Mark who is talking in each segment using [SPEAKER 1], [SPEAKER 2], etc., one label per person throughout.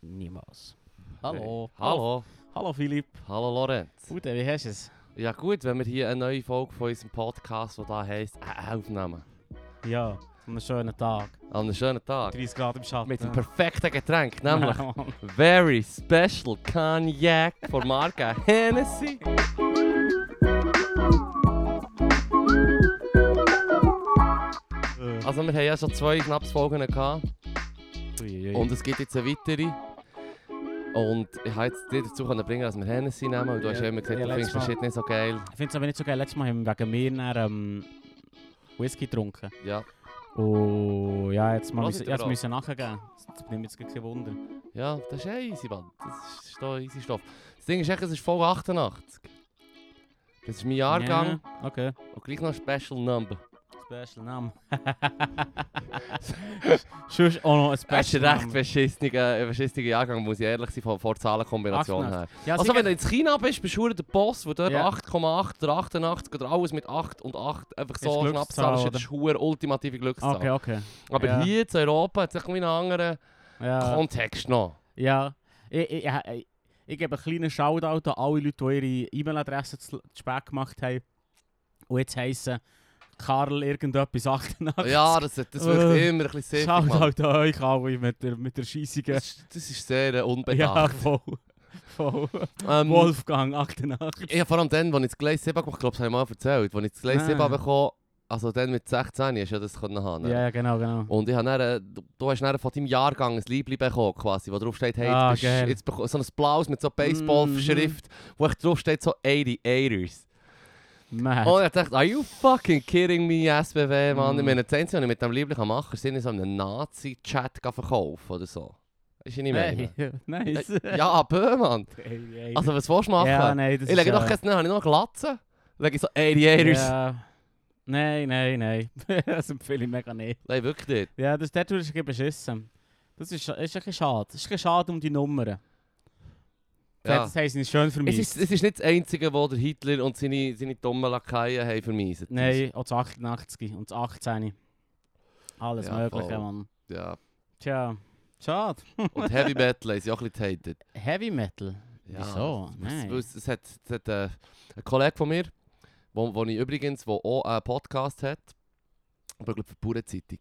[SPEAKER 1] Niemals. Hallo.
[SPEAKER 2] Hallo.
[SPEAKER 1] Hallo Philipp.
[SPEAKER 2] Hallo Lorenz.
[SPEAKER 1] Gut, wie hast du es?
[SPEAKER 2] Ja gut, wenn wir hier eine neue Folge von unserem Podcast, die da heisst, äh, aufnehmen.
[SPEAKER 1] Ja, einen schönen Tag.
[SPEAKER 2] An einem schönen Tag.
[SPEAKER 1] 30 Grad im Schatten.
[SPEAKER 2] Mit dem perfekten Getränk, nämlich
[SPEAKER 1] Ja, Mann.
[SPEAKER 2] Very Special Cognac von Marke Hennessy.
[SPEAKER 1] Eh.
[SPEAKER 2] Also wir haben ja schon zwei Schnapsfolgen gehabt.
[SPEAKER 1] Uiuiui.
[SPEAKER 2] Und es gibt jetzt eine weitere. Und ich konnte jetzt dir dazu können bringen, dass wir Hennessy nehmen. Und du hast
[SPEAKER 1] Ja,
[SPEAKER 2] ja immer gesagt,
[SPEAKER 1] ja,
[SPEAKER 2] du
[SPEAKER 1] letztes
[SPEAKER 2] findest den
[SPEAKER 1] Mal.
[SPEAKER 2] Shit nicht so geil.
[SPEAKER 1] Ich finde es aber nicht so geil. Letztes Mal haben wir wegen mir nachher, ähm, Whisky getrunken.
[SPEAKER 2] Ja.
[SPEAKER 1] Oh, ja, jetzt mal
[SPEAKER 2] Lass
[SPEAKER 1] müssen,
[SPEAKER 2] ich dir
[SPEAKER 1] jetzt
[SPEAKER 2] an.
[SPEAKER 1] müssen wir nachgeben. Das nimmt jetzt gleich ein Wunder.
[SPEAKER 2] Ja, das ist eh easy, Mann. Das ist doch easy Stoff. Das Ding ist echt, es ist voll 88. Das ist mein Jahrgang
[SPEAKER 1] Ja, okay.
[SPEAKER 2] und gleich noch Special Number.
[SPEAKER 1] Special Name. Sonst auch noch ein oh, Special
[SPEAKER 2] Das ist ein recht
[SPEAKER 1] Name.
[SPEAKER 2] beschissener, äh, beschissener Jahrgang, muss ich ehrlich sein, von, von der Zahlenkombination
[SPEAKER 1] Achtundachtzig.
[SPEAKER 2] her.
[SPEAKER 1] Ja,
[SPEAKER 2] Also,
[SPEAKER 1] sicher.
[SPEAKER 2] wenn du in China bist, bist du der Boss, der dort
[SPEAKER 1] Ja.
[SPEAKER 2] 8,8 oder 88 oder alles mit 8 und 8 einfach so
[SPEAKER 1] Glückszahl,
[SPEAKER 2] Schnappzahl ist. Das
[SPEAKER 1] oder?
[SPEAKER 2] ist eine ultimative Glückszahl.
[SPEAKER 1] Okay, okay.
[SPEAKER 2] Aber
[SPEAKER 1] ja.
[SPEAKER 2] hier in Europa hat es irgendwie einen anderen
[SPEAKER 1] Ja.
[SPEAKER 2] Kontext noch.
[SPEAKER 1] Ja, eh, ich, ich, ich- ich, ich gebe einen kleinen Shoutout an alle Leute, die ihre E-Mail-Adresse zu, zu spät gemacht haben. Und jetzt heissen Karl irgendetwas 88.
[SPEAKER 2] Ja, das, das wirkt
[SPEAKER 1] Äh,
[SPEAKER 2] immer ein bisschen siffig, Mann.
[SPEAKER 1] Shoutout an euch alle mit der, mit der scheisigen...
[SPEAKER 2] Das, das ist sehr äh,
[SPEAKER 1] Ja,
[SPEAKER 2] unbedacht.
[SPEAKER 1] voll. voll.
[SPEAKER 2] Ähm,
[SPEAKER 1] Wolfgang 88.
[SPEAKER 2] Ja, vor allem dann, als ich das Gleis 7 gemacht habe, glaube ich, das habe ich mal erzählt. Als ich das Gleis
[SPEAKER 1] Ah.
[SPEAKER 2] 7 bekommen also dann mit 16, hast du ja das können haben. ne?
[SPEAKER 1] Ja, ja, genau, genau.
[SPEAKER 2] Und ich habe dann, äh, du- du hast dann von deinem Jahrgang ein Liebling bekommen, quasi, wo drauf steht, hey,
[SPEAKER 1] Ah,
[SPEAKER 2] jetzt
[SPEAKER 1] geil. Mhm.
[SPEAKER 2] bist, jetzt beko- so ein Blaues mit so Baseball-Schrift, wo echt drauf steht, so 88ers.
[SPEAKER 1] Man.
[SPEAKER 2] Und ich dachte, are you fucking kidding me, SBW, Mann?
[SPEAKER 1] Mm.
[SPEAKER 2] Ich meine, das Einzige, was ich mit dem Liebling machen kann, sind in so einem Nazi-Chat gehen verkaufen oder so. Ist ich nicht mehr.
[SPEAKER 1] Hey, nice.
[SPEAKER 2] Ja, bö, Mann.
[SPEAKER 1] Hey, hey.
[SPEAKER 2] Also, was willst du machen?
[SPEAKER 1] ja, nein, das
[SPEAKER 2] Ich
[SPEAKER 1] ist...
[SPEAKER 2] lege doch
[SPEAKER 1] äh,
[SPEAKER 2] jetzt nicht, habe ich noch Glatze? Lege ich so Aviators? Yeah.
[SPEAKER 1] Ja. Nein, nein, nein. das empfehle ich mega nicht.
[SPEAKER 2] Nein, wirklich nicht.
[SPEAKER 1] Ja, das dort ist ein beschissen. Das ist, ist ein bisschen schade. Es ist ein bisschen schade um die Nummern.
[SPEAKER 2] Ja.
[SPEAKER 1] Das heisst, es ist schön für
[SPEAKER 2] Es,
[SPEAKER 1] mich.
[SPEAKER 2] ist, es ist nicht das Einzige, wo der Hitler und seine, seine dummen Lakaien haben vermiesen.
[SPEAKER 1] Nein, auch das 88 und das 18. Alles
[SPEAKER 2] Ja,
[SPEAKER 1] Mögliche,
[SPEAKER 2] voll.
[SPEAKER 1] Mann.
[SPEAKER 2] Ja.
[SPEAKER 1] Tja, schade.
[SPEAKER 2] Und Heavy Metal haben sie auch ein bisschen gehatet.
[SPEAKER 1] Heavy Metal?
[SPEAKER 2] Ja,
[SPEAKER 1] Wieso?
[SPEAKER 2] das-
[SPEAKER 1] Nein.
[SPEAKER 2] das- Es hat, es hat äh, ein Kollege von mir, wo, wo ich übrigens, der auch einen Podcast hat, aber ich glaube für die Bauernzeitung.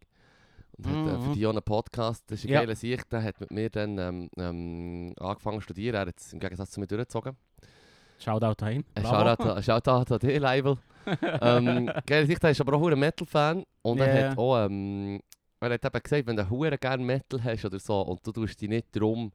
[SPEAKER 2] Und hat äh,
[SPEAKER 1] Mhm.
[SPEAKER 2] für die auch einen Podcast, das ist eine
[SPEAKER 1] Ja.
[SPEAKER 2] geile Sicht, der hat mit mir dann ähm, ähm, angefangen zu studieren, er hat es im Gegensatz zu mir durchgezogen.
[SPEAKER 1] Shoutout dahin.
[SPEAKER 2] Ein
[SPEAKER 1] Bravo.
[SPEAKER 2] Shoutout an- Shoutout an dich, Leibel. ähm, geil, ich ist aber auch ein Metal-Fan. Und er
[SPEAKER 1] Ja.
[SPEAKER 2] hat auch, ähm, er hat eben gesagt, wenn du hure gerne Metal hast oder so und du tust dich nicht drum,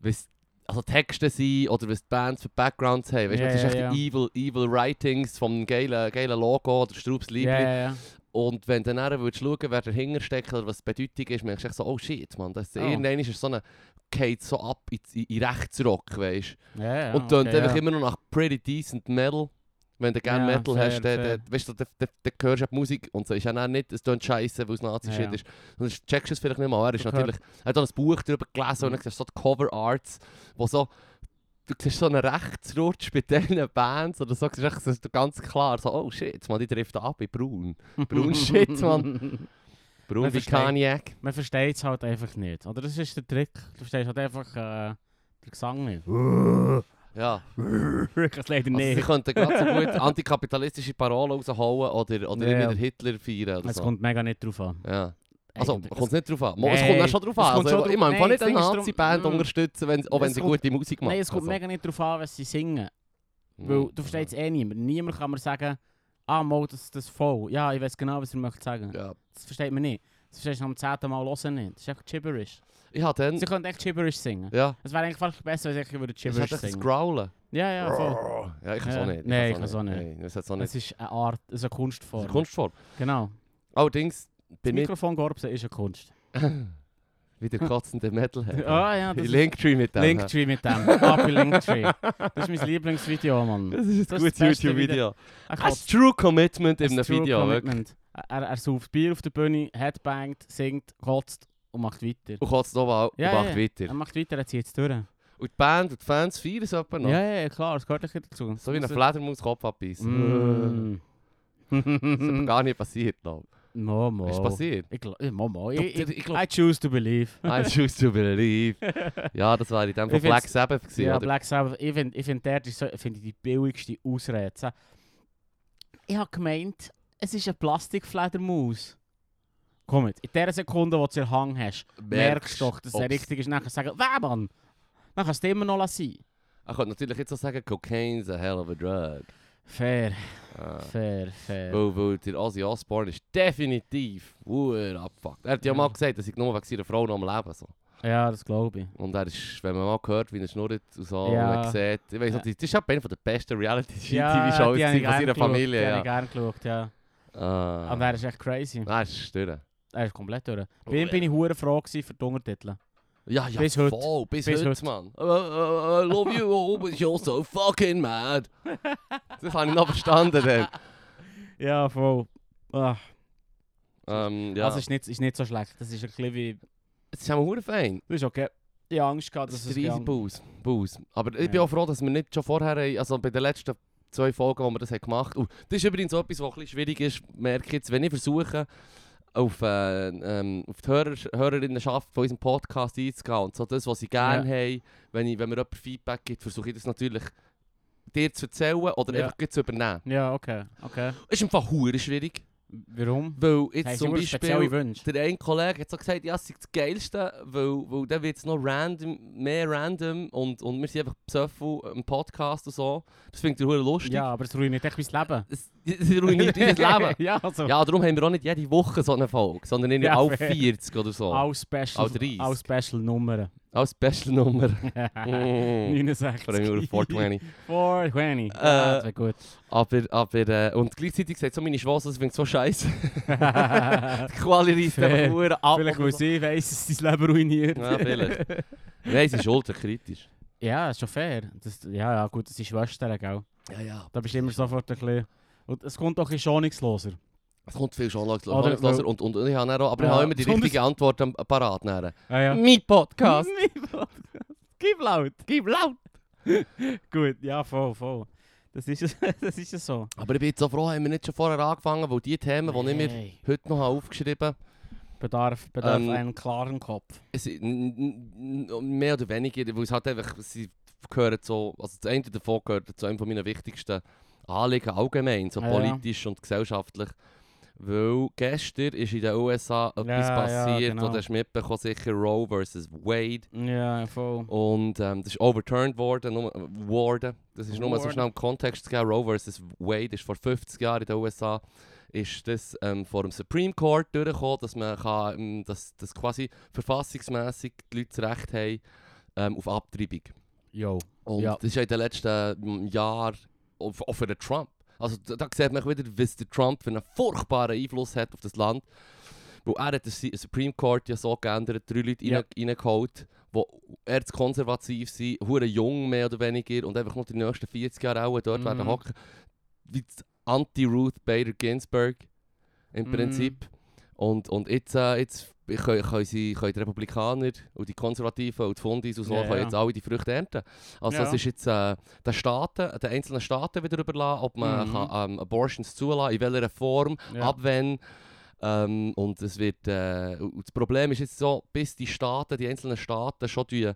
[SPEAKER 2] was also Texte sind oder was die Bands für Backgrounds haben. Weißt du,
[SPEAKER 1] Ja,
[SPEAKER 2] das ist
[SPEAKER 1] ja,
[SPEAKER 2] echt
[SPEAKER 1] ja.
[SPEAKER 2] evil, evil Writings vom geilen, geilen Logo oder Straubs Liebling.
[SPEAKER 1] Ja, ja, ja.
[SPEAKER 2] Und wenn du dann nachher würdest schauen, wer dahinter steckt oder was die Bedeutung ist, merkst du echt so, oh shit, man, das ist,
[SPEAKER 1] Oh.
[SPEAKER 2] irgendwann ist es so eine, geht so ab in, in, in Rechtsrock, weißt du.
[SPEAKER 1] ja, ja.
[SPEAKER 2] Und tönt
[SPEAKER 1] okay,
[SPEAKER 2] einfach
[SPEAKER 1] ja.
[SPEAKER 2] immer noch nach pretty decent Metal. Wenn du gerne
[SPEAKER 1] Ja,
[SPEAKER 2] Metal
[SPEAKER 1] fair,
[SPEAKER 2] hast, dann,
[SPEAKER 1] fair.
[SPEAKER 2] dann, weißt du, dann, dann, dann hörst du ja die Musik und so. Ist ja dann nicht, es tönt scheiße, weil es Nazi-Shit
[SPEAKER 1] Ja.
[SPEAKER 2] ist. Und dann checkst du es vielleicht nicht mal. Er, ist
[SPEAKER 1] Du
[SPEAKER 2] natürlich, er hat auch ein Buch darüber gelesen und
[SPEAKER 1] Mhm.
[SPEAKER 2] dann siehst du so die Cover Arts, wo so. Du siehst so einen Rechtsrutsch bei diesen Bands oder so. Du siehst echt so- so ganz klar so, oh shit, man, die trifft ab in Braun. Braun Shit, Mann. Braun
[SPEAKER 1] Man
[SPEAKER 2] wie
[SPEAKER 1] versteht.
[SPEAKER 2] Kaniak.
[SPEAKER 1] Man versteht es halt einfach nicht. Oder das ist der Trick. Du verstehst halt einfach äh, den Gesang nicht.
[SPEAKER 2] Ja.
[SPEAKER 1] ich kann es leider
[SPEAKER 2] Also, sie
[SPEAKER 1] nicht.
[SPEAKER 2] könnten gerade so gut antikapitalistische Parolen raushauen oder, oder
[SPEAKER 1] Ja.
[SPEAKER 2] immer den Hitler feiern. Oder
[SPEAKER 1] Es
[SPEAKER 2] so.
[SPEAKER 1] kommt mega nicht drauf an.
[SPEAKER 2] Ja. Also,
[SPEAKER 1] Eigentlich.
[SPEAKER 2] kommt es nicht drauf an. Mo, Es
[SPEAKER 1] Nein.
[SPEAKER 2] kommt auch schon drauf
[SPEAKER 1] Es
[SPEAKER 2] an.
[SPEAKER 1] kommt
[SPEAKER 2] Also,
[SPEAKER 1] schon
[SPEAKER 2] ich meine,
[SPEAKER 1] drauf-
[SPEAKER 2] man
[SPEAKER 1] Nein,
[SPEAKER 2] kann nicht
[SPEAKER 1] das
[SPEAKER 2] eine
[SPEAKER 1] Ding ist
[SPEAKER 2] Nazi-Band Mhm.
[SPEAKER 1] drum- Mm.
[SPEAKER 2] unterstützen, wenn, auch wenn
[SPEAKER 1] Es
[SPEAKER 2] sie
[SPEAKER 1] kommt-
[SPEAKER 2] gute Musik machen.
[SPEAKER 1] Nein, es kommt
[SPEAKER 2] also.
[SPEAKER 1] mega nicht darauf an, was sie singen.
[SPEAKER 2] Mm.
[SPEAKER 1] Weil du verstehst es eh niemand. Niemand kann mir sagen, ah, Mo, das das ist voll. Ja, ich weiß genau, was er möchte sagen.
[SPEAKER 2] Ja.
[SPEAKER 1] Das versteht man nicht. Das verstehst du am zehnten Mal hören nicht. Das ist einfach gibberish.
[SPEAKER 2] Ich habe dann...
[SPEAKER 1] Sie können echt gibberish singen.
[SPEAKER 2] Ja.
[SPEAKER 1] Es wäre eigentlich fast besser, wenn sie eigentlich würde
[SPEAKER 2] Es hat
[SPEAKER 1] gibberish
[SPEAKER 2] echt das
[SPEAKER 1] singen
[SPEAKER 2] Growlen.
[SPEAKER 1] Ja, ja, voll.
[SPEAKER 2] Ja, ich kann es
[SPEAKER 1] Ja.
[SPEAKER 2] auch nicht.
[SPEAKER 1] Nein,
[SPEAKER 2] kann's
[SPEAKER 1] ich kann's auch
[SPEAKER 2] Nein, es hat's auch nicht.
[SPEAKER 1] Es ist eine Art, es ist eine
[SPEAKER 2] Das
[SPEAKER 1] Kunstform.
[SPEAKER 2] ist eine Kunstform.
[SPEAKER 1] Genau.
[SPEAKER 2] Allerdings
[SPEAKER 1] Das
[SPEAKER 2] bin ich
[SPEAKER 1] Mikrofon Gorbsen ist eine Kunst.
[SPEAKER 2] wieder kotzender Metalhead.
[SPEAKER 1] Ah ja, das
[SPEAKER 2] Ich
[SPEAKER 1] ist
[SPEAKER 2] Linktree mit dem.
[SPEAKER 1] Linktree mit dem. Happy Linktree. Das ist mein Lieblingsvideo, Mann.
[SPEAKER 2] Das ist ein
[SPEAKER 1] Das
[SPEAKER 2] gutes
[SPEAKER 1] ist das beste
[SPEAKER 2] YouTube-Video.
[SPEAKER 1] Er
[SPEAKER 2] Ein
[SPEAKER 1] kotzt.
[SPEAKER 2] true commitment in
[SPEAKER 1] Ein
[SPEAKER 2] einem
[SPEAKER 1] true
[SPEAKER 2] Video. wirklich.
[SPEAKER 1] commitment. Er, er sauft Bier auf der Bühne, headbangt, singt, kotzt und macht weiter.
[SPEAKER 2] Und kotzt nochmal und
[SPEAKER 1] Ja,
[SPEAKER 2] macht
[SPEAKER 1] ja.
[SPEAKER 2] weiter.
[SPEAKER 1] Er macht weiter, er zieht es durch.
[SPEAKER 2] Und die Band und die Fans feiern es etwa noch.
[SPEAKER 1] Ja, ja, ja, klar, es gehört ein bisschen dazu.
[SPEAKER 2] So wie ein Fledermaus Kopf abbeißen.
[SPEAKER 1] Mm.
[SPEAKER 2] Mm. Das ist aber gar nicht passiert, glaube ich.
[SPEAKER 1] Mo, mo.
[SPEAKER 2] Ist passiert?
[SPEAKER 1] Ich, gl- mo, mo. Ich,
[SPEAKER 2] Ich,
[SPEAKER 1] ich,
[SPEAKER 2] ich glaube,
[SPEAKER 1] I choose to believe.
[SPEAKER 2] I choose to believe. Ja, das war in dem Fall
[SPEAKER 1] Ich find's-
[SPEAKER 2] Black Sabbath gewesen,
[SPEAKER 1] Ja,
[SPEAKER 2] oder?
[SPEAKER 1] Black Sabbath. Ich finde, ich find, dort ist so, find ich die billigste Ausrede. So, Ich habe gemeint, es ist eine Plastikfledermaus. Komm jetzt, in der Sekunde, wo du den Hang hast, merkst du doch, dass er
[SPEAKER 2] ob's-
[SPEAKER 1] richtig ist. Nachher sagen, weh Mann, dann kannst du immer noch sein.
[SPEAKER 2] Ich könnte natürlich jetzt auch sagen, Cocaine's a hell of a drug.
[SPEAKER 1] Fair,
[SPEAKER 2] Ah.
[SPEAKER 1] fair, fair.
[SPEAKER 2] Weil, weil der Ozzy Osbourne ist definitiv wuhr abgefuckt. Er hat ja,
[SPEAKER 1] Ja.
[SPEAKER 2] mal gesagt, dass ich nur wegen seiner Frau noch am Leben so.
[SPEAKER 1] Ja, das glaube ich.
[SPEAKER 2] Und er ist, wenn man mal hört, wie er schnurrt und so,
[SPEAKER 1] Ja.
[SPEAKER 2] und man sieht, ich weiss
[SPEAKER 1] Ja.
[SPEAKER 2] nicht, das ist halt eine von der besten
[SPEAKER 1] ja,
[SPEAKER 2] Reality-TV-Shows
[SPEAKER 1] die habe ich
[SPEAKER 2] von
[SPEAKER 1] gerne
[SPEAKER 2] seiner
[SPEAKER 1] geschaut,
[SPEAKER 2] Familie.
[SPEAKER 1] Die habe ich
[SPEAKER 2] Ja.
[SPEAKER 1] gerne geschaut, ja.
[SPEAKER 2] Ah.
[SPEAKER 1] Und er ist echt crazy.
[SPEAKER 2] Nein, das ist stören.
[SPEAKER 1] Er ist komplett durch.
[SPEAKER 2] Oh,
[SPEAKER 1] Bei ihm
[SPEAKER 2] ja.
[SPEAKER 1] bin ich hure froh gewesen für die Untertitel.
[SPEAKER 2] Ja, ja,
[SPEAKER 1] Bis heute.
[SPEAKER 2] voll, bis,
[SPEAKER 1] Bis
[SPEAKER 2] heute,
[SPEAKER 1] heute.
[SPEAKER 2] man. Uh, uh, I love you all, but you're so fucking mad. Das habe ich noch verstanden dann.
[SPEAKER 1] Ja, voll. Ah,
[SPEAKER 2] Ähm, ja.
[SPEAKER 1] Also ist nicht, ist nicht so schlecht. Das ist ein bisschen wie...
[SPEAKER 2] es ist auch fein.
[SPEAKER 1] Das ist okay. Ich habe Angst gehabt,
[SPEAKER 2] Das
[SPEAKER 1] dass
[SPEAKER 2] ist
[SPEAKER 1] es
[SPEAKER 2] ein
[SPEAKER 1] gegangen-
[SPEAKER 2] riesen Bus. Bus. Aber ich bin
[SPEAKER 1] Ja.
[SPEAKER 2] auch froh, dass wir nicht schon vorher, haben- also bei den letzten zwei Folgen, wo wir das haben gemacht haben. das ist übrigens auch etwas, was ein bisschen schwierig ist, merke ich jetzt, wenn ich versuche, auf, äh, ähm, auf die Hörer, Hörerinnenschaft von unserem Podcast einzugehen und so das, was sie gerne haben, wenn, ich, wenn mir jemand Feedback gibt, versuche ich das natürlich dir zu erzählen oder
[SPEAKER 1] Ja.
[SPEAKER 2] einfach gleich zu übernehmen.
[SPEAKER 1] Ja, okay. okay.
[SPEAKER 2] Ist im Fall hure schwierig,
[SPEAKER 1] Warum?
[SPEAKER 2] weil
[SPEAKER 1] Hast
[SPEAKER 2] jetzt
[SPEAKER 1] du
[SPEAKER 2] zum
[SPEAKER 1] immer
[SPEAKER 2] Beispiel...
[SPEAKER 1] spezielle Wünsche?
[SPEAKER 2] Der eine Kollege hat so gesagt, ja, es sei das Geilste, weil, weil dann wird es noch random, mehr random und, und wir sind einfach besoffen im Podcast und so. Das findet ihr verdammt lustig.
[SPEAKER 1] Ja, aber es ruiniert echt mein Leben.
[SPEAKER 2] Es, es ruiniert unser Leben.
[SPEAKER 1] ja, also.
[SPEAKER 2] Ja, darum haben wir auch nicht jede Woche so eine Folge, sondern irgendwie
[SPEAKER 1] Ja,
[SPEAKER 2] alle
[SPEAKER 1] fair.
[SPEAKER 2] 40 oder so.
[SPEAKER 1] All special,
[SPEAKER 2] Auch 30.
[SPEAKER 1] all special Nummern.
[SPEAKER 2] Als Special-Nummer. Mm.
[SPEAKER 1] 69.
[SPEAKER 2] Vor allem über 420.
[SPEAKER 1] 420.
[SPEAKER 2] Eh.
[SPEAKER 1] Ja, das wäre gut.
[SPEAKER 2] Aber, aber, äh, und gleichzeitig sagt so meine Schwester, das finde so scheiße. Die Quali reißt einfach
[SPEAKER 1] Fair.
[SPEAKER 2] verdammt ab.
[SPEAKER 1] Vielleicht, weil sie weiss, dass dein Leben ruiniert.
[SPEAKER 2] Ja, vielleicht. Nein, sie ist ultra kritisch.
[SPEAKER 1] ja, ist schon fair. Das, ja, ja, gut, das ist Schwestern, gell.
[SPEAKER 2] Ja, ja.
[SPEAKER 1] Da bist du immer sofort ein bisschen... Und es kommt doch ein bisschen schonungsloser.
[SPEAKER 2] Es kommt viel schonungsloser.
[SPEAKER 1] Oder-
[SPEAKER 2] schonungsloser und, und, und ich habe dann auch, aber ich
[SPEAKER 1] Oh, Ja,
[SPEAKER 2] habe immer die
[SPEAKER 1] besonders-
[SPEAKER 2] richtige Antwort am parat. Dann.
[SPEAKER 1] Ah, Ja, ja.
[SPEAKER 2] Mein Podcast.
[SPEAKER 1] Gib laut.
[SPEAKER 2] Gib laut.
[SPEAKER 1] Gut, ja, voll, voll. Das ist es, das ist es so.
[SPEAKER 2] Aber ich bin jetzt so froh, haben wir nicht schon vorher angefangen, weil die Themen, die ich mir
[SPEAKER 1] Nein.
[SPEAKER 2] heute noch habe aufgeschrieben habe,
[SPEAKER 1] Bedarf, bedarf
[SPEAKER 2] Ähm,
[SPEAKER 1] einen klaren Kopf.
[SPEAKER 2] es sind n- n- n- mehr oder weniger, weil es halt einfach, sie gehören so, also das eine davon gehört zu einem von meiner wichtigsten Anliegen allgemein, so
[SPEAKER 1] Ja.
[SPEAKER 2] politisch und gesellschaftlich. Weil gestern ist in den USA etwas
[SPEAKER 1] Ja, ja,
[SPEAKER 2] passiert,
[SPEAKER 1] genau.
[SPEAKER 2] und du hast mitbekommen, sicher Roe vs. Wade.
[SPEAKER 1] Ja, voll.
[SPEAKER 2] Und ähm, das ist overturned worden. Nur, äh, worden. Das ist nur mal so
[SPEAKER 1] Worden.
[SPEAKER 2] schnell im Kontext zu geben. Roe vs. Wade ist vor 50 Jahren in den USA ist das ähm, vor dem Supreme Court durchgekommen, dass man kann, ähm, dass, dass quasi verfassungsmäßig die Leute das Recht haben ähm, auf Abtreibung.
[SPEAKER 1] Jo.
[SPEAKER 2] Und
[SPEAKER 1] Ja.
[SPEAKER 2] das ist ja in den letzten ähm, Jahren auch auch für den Trump. Also da, da sieht man wieder, was der Trump für einen furchtbaren Einfluss hat auf das Land. Weil er hat den Si- Supreme Court ja so geändert, drei Leute
[SPEAKER 1] Ja.
[SPEAKER 2] rein, reingeholt, die erst konservativ sind, hure jung mehr oder weniger und einfach noch die nächsten 40 Jahre auch dort
[SPEAKER 1] Mhm.
[SPEAKER 2] werden hocken. Wie das Anti-Ruth Bader Ginsburg im
[SPEAKER 1] Mhm.
[SPEAKER 2] Prinzip. Und, und jetzt, äh, jetzt können, können, sie, können die Republikaner und die Konservativen und die Fundis und so
[SPEAKER 1] Ja,
[SPEAKER 2] können
[SPEAKER 1] ja.
[SPEAKER 2] jetzt alle die Früchte ernten. Also
[SPEAKER 1] Ja.
[SPEAKER 2] es ist jetzt äh, den Staaten, den einzelnen Staaten wieder überlassen, ob man
[SPEAKER 1] Mhm.
[SPEAKER 2] kann, ähm, Abortions zulassen, in welcher Form,
[SPEAKER 1] Ja.
[SPEAKER 2] ab wann. Ähm, und es wird, äh, und das Problem ist jetzt so, bis die Staaten, die einzelnen Staaten schon die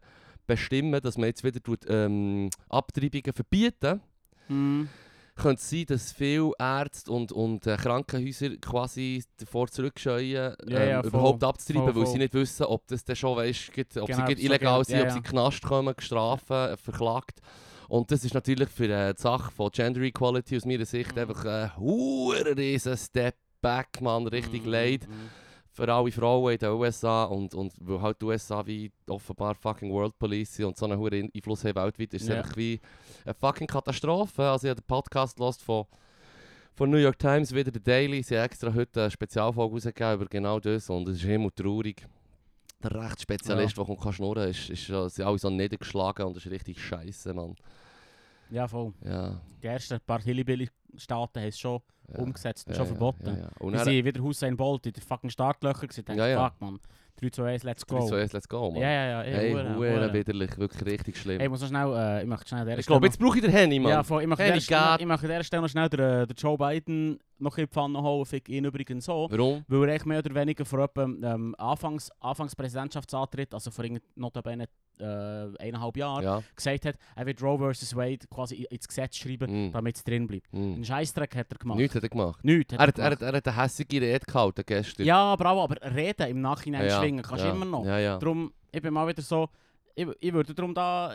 [SPEAKER 2] bestimmen, dass man jetzt wieder tut, ähm, Abtreibungen verbieten,
[SPEAKER 1] Mhm.
[SPEAKER 2] könnte es sein, dass viele Ärzte und, und äh, Krankenhäuser quasi davor zurückscheuen, ähm,
[SPEAKER 1] Ja, ja, voll.
[SPEAKER 2] überhaupt abzutreiben,
[SPEAKER 1] Voll,
[SPEAKER 2] weil
[SPEAKER 1] voll.
[SPEAKER 2] sie nicht wissen, ob das dann schon, weißt, ob sie
[SPEAKER 1] Genau,
[SPEAKER 2] gerade
[SPEAKER 1] so
[SPEAKER 2] illegal
[SPEAKER 1] geht-
[SPEAKER 2] sind,
[SPEAKER 1] ja,
[SPEAKER 2] ob
[SPEAKER 1] ja.
[SPEAKER 2] sie in den Knast kommen, gestraft, äh, verklagt. Und das ist natürlich für äh, die Sache von Gender Equality aus meiner Sicht
[SPEAKER 1] Mhm.
[SPEAKER 2] einfach ein hoher riesen Step back, man, richtig
[SPEAKER 1] Mhm,
[SPEAKER 2] leid
[SPEAKER 1] mhm.
[SPEAKER 2] für alle Frauen in den USA und, und weil halt die USA wie offenbar fucking World Police sind und so einen hohen In- Einfluss haben weltweit, ist es
[SPEAKER 1] Ja.
[SPEAKER 2] einfach wie dus eine fucking Katastrophe. Also ich habe den Podcast gehört von, von New York Times, wieder der Daily, sie haben extra eh, heute eine Spezialfolge rausgegeben über genau dus, das und es ist immer traurig. Der Rechtsspezialist, der kommt kann schnurren ist, ist, ist, sind alle so niedergeschlagen und das ist richtig scheiße, Mann.
[SPEAKER 1] Ja, voll.
[SPEAKER 2] Ja.
[SPEAKER 1] Die ersten paar Hillybilly-Staaten haben es schon
[SPEAKER 2] ja.
[SPEAKER 1] umgesetzt und
[SPEAKER 2] ja,
[SPEAKER 1] schon
[SPEAKER 2] ja,
[SPEAKER 1] verboten.
[SPEAKER 2] Ja, ja. Und
[SPEAKER 1] Wir
[SPEAKER 2] dann,
[SPEAKER 1] sind wieder Hussein Bolt in den fucking Startlöchern gewesen. Denkt,
[SPEAKER 2] Ja, ja.
[SPEAKER 1] fuck, man. 3, 2, 1, let's
[SPEAKER 2] go.
[SPEAKER 1] go.
[SPEAKER 2] So, jetzt, let's go, Mann.
[SPEAKER 1] ja, ja, ja. Ey,
[SPEAKER 2] Hey,
[SPEAKER 1] hure,
[SPEAKER 2] hure
[SPEAKER 1] hure.
[SPEAKER 2] widerlich, wirklich richtig schlimm.
[SPEAKER 1] Ey, ich muss noch schnell, äh, ich möchte schnell an der
[SPEAKER 2] ich glaube,
[SPEAKER 1] Stelle
[SPEAKER 2] jetzt brauche ich den Handy,
[SPEAKER 1] noch-
[SPEAKER 2] Mann.
[SPEAKER 1] Ja, voll, ich möchte
[SPEAKER 2] Hey,
[SPEAKER 1] an der Stelle-
[SPEAKER 2] Gott.
[SPEAKER 1] ich möchte an der Stelle noch schnell den, äh, den Joe Biden noch in die Pfanne hauen, fick ihn übrigens auch.
[SPEAKER 2] Warum?
[SPEAKER 1] Weil er eigentlich mehr oder weniger vor jemandem, ähm, Anfangs, Anfangspräsidentschaftsantritt, also vor irgend- notabene äh, eineinhalb Jahren,
[SPEAKER 2] Ja.
[SPEAKER 1] gesagt hat, er wird Roe vs. Wade quasi i- ins Gesetz schreiben,
[SPEAKER 2] Mm.
[SPEAKER 1] damit es drin bleibt.
[SPEAKER 2] Mm.
[SPEAKER 1] Einen Scheißdreck hat er gemacht.
[SPEAKER 2] Nichts hat er gemacht.
[SPEAKER 1] Nichts
[SPEAKER 2] Er
[SPEAKER 1] hat
[SPEAKER 2] hat, er, hat, er hat eine hässige Rede gehalten gestern.
[SPEAKER 1] Ja, bravo, aber reden im Nachhinein schwingen kannst du
[SPEAKER 2] ja.
[SPEAKER 1] immer noch.
[SPEAKER 2] Ja, ja.
[SPEAKER 1] Darum, ich bin mal wieder so, ich, ich würde darum da,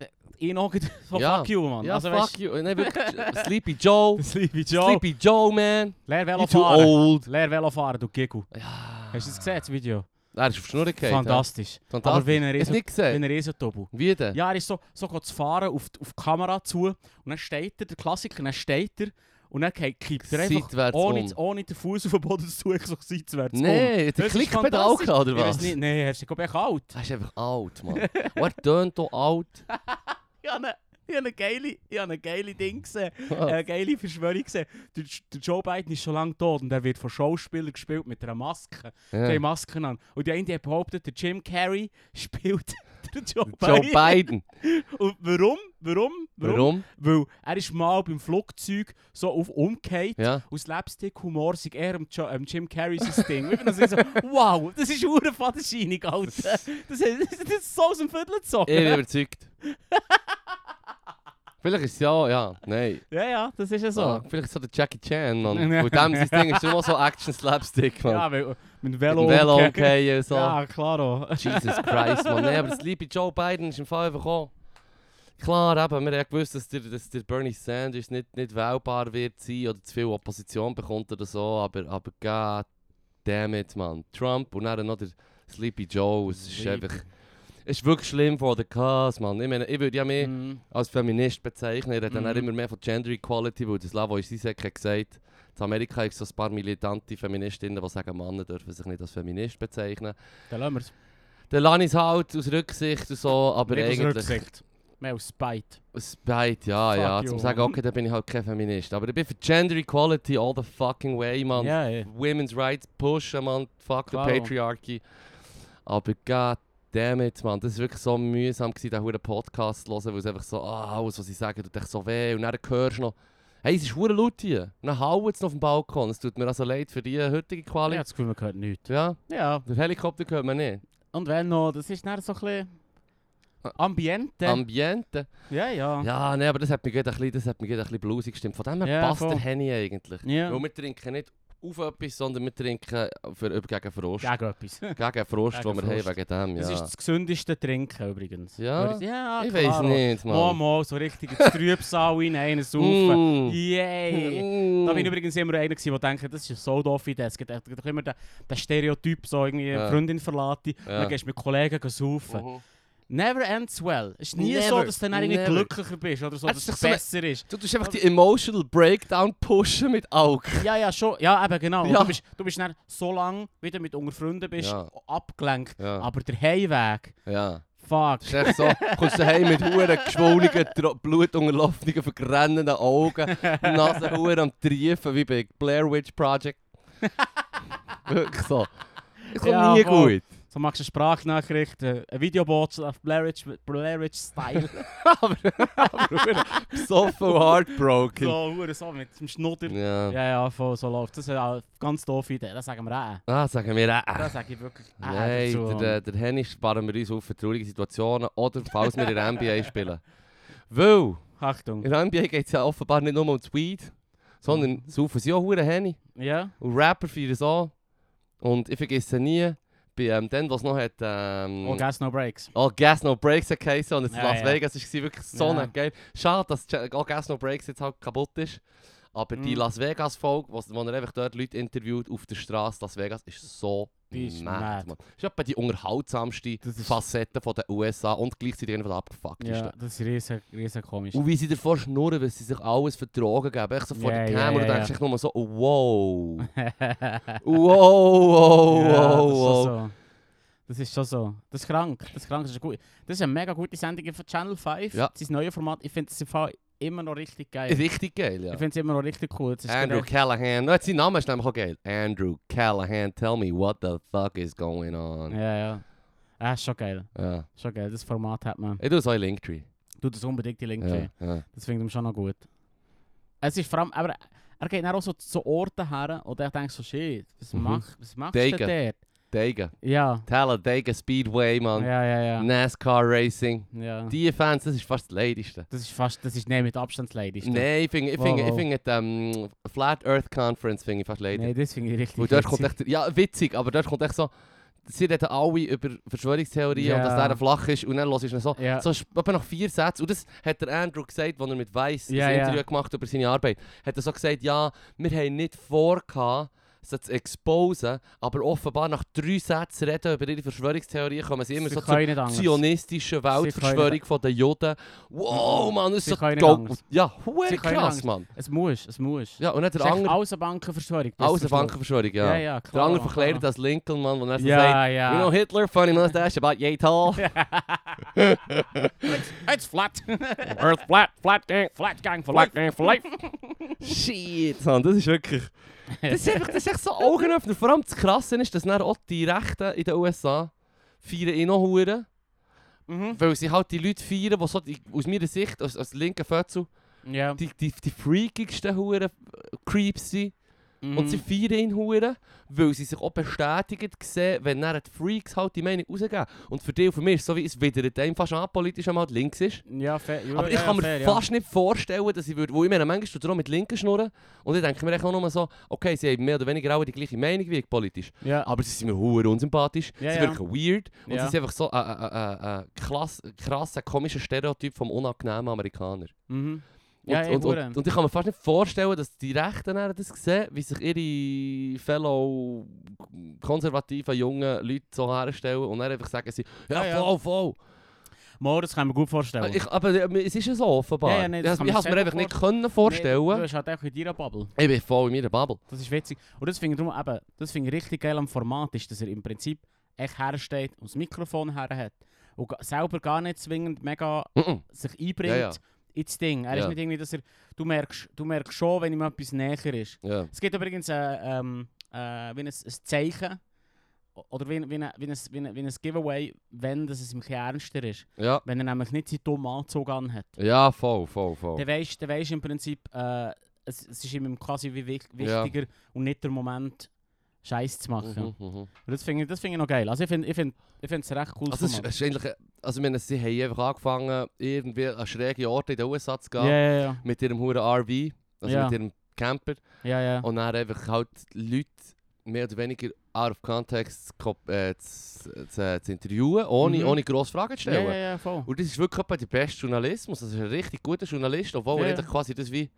[SPEAKER 1] äh, ich noch so
[SPEAKER 2] Ja.
[SPEAKER 1] fuck you, Mann.
[SPEAKER 2] Ja,
[SPEAKER 1] also,
[SPEAKER 2] fuck you. Nein, wirklich. Sleepy Joe.
[SPEAKER 1] Das liebe ich Joe.
[SPEAKER 2] Sleepy Joe, man.
[SPEAKER 1] Leer
[SPEAKER 2] You too
[SPEAKER 1] Velofahren.
[SPEAKER 2] old.
[SPEAKER 1] Leer Velofahren, du Gigu.
[SPEAKER 2] Ja.
[SPEAKER 1] Hast du das gesehen, das Video?
[SPEAKER 2] Er ist auf die Schnur gefallen.
[SPEAKER 1] Fantastisch.
[SPEAKER 2] Ja. Fantastisch.
[SPEAKER 1] Aber wie er
[SPEAKER 2] Hast
[SPEAKER 1] ist,
[SPEAKER 2] du nicht
[SPEAKER 1] wie
[SPEAKER 2] gesehen?
[SPEAKER 1] er ist, Tobu.
[SPEAKER 2] Wie denn?
[SPEAKER 1] Äh, Ja, er ist so, so geht das Fahren auf, die- auf die Kamera zu und dann steht er, der Klassiker, dann steht er und dann ke- kippt er einfach
[SPEAKER 2] Seitwärts
[SPEAKER 1] ohne,
[SPEAKER 2] um.
[SPEAKER 1] ohne den Fuß auf den Boden zu, ich so seitwärts um.
[SPEAKER 2] Nein, der
[SPEAKER 1] Das ist
[SPEAKER 2] Klickpedal
[SPEAKER 1] fantastisch.
[SPEAKER 2] gehabt, oder
[SPEAKER 1] Ich weiß
[SPEAKER 2] was?
[SPEAKER 1] nicht, nein, hast du glaube ich alt.
[SPEAKER 2] Er ist einfach alt, Mann. Und er tönt auch alt.
[SPEAKER 1] Ich habe eine, ich habe eine geile, ich habe eine geile Ding gesehen.
[SPEAKER 2] Ah. Oh.
[SPEAKER 1] eine geile Verschwörung gesehen. Der, der Joe Biden ist schon lange tot und er wird von Schauspielern gespielt mit einer Maske. Die
[SPEAKER 2] Ja.
[SPEAKER 1] haben Masken an. Und die eine hat behauptet, der Jim Carrey spielt den Joe,
[SPEAKER 2] Joe
[SPEAKER 1] Biden.
[SPEAKER 2] Biden.
[SPEAKER 1] Und warum? Warum? Warum?
[SPEAKER 2] Warum?
[SPEAKER 1] Weil er ist mal beim Flugzeug so auf umgekehrt.
[SPEAKER 2] Ja.
[SPEAKER 1] Aus Slapstick-Humor sei eher am jo am Jim Carrey sein Ding. Und ich bin dann so, wow, das ist eine Vaterscheinung, Alter. Das ist, das ist so aus dem Viertel
[SPEAKER 2] Ich bin
[SPEAKER 1] gezogen.
[SPEAKER 2] überzeugt. Vielleicht ist es ja, ja. Nein.
[SPEAKER 1] Ja, ja, das ist ja so.
[SPEAKER 2] Ah, vielleicht so der Jackie Chan, Mann.
[SPEAKER 1] Ja.
[SPEAKER 2] Und dem sein Ding ist immer so Action-Slapstick, Mann.
[SPEAKER 1] Ja, weil äh, mit dem
[SPEAKER 2] ah. Mit
[SPEAKER 1] Velo,
[SPEAKER 2] dem Velo
[SPEAKER 1] umgekehrt.
[SPEAKER 2] umgehen, so.
[SPEAKER 1] Ja, klaro.
[SPEAKER 2] Jesus Christ, Mann. Nein, aber das liebe Joe Biden ist im Fall einfach auch... Klar, eben, wir haben gewusst, dass der, dass der Bernie Sanders nicht, nicht wählbar wird sein oder zu viel Opposition bekommt oder so, aber, aber god damn it, Mann. Trump und dann noch der Sleepy Joe, es ist
[SPEAKER 1] Sleepy.
[SPEAKER 2] einfach... Es ist wirklich schlimm vor der Cause, Mann. Ich meine, ich würde ja mehr
[SPEAKER 1] Mhm.
[SPEAKER 2] als Feminist bezeichnen. Er hat dann
[SPEAKER 1] Mhm.
[SPEAKER 2] auch immer mehr von Gender Equality, weil das Lavo Sisek hat gesagt, in Amerika gibt es so ein paar militante Feministinnen, die sagen, Männer dürfen sich nicht als Feminist bezeichnen.
[SPEAKER 1] Dann lassen wir es.
[SPEAKER 2] Dann lasse ich es halt aus Rücksicht und so, aber
[SPEAKER 1] Nicht aus
[SPEAKER 2] eigentlich...
[SPEAKER 1] Rücksicht. Mehr aus Spite.
[SPEAKER 2] Aus Spite, ja,
[SPEAKER 1] Fuck
[SPEAKER 2] ja.
[SPEAKER 1] you.
[SPEAKER 2] Zum sagen, okay, dann bin ich halt kein Feminist. Aber ich bin für Gender Equality all the fucking way, Mann.
[SPEAKER 1] Ja, ja.
[SPEAKER 2] Women's Rights pushen, Mann. Fuck the
[SPEAKER 1] Klar.
[SPEAKER 2] Patriarchy. Aber god damn it, Mann. Das war wirklich so mühsam, gewesen, diesen verdammten Podcast zu hören, weil es einfach so, ah, alles, was sie sagen, tut echt so weh. Und dann hörst du noch, hey, es ist verdammt laut hier. Und dann hauen sie noch auf dem Balkon. Es tut mir also leid für die heutige
[SPEAKER 1] Ich habe
[SPEAKER 2] Quali.
[SPEAKER 1] das Gefühl, man hört nichts.
[SPEAKER 2] Ja,
[SPEAKER 1] Ja,
[SPEAKER 2] den Helikopter hört man nicht.
[SPEAKER 1] und wenn noch, das ist dann so ein bisschen... Ambiente.
[SPEAKER 2] Ambiente.
[SPEAKER 1] ja, ja.
[SPEAKER 2] Ah. Ja, nee, aber das hat mir gerade ein bisschen, das hat mir gerade ein bisschen blusig gestimmt. Von dem her
[SPEAKER 1] Ja,
[SPEAKER 2] passt
[SPEAKER 1] voll.
[SPEAKER 2] der Henny eigentlich.
[SPEAKER 1] Ja.
[SPEAKER 2] Weil wir trinken nicht auf etwas, sondern wir trinken für, gegen Frost.
[SPEAKER 1] Gegen etwas.
[SPEAKER 2] Gegen Frost, den
[SPEAKER 1] Gegen
[SPEAKER 2] wir haben
[SPEAKER 1] Frost.
[SPEAKER 2] wegen dem, ja.
[SPEAKER 1] Das ist das gesündeste Trinken übrigens.
[SPEAKER 2] Ja?
[SPEAKER 1] Würde ich- ja
[SPEAKER 2] ich weiß
[SPEAKER 1] klaro.
[SPEAKER 2] nicht,
[SPEAKER 1] Mal,
[SPEAKER 2] Mann.
[SPEAKER 1] mal, so richtig ins Trübsal rein, einen saufen. Yay!
[SPEAKER 2] Mm.
[SPEAKER 1] Da bin ich übrigens immer einer, gewesen, der denkt, das ist so doof wie das. Es gibt echt- doch immer den, den Stereotyp, so irgendwie
[SPEAKER 2] Ja.
[SPEAKER 1] Freundin verlässt dich, und
[SPEAKER 2] Ja.
[SPEAKER 1] dann gehst du mit Kollegen gehen saufen.
[SPEAKER 2] Mhm.
[SPEAKER 1] Never ends well. Es ist nie
[SPEAKER 2] Never,
[SPEAKER 1] so, dass du dann irgendwie
[SPEAKER 2] never.
[SPEAKER 1] glücklicher bist oder so,
[SPEAKER 2] Es
[SPEAKER 1] dass
[SPEAKER 2] ist doch
[SPEAKER 1] es
[SPEAKER 2] so eine-
[SPEAKER 1] besser ist.
[SPEAKER 2] Du tust einfach die Emotional Breakdown pushen mit Alk.
[SPEAKER 1] Ja, ja, schon. Ja, eben genau.
[SPEAKER 2] Ja.
[SPEAKER 1] Du, bist, du bist dann so lange, wie du mit unter Freunden bist,
[SPEAKER 2] Ja.
[SPEAKER 1] abgelenkt.
[SPEAKER 2] Ja.
[SPEAKER 1] Aber der Heimweg,
[SPEAKER 2] ja.
[SPEAKER 1] fuck.
[SPEAKER 2] Das ist echt so, kommst du heim mit huren geschwolligen, tro- blutunterlaufenden, vergrennenden Augen, Nase huren am Triefen, wie bei Blair Witch Project. Wirklich so. Es kommt
[SPEAKER 1] Ja, voll.
[SPEAKER 2] nie gut.
[SPEAKER 1] So machst du eine Sprachnachricht, äh, eine Videobotschaft, Blair Witch, Blair Witch Style.
[SPEAKER 2] aber, aber besoffen und heartbroken.
[SPEAKER 1] so, hure so mit dem Schnudder.
[SPEAKER 2] Genau. Ja.
[SPEAKER 1] Ja, ja, voll, so läuft Das ist auch eine ganz doof Idee, das sagen wir auch.
[SPEAKER 2] Ah, sagen wir auch.
[SPEAKER 1] Ah, Das sage ich wirklich auch
[SPEAKER 2] Nein,
[SPEAKER 1] dazu.
[SPEAKER 2] der, der, der Hennis sparen wir uns auf für traurige Situationen oder falls wir in der NBA spielen. Weil,
[SPEAKER 1] Achtung.
[SPEAKER 2] in der NBA geht es ja offenbar nicht nur um das Weed, sondern saufen sie auch verdammt Henny.
[SPEAKER 1] Ja?
[SPEAKER 2] Und Rapper feiern es an. Und ich vergesse nie, bei ähm, dem, was noch hat... Ähm,
[SPEAKER 1] Oh, Gas No Breaks.
[SPEAKER 2] All Gas No Breaks hat geheißen und es
[SPEAKER 1] Ja,
[SPEAKER 2] in Las
[SPEAKER 1] ja.
[SPEAKER 2] Vegas war wirklich so
[SPEAKER 1] Ja.
[SPEAKER 2] eine geil. Schade, dass Ch- All Gas No Breaks jetzt halt kaputt ist. Aber die
[SPEAKER 1] Mhm.
[SPEAKER 2] Las Vegas Folge, wo, wo er einfach dort Leute interviewt auf der Straße Las Vegas, ist so
[SPEAKER 1] Die ist
[SPEAKER 2] mad,
[SPEAKER 1] mad.
[SPEAKER 2] Mann. Ist etwa die unterhaltsamste
[SPEAKER 1] Das ist-
[SPEAKER 2] Facette von der USA und gleichzeitig eine von der abgefucktesten.
[SPEAKER 1] Ja, das ist riesen, riesen komisch.
[SPEAKER 2] Und wie sie davor schnurren, weil sie sich alles vertragen geben. Echt so vor
[SPEAKER 1] Ja,
[SPEAKER 2] der
[SPEAKER 1] ja,
[SPEAKER 2] Kamera
[SPEAKER 1] ja,
[SPEAKER 2] denkst du
[SPEAKER 1] ja.
[SPEAKER 2] echt nur so, oh, wow. wow,
[SPEAKER 1] ja, das ist
[SPEAKER 2] wow, Oh, wow.
[SPEAKER 1] schon so. Das ist schon so. Das ist krank. Das ist krank. Das ist, gut. Das ist eine mega gute Sendung von Channel 5.
[SPEAKER 2] Ja.
[SPEAKER 1] Sein neues Format. Ich finde es im Fall immer noch richtig geil.
[SPEAKER 2] Richtig geil, ja.
[SPEAKER 1] Ich finde es immer noch richtig cool. Das ist genau
[SPEAKER 2] Andrew
[SPEAKER 1] gerade-
[SPEAKER 2] Callahan. Nou, No, sein Name ist nämlich auch geil. Andrew Callahan, tell me what the fuck is going on.
[SPEAKER 1] Ja, ja. Ah, ist schon geil.
[SPEAKER 2] Ja.
[SPEAKER 1] Schon geil. Das Format hat man.
[SPEAKER 2] Ich tue so in Linktree.
[SPEAKER 1] Du das unbedingt die Link.
[SPEAKER 2] Ja, ja.
[SPEAKER 1] Das finde ich schon noch gut. Es ist vor allem, aber Er geht dann auch so zu Orten her und ich denke so, shit, was,
[SPEAKER 2] Mhm.
[SPEAKER 1] mach, was machst du
[SPEAKER 2] Degen.
[SPEAKER 1] denn dort?
[SPEAKER 2] Degen.
[SPEAKER 1] Ja,
[SPEAKER 2] Talladega Speedway, Mann.
[SPEAKER 1] ja, ja, ja.
[SPEAKER 2] NASCAR Racing.
[SPEAKER 1] ja.
[SPEAKER 2] Die Fans, das ist fast das Leidigste.
[SPEAKER 1] Das ist fast, das ist nicht mit Abstand das Leidigste.
[SPEAKER 2] Nein, ich finde ich finde-
[SPEAKER 1] Wow,
[SPEAKER 2] ich
[SPEAKER 1] wow.
[SPEAKER 2] finde die, ähm, Flat Earth Conference finde ich fast leidig.
[SPEAKER 1] Nee, das finde ich richtig
[SPEAKER 2] Weil dort kommt
[SPEAKER 1] witzig.
[SPEAKER 2] echt, ja, witzig, aber dort kommt echt so, sie reden alle über Verschwörungstheorien und
[SPEAKER 1] Ja.
[SPEAKER 2] dass der flach ist und dann hörst du ihn so,
[SPEAKER 1] Ja.
[SPEAKER 2] so ist etwa nach vier Sätzen, und das hat der Andrew gesagt, als er mit Weiss
[SPEAKER 1] Ja,
[SPEAKER 2] ein
[SPEAKER 1] ja.
[SPEAKER 2] Interview gemacht über seine Arbeit, hat er so gesagt, ja, wir haben nicht vor, sie zu exposen, aber offenbar nach drei Sätzen reden über ihre Verschwörungstheorien kommen sie immer
[SPEAKER 1] Sie
[SPEAKER 2] so zur
[SPEAKER 1] können nicht anders.
[SPEAKER 2] zionistischen Weltverschwörung
[SPEAKER 1] nicht-
[SPEAKER 2] von den Juden. Wow, Mann, das ist
[SPEAKER 1] Sie
[SPEAKER 2] so
[SPEAKER 1] können nicht
[SPEAKER 2] go-
[SPEAKER 1] anders.
[SPEAKER 2] Ja, huere
[SPEAKER 1] Sie können nicht
[SPEAKER 2] krass,
[SPEAKER 1] anders.
[SPEAKER 2] Mann.
[SPEAKER 1] Es muss, es muss.
[SPEAKER 2] Ja, und dann
[SPEAKER 1] Das
[SPEAKER 2] der
[SPEAKER 1] ist echt
[SPEAKER 2] andere,
[SPEAKER 1] alles eine Bankenverschwörung. bis
[SPEAKER 2] alles
[SPEAKER 1] zum
[SPEAKER 2] eine
[SPEAKER 1] Schluss.
[SPEAKER 2] Bankenverschwörung,
[SPEAKER 1] Ja, ja,
[SPEAKER 2] Der
[SPEAKER 1] klar.
[SPEAKER 2] andere verkleidet als Lincoln, Mann, wo er so sagt,
[SPEAKER 1] Ja,
[SPEAKER 2] You know
[SPEAKER 1] ja.
[SPEAKER 2] Hitler, funny mustache, about yay tall.
[SPEAKER 1] It's flat.
[SPEAKER 2] Earth flat, flat gang,
[SPEAKER 1] flat gang for
[SPEAKER 2] flat
[SPEAKER 1] life.
[SPEAKER 2] gang for life. Shit, Mann, das ist wirklich... Das ist, einfach, das ist echt so Augenöffner. Vor allem das Krasse ist, dass dann auch die Rechten in den USA feiern eh noch Huren.
[SPEAKER 1] Mhm.
[SPEAKER 2] Weil sie halt die Leute feiern, die so die, aus meiner Sicht, als, als linken Fötzel,
[SPEAKER 1] Ja.
[SPEAKER 2] die, die, die freakigsten Huren äh, Creeps sind. Und sie
[SPEAKER 1] Mhm.
[SPEAKER 2] feiern ihn Huren, weil sie sich auch bestätigt sehen, wenn dann die Freaks halt die Meinung rausgeben. Und für dich und für mich ist es so, wie es widert einem fast an, politisch einmal links ist.
[SPEAKER 1] Ja, fair. Ja,
[SPEAKER 2] Aber
[SPEAKER 1] ja,
[SPEAKER 2] ich kann mir
[SPEAKER 1] fair, ja.
[SPEAKER 2] fast nicht vorstellen, dass ich würde, wo ich meine, manchmal tut er auch mit Linken schnurren und ich denke mir echt auch nur so, okay, sie haben mehr oder weniger alle die gleiche Meinung wie ich politisch,
[SPEAKER 1] Ja.
[SPEAKER 2] aber sie sind mir hure unsympathisch,
[SPEAKER 1] Ja,
[SPEAKER 2] sie
[SPEAKER 1] ja.
[SPEAKER 2] wirken weird und
[SPEAKER 1] Ja.
[SPEAKER 2] sie sind einfach so ein äh, äh, äh, klass, krasser, komischer Stereotyp vom unangenehmen Amerikaner.
[SPEAKER 1] Mhm.
[SPEAKER 2] Und,
[SPEAKER 1] Ja, ey,
[SPEAKER 2] und,
[SPEAKER 1] hure.
[SPEAKER 2] und, und ich kann mir fast nicht vorstellen, dass die Rechten dann das sehen, wie sich ihre fellow konservativen jungen Leute so herstellen und dann einfach sagen sie, ja,
[SPEAKER 1] Ja, ja.
[SPEAKER 2] voll, voll.
[SPEAKER 1] Mo, das kann ich mir gut vorstellen.
[SPEAKER 2] Ich, aber äh, es ist ja so offenbar.
[SPEAKER 1] Ja, ja, nee,
[SPEAKER 2] ich
[SPEAKER 1] das
[SPEAKER 2] has-
[SPEAKER 1] kann
[SPEAKER 2] ich
[SPEAKER 1] man
[SPEAKER 2] has mir
[SPEAKER 1] selber
[SPEAKER 2] einfach nicht können vorstellen
[SPEAKER 1] Nee, du bist halt echt in deiner Bubble.
[SPEAKER 2] Ich bin voll in meiner Bubble.
[SPEAKER 1] Das ist witzig. Und das finde ich drum eben, das finde ich richtig geil am Format ist, dass er im Prinzip echt hersteht und das Mikrofon her hat. Und ga- selber gar nicht zwingend mega
[SPEAKER 2] Mhm.
[SPEAKER 1] sich einbringt
[SPEAKER 2] Ja, ja.
[SPEAKER 1] ins Ding. Er
[SPEAKER 2] Ja.
[SPEAKER 1] ist nicht irgendwie, dass er, du merkst, du merkst schon, wenn ihm etwas näher ist.
[SPEAKER 2] Ja.
[SPEAKER 1] Es gibt übrigens äh, ähm, äh, wie ein, ein Zeichen o- oder wie, wie, ein, wie, ein, wie, ein, wie ein Giveaway, wenn das es im bisschen ernster ist.
[SPEAKER 2] ja.
[SPEAKER 1] Wenn er nämlich nicht seinen dummen Anzug anhat.
[SPEAKER 2] Ja, voll, voll, voll.
[SPEAKER 1] Dann weisst dann weisst du im Prinzip, äh, es, es ist ihm quasi wie wich-
[SPEAKER 2] Ja.
[SPEAKER 1] wichtiger und nicht der Moment, Scheiß zu machen.
[SPEAKER 2] Mhm, mhm.
[SPEAKER 1] Und das finde ich, das find ich noch geil. Also ich finde es ich find, ich find's ein recht cool.
[SPEAKER 2] Also, es ist, es ist eigentlich, also ich meine, sie haben einfach angefangen, irgendwie an schräge Orte in den USA zu gehen.
[SPEAKER 1] ja, ja, ja.
[SPEAKER 2] Mit ihrem hohen RV, also
[SPEAKER 1] Ja.
[SPEAKER 2] mit ihrem Camper.
[SPEAKER 1] ja, ja.
[SPEAKER 2] Und dann einfach halt Leute mehr oder weniger out of context zu kop- äh, zu, zu, zu interviewen, ohne,
[SPEAKER 1] Mhm.
[SPEAKER 2] ohne grosse Fragen zu
[SPEAKER 1] ja,
[SPEAKER 2] stellen.
[SPEAKER 1] ja, ja, voll.
[SPEAKER 2] Und das ist wirklich etwa der beste Journalismus. Das ist ein richtig guter Journalist, obwohl
[SPEAKER 1] Ja,
[SPEAKER 2] er
[SPEAKER 1] ja.
[SPEAKER 2] eigentlich quasi das wie.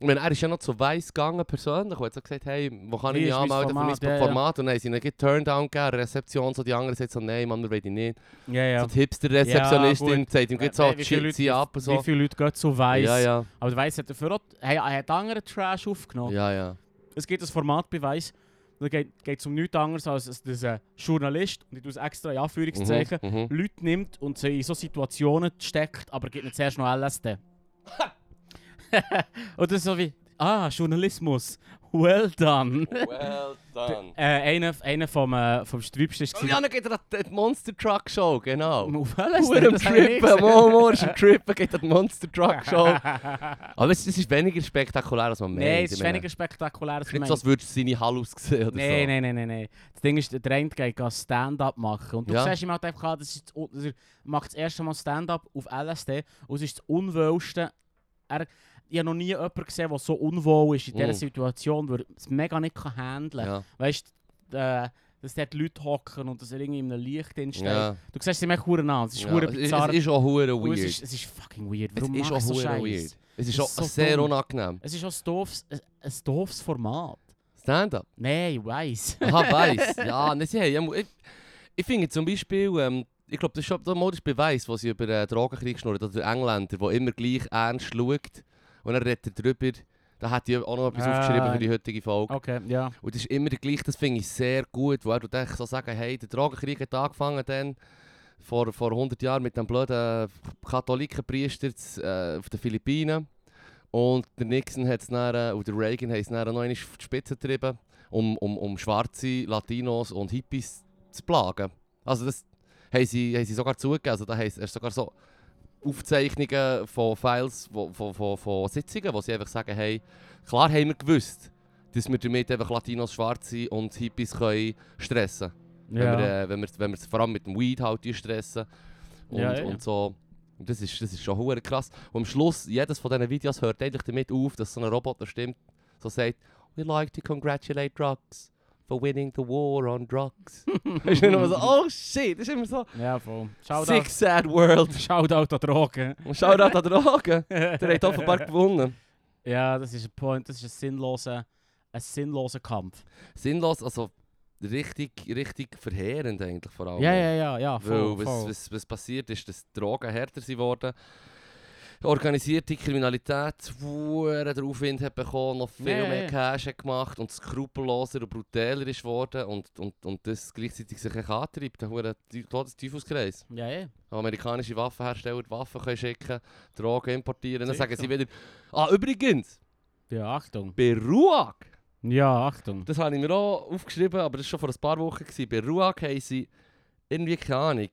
[SPEAKER 2] Ich meine, er ist ja noch zu Weiss gegangen persönlich und hat so gesagt, hey, wo kann ich
[SPEAKER 1] Hier
[SPEAKER 2] mich
[SPEAKER 1] ist mein
[SPEAKER 2] anmelden für mein
[SPEAKER 1] Format, ja, ja.
[SPEAKER 2] Format? Und dann haben sie ihn gleich Turndown gegeben, eine Rezeption, so die anderen sagen so, nein, Mann, wir wollen dich nicht.
[SPEAKER 1] Ja,
[SPEAKER 2] So
[SPEAKER 1] ja.
[SPEAKER 2] die Hipster-Rezeptionistin
[SPEAKER 1] Ja,
[SPEAKER 2] sagt ihm gleich so,
[SPEAKER 1] Wie viele
[SPEAKER 2] chill
[SPEAKER 1] Leute-
[SPEAKER 2] sie halt ab und so.
[SPEAKER 1] Wie viele Leute gehen zu Weiss?
[SPEAKER 2] Ja, ja,
[SPEAKER 1] Aber der Weiss hat dafür auch, hey, er hat andere Trash aufgenommen.
[SPEAKER 2] ja, ja.
[SPEAKER 1] Es gibt ein Format bei Weiss, da geht es um nichts anderes als dass das ein Journalist, und ich tue es extra in Anführungszeichen,
[SPEAKER 2] Mhm, mhm.
[SPEAKER 1] Leute nimmt und sie in so Situationen steckt, aber gibt nicht zuerst noch LSD. und das ist so wie, ah, Journalismus, well done.
[SPEAKER 2] Well done.
[SPEAKER 1] äh, einer einer vom, äh, vom Sträubsten war...
[SPEAKER 2] Und Jana geht an die Monster Truck Show, genau.
[SPEAKER 1] Um auf
[SPEAKER 2] Hure
[SPEAKER 1] LSD,
[SPEAKER 2] am
[SPEAKER 1] das habe ich nicht
[SPEAKER 2] Trippen,
[SPEAKER 1] gesehen.
[SPEAKER 2] Momo ist am Trippen, geht an die Monster Truck Show. Aber es, es ist weniger spektakulär, als man meint.
[SPEAKER 1] Nein, es
[SPEAKER 2] ich
[SPEAKER 1] ist
[SPEAKER 2] meine.
[SPEAKER 1] weniger spektakulär als
[SPEAKER 2] Es ist nicht
[SPEAKER 1] man
[SPEAKER 2] so, als würdest du seine Hallus sehen oder
[SPEAKER 1] Nein,
[SPEAKER 2] so.
[SPEAKER 1] nein, nein, nein, nein. Das Ding ist, der eine geht geht Stand-up machen. Und du
[SPEAKER 2] Ja.
[SPEAKER 1] siehst ihm halt einfach, an, das ist das, un- dass er macht das erste Mal Stand-up auf LSD und es ist das Unwohlste. Er, ich habe noch nie jemanden gesehen, der so unwohl ist in dieser
[SPEAKER 2] Mm.
[SPEAKER 1] Situation, weil er es mega nicht kann handeln kann.
[SPEAKER 2] Ja.
[SPEAKER 1] Weißt du, äh, dass dort Leute hocken und dass er irgendwie in einem Licht entsteht.
[SPEAKER 2] Ja.
[SPEAKER 1] Du siehst ihm echt verdammt an. Es ist
[SPEAKER 2] Ja.
[SPEAKER 1] verdammt
[SPEAKER 2] Es-
[SPEAKER 1] bizarr.
[SPEAKER 2] Es ist auch hure
[SPEAKER 1] Und
[SPEAKER 2] weird.
[SPEAKER 1] es, ist, es ist fucking weird.
[SPEAKER 2] Es
[SPEAKER 1] Warum
[SPEAKER 2] ist auch
[SPEAKER 1] machst du so
[SPEAKER 2] hure
[SPEAKER 1] Scheiss?
[SPEAKER 2] weird. Es ist
[SPEAKER 1] ist
[SPEAKER 2] auch
[SPEAKER 1] so
[SPEAKER 2] sehr
[SPEAKER 1] dumm.
[SPEAKER 2] unangenehm.
[SPEAKER 1] Es ist auch ein doofes, ein, ein doofes Format.
[SPEAKER 2] Stand-up.
[SPEAKER 1] Nein, weiss.
[SPEAKER 2] Aha, weiss. ja, ne, sie haben, ja mu- ich, ich finde zum Beispiel, ähm, ich glaube, das ist schon der modische Beweis, was sie über äh, Drogenkrieg schnurren, oder der Engländer, der immer gleich ernst schaut und dann redet er darüber. Da hat ich auch noch etwas
[SPEAKER 1] Ah.
[SPEAKER 2] aufgeschrieben für die heutige Folge.
[SPEAKER 1] Okay, ja.
[SPEAKER 2] Und das ist immer gleich, das finde ich sehr gut, weil du denkst, so sagen, hey, der Drogenkrieg hat angefangen dann vor, vor 100 Jahren mit dem blöden Katholikenpriester z- äh, auf den Philippinen. Und der Nixon hat es dann, äh, und der Reagan hat es dann noch einmal auf die Spitze getrieben, um, um, um schwarze Latinos und Hippies zu plagen. Also das haben sie, haben sie sogar zugegeben, also da haben sie- es ist sogar so Aufzeichnungen von Files, wo- von, von, von Sitzungen, wo sie einfach sagen, hey, klar haben wir gewusst, dass wir damit einfach Latinos, Schwarze und Hippies können stressen wenn, wir, äh, wenn, wir, wenn wir es vor allem mit dem Weed halt die stressen und,
[SPEAKER 1] Ja, ja.
[SPEAKER 2] und so. Und das ist, das ist schon hure krass. Und am Schluss, jedes von diesen Videos hört eigentlich damit auf, dass so ein Roboter stimmt, so sagt, «We like to congratulate drugs for winning the war on drugs.» Ist nicht nur so, «Oh shit!» Das ist immer so,
[SPEAKER 1] Ja, voll.
[SPEAKER 2] «Sick
[SPEAKER 1] Shoutout,
[SPEAKER 2] sad world!»
[SPEAKER 1] Shoutout an Drogen.
[SPEAKER 2] Und schau da an Drogen, der hat offenbar gewonnen.
[SPEAKER 1] Ja, das ist ein Point, das ist ein sinnloser, ein sinnloser Kampf.
[SPEAKER 2] Sinnlos, also richtig, richtig verheerend eigentlich vor allem.
[SPEAKER 1] Ja, ja, ja, ja, voll,
[SPEAKER 2] Weil was,
[SPEAKER 1] voll.
[SPEAKER 2] was, was passiert ist, dass die Drogen härter sind worden. Organisierte Kriminalität, hure den Aufwind hat bekommen, noch viel
[SPEAKER 1] Ja, ja,
[SPEAKER 2] mehr
[SPEAKER 1] ja.
[SPEAKER 2] Cash hat gemacht und skrupelloser und brutaler ist worden und, und, und das gleichzeitig sich echt antreibt. Der hure Teu- Todes- Teufelskreis.
[SPEAKER 1] Ja, ja.
[SPEAKER 2] Amerikanische Waffenhersteller die Waffen können schicken, Drogen importieren, dann sagen sie
[SPEAKER 1] Sicher.
[SPEAKER 2] wieder, ah übrigens,
[SPEAKER 1] Ja, Achtung.
[SPEAKER 2] bei RUAG,
[SPEAKER 1] Ja, Achtung.
[SPEAKER 2] das habe ich mir auch aufgeschrieben, aber das war schon vor ein paar Wochen. Gewesen. Bei Ruag haben sie irgendwie, keine Ahnung,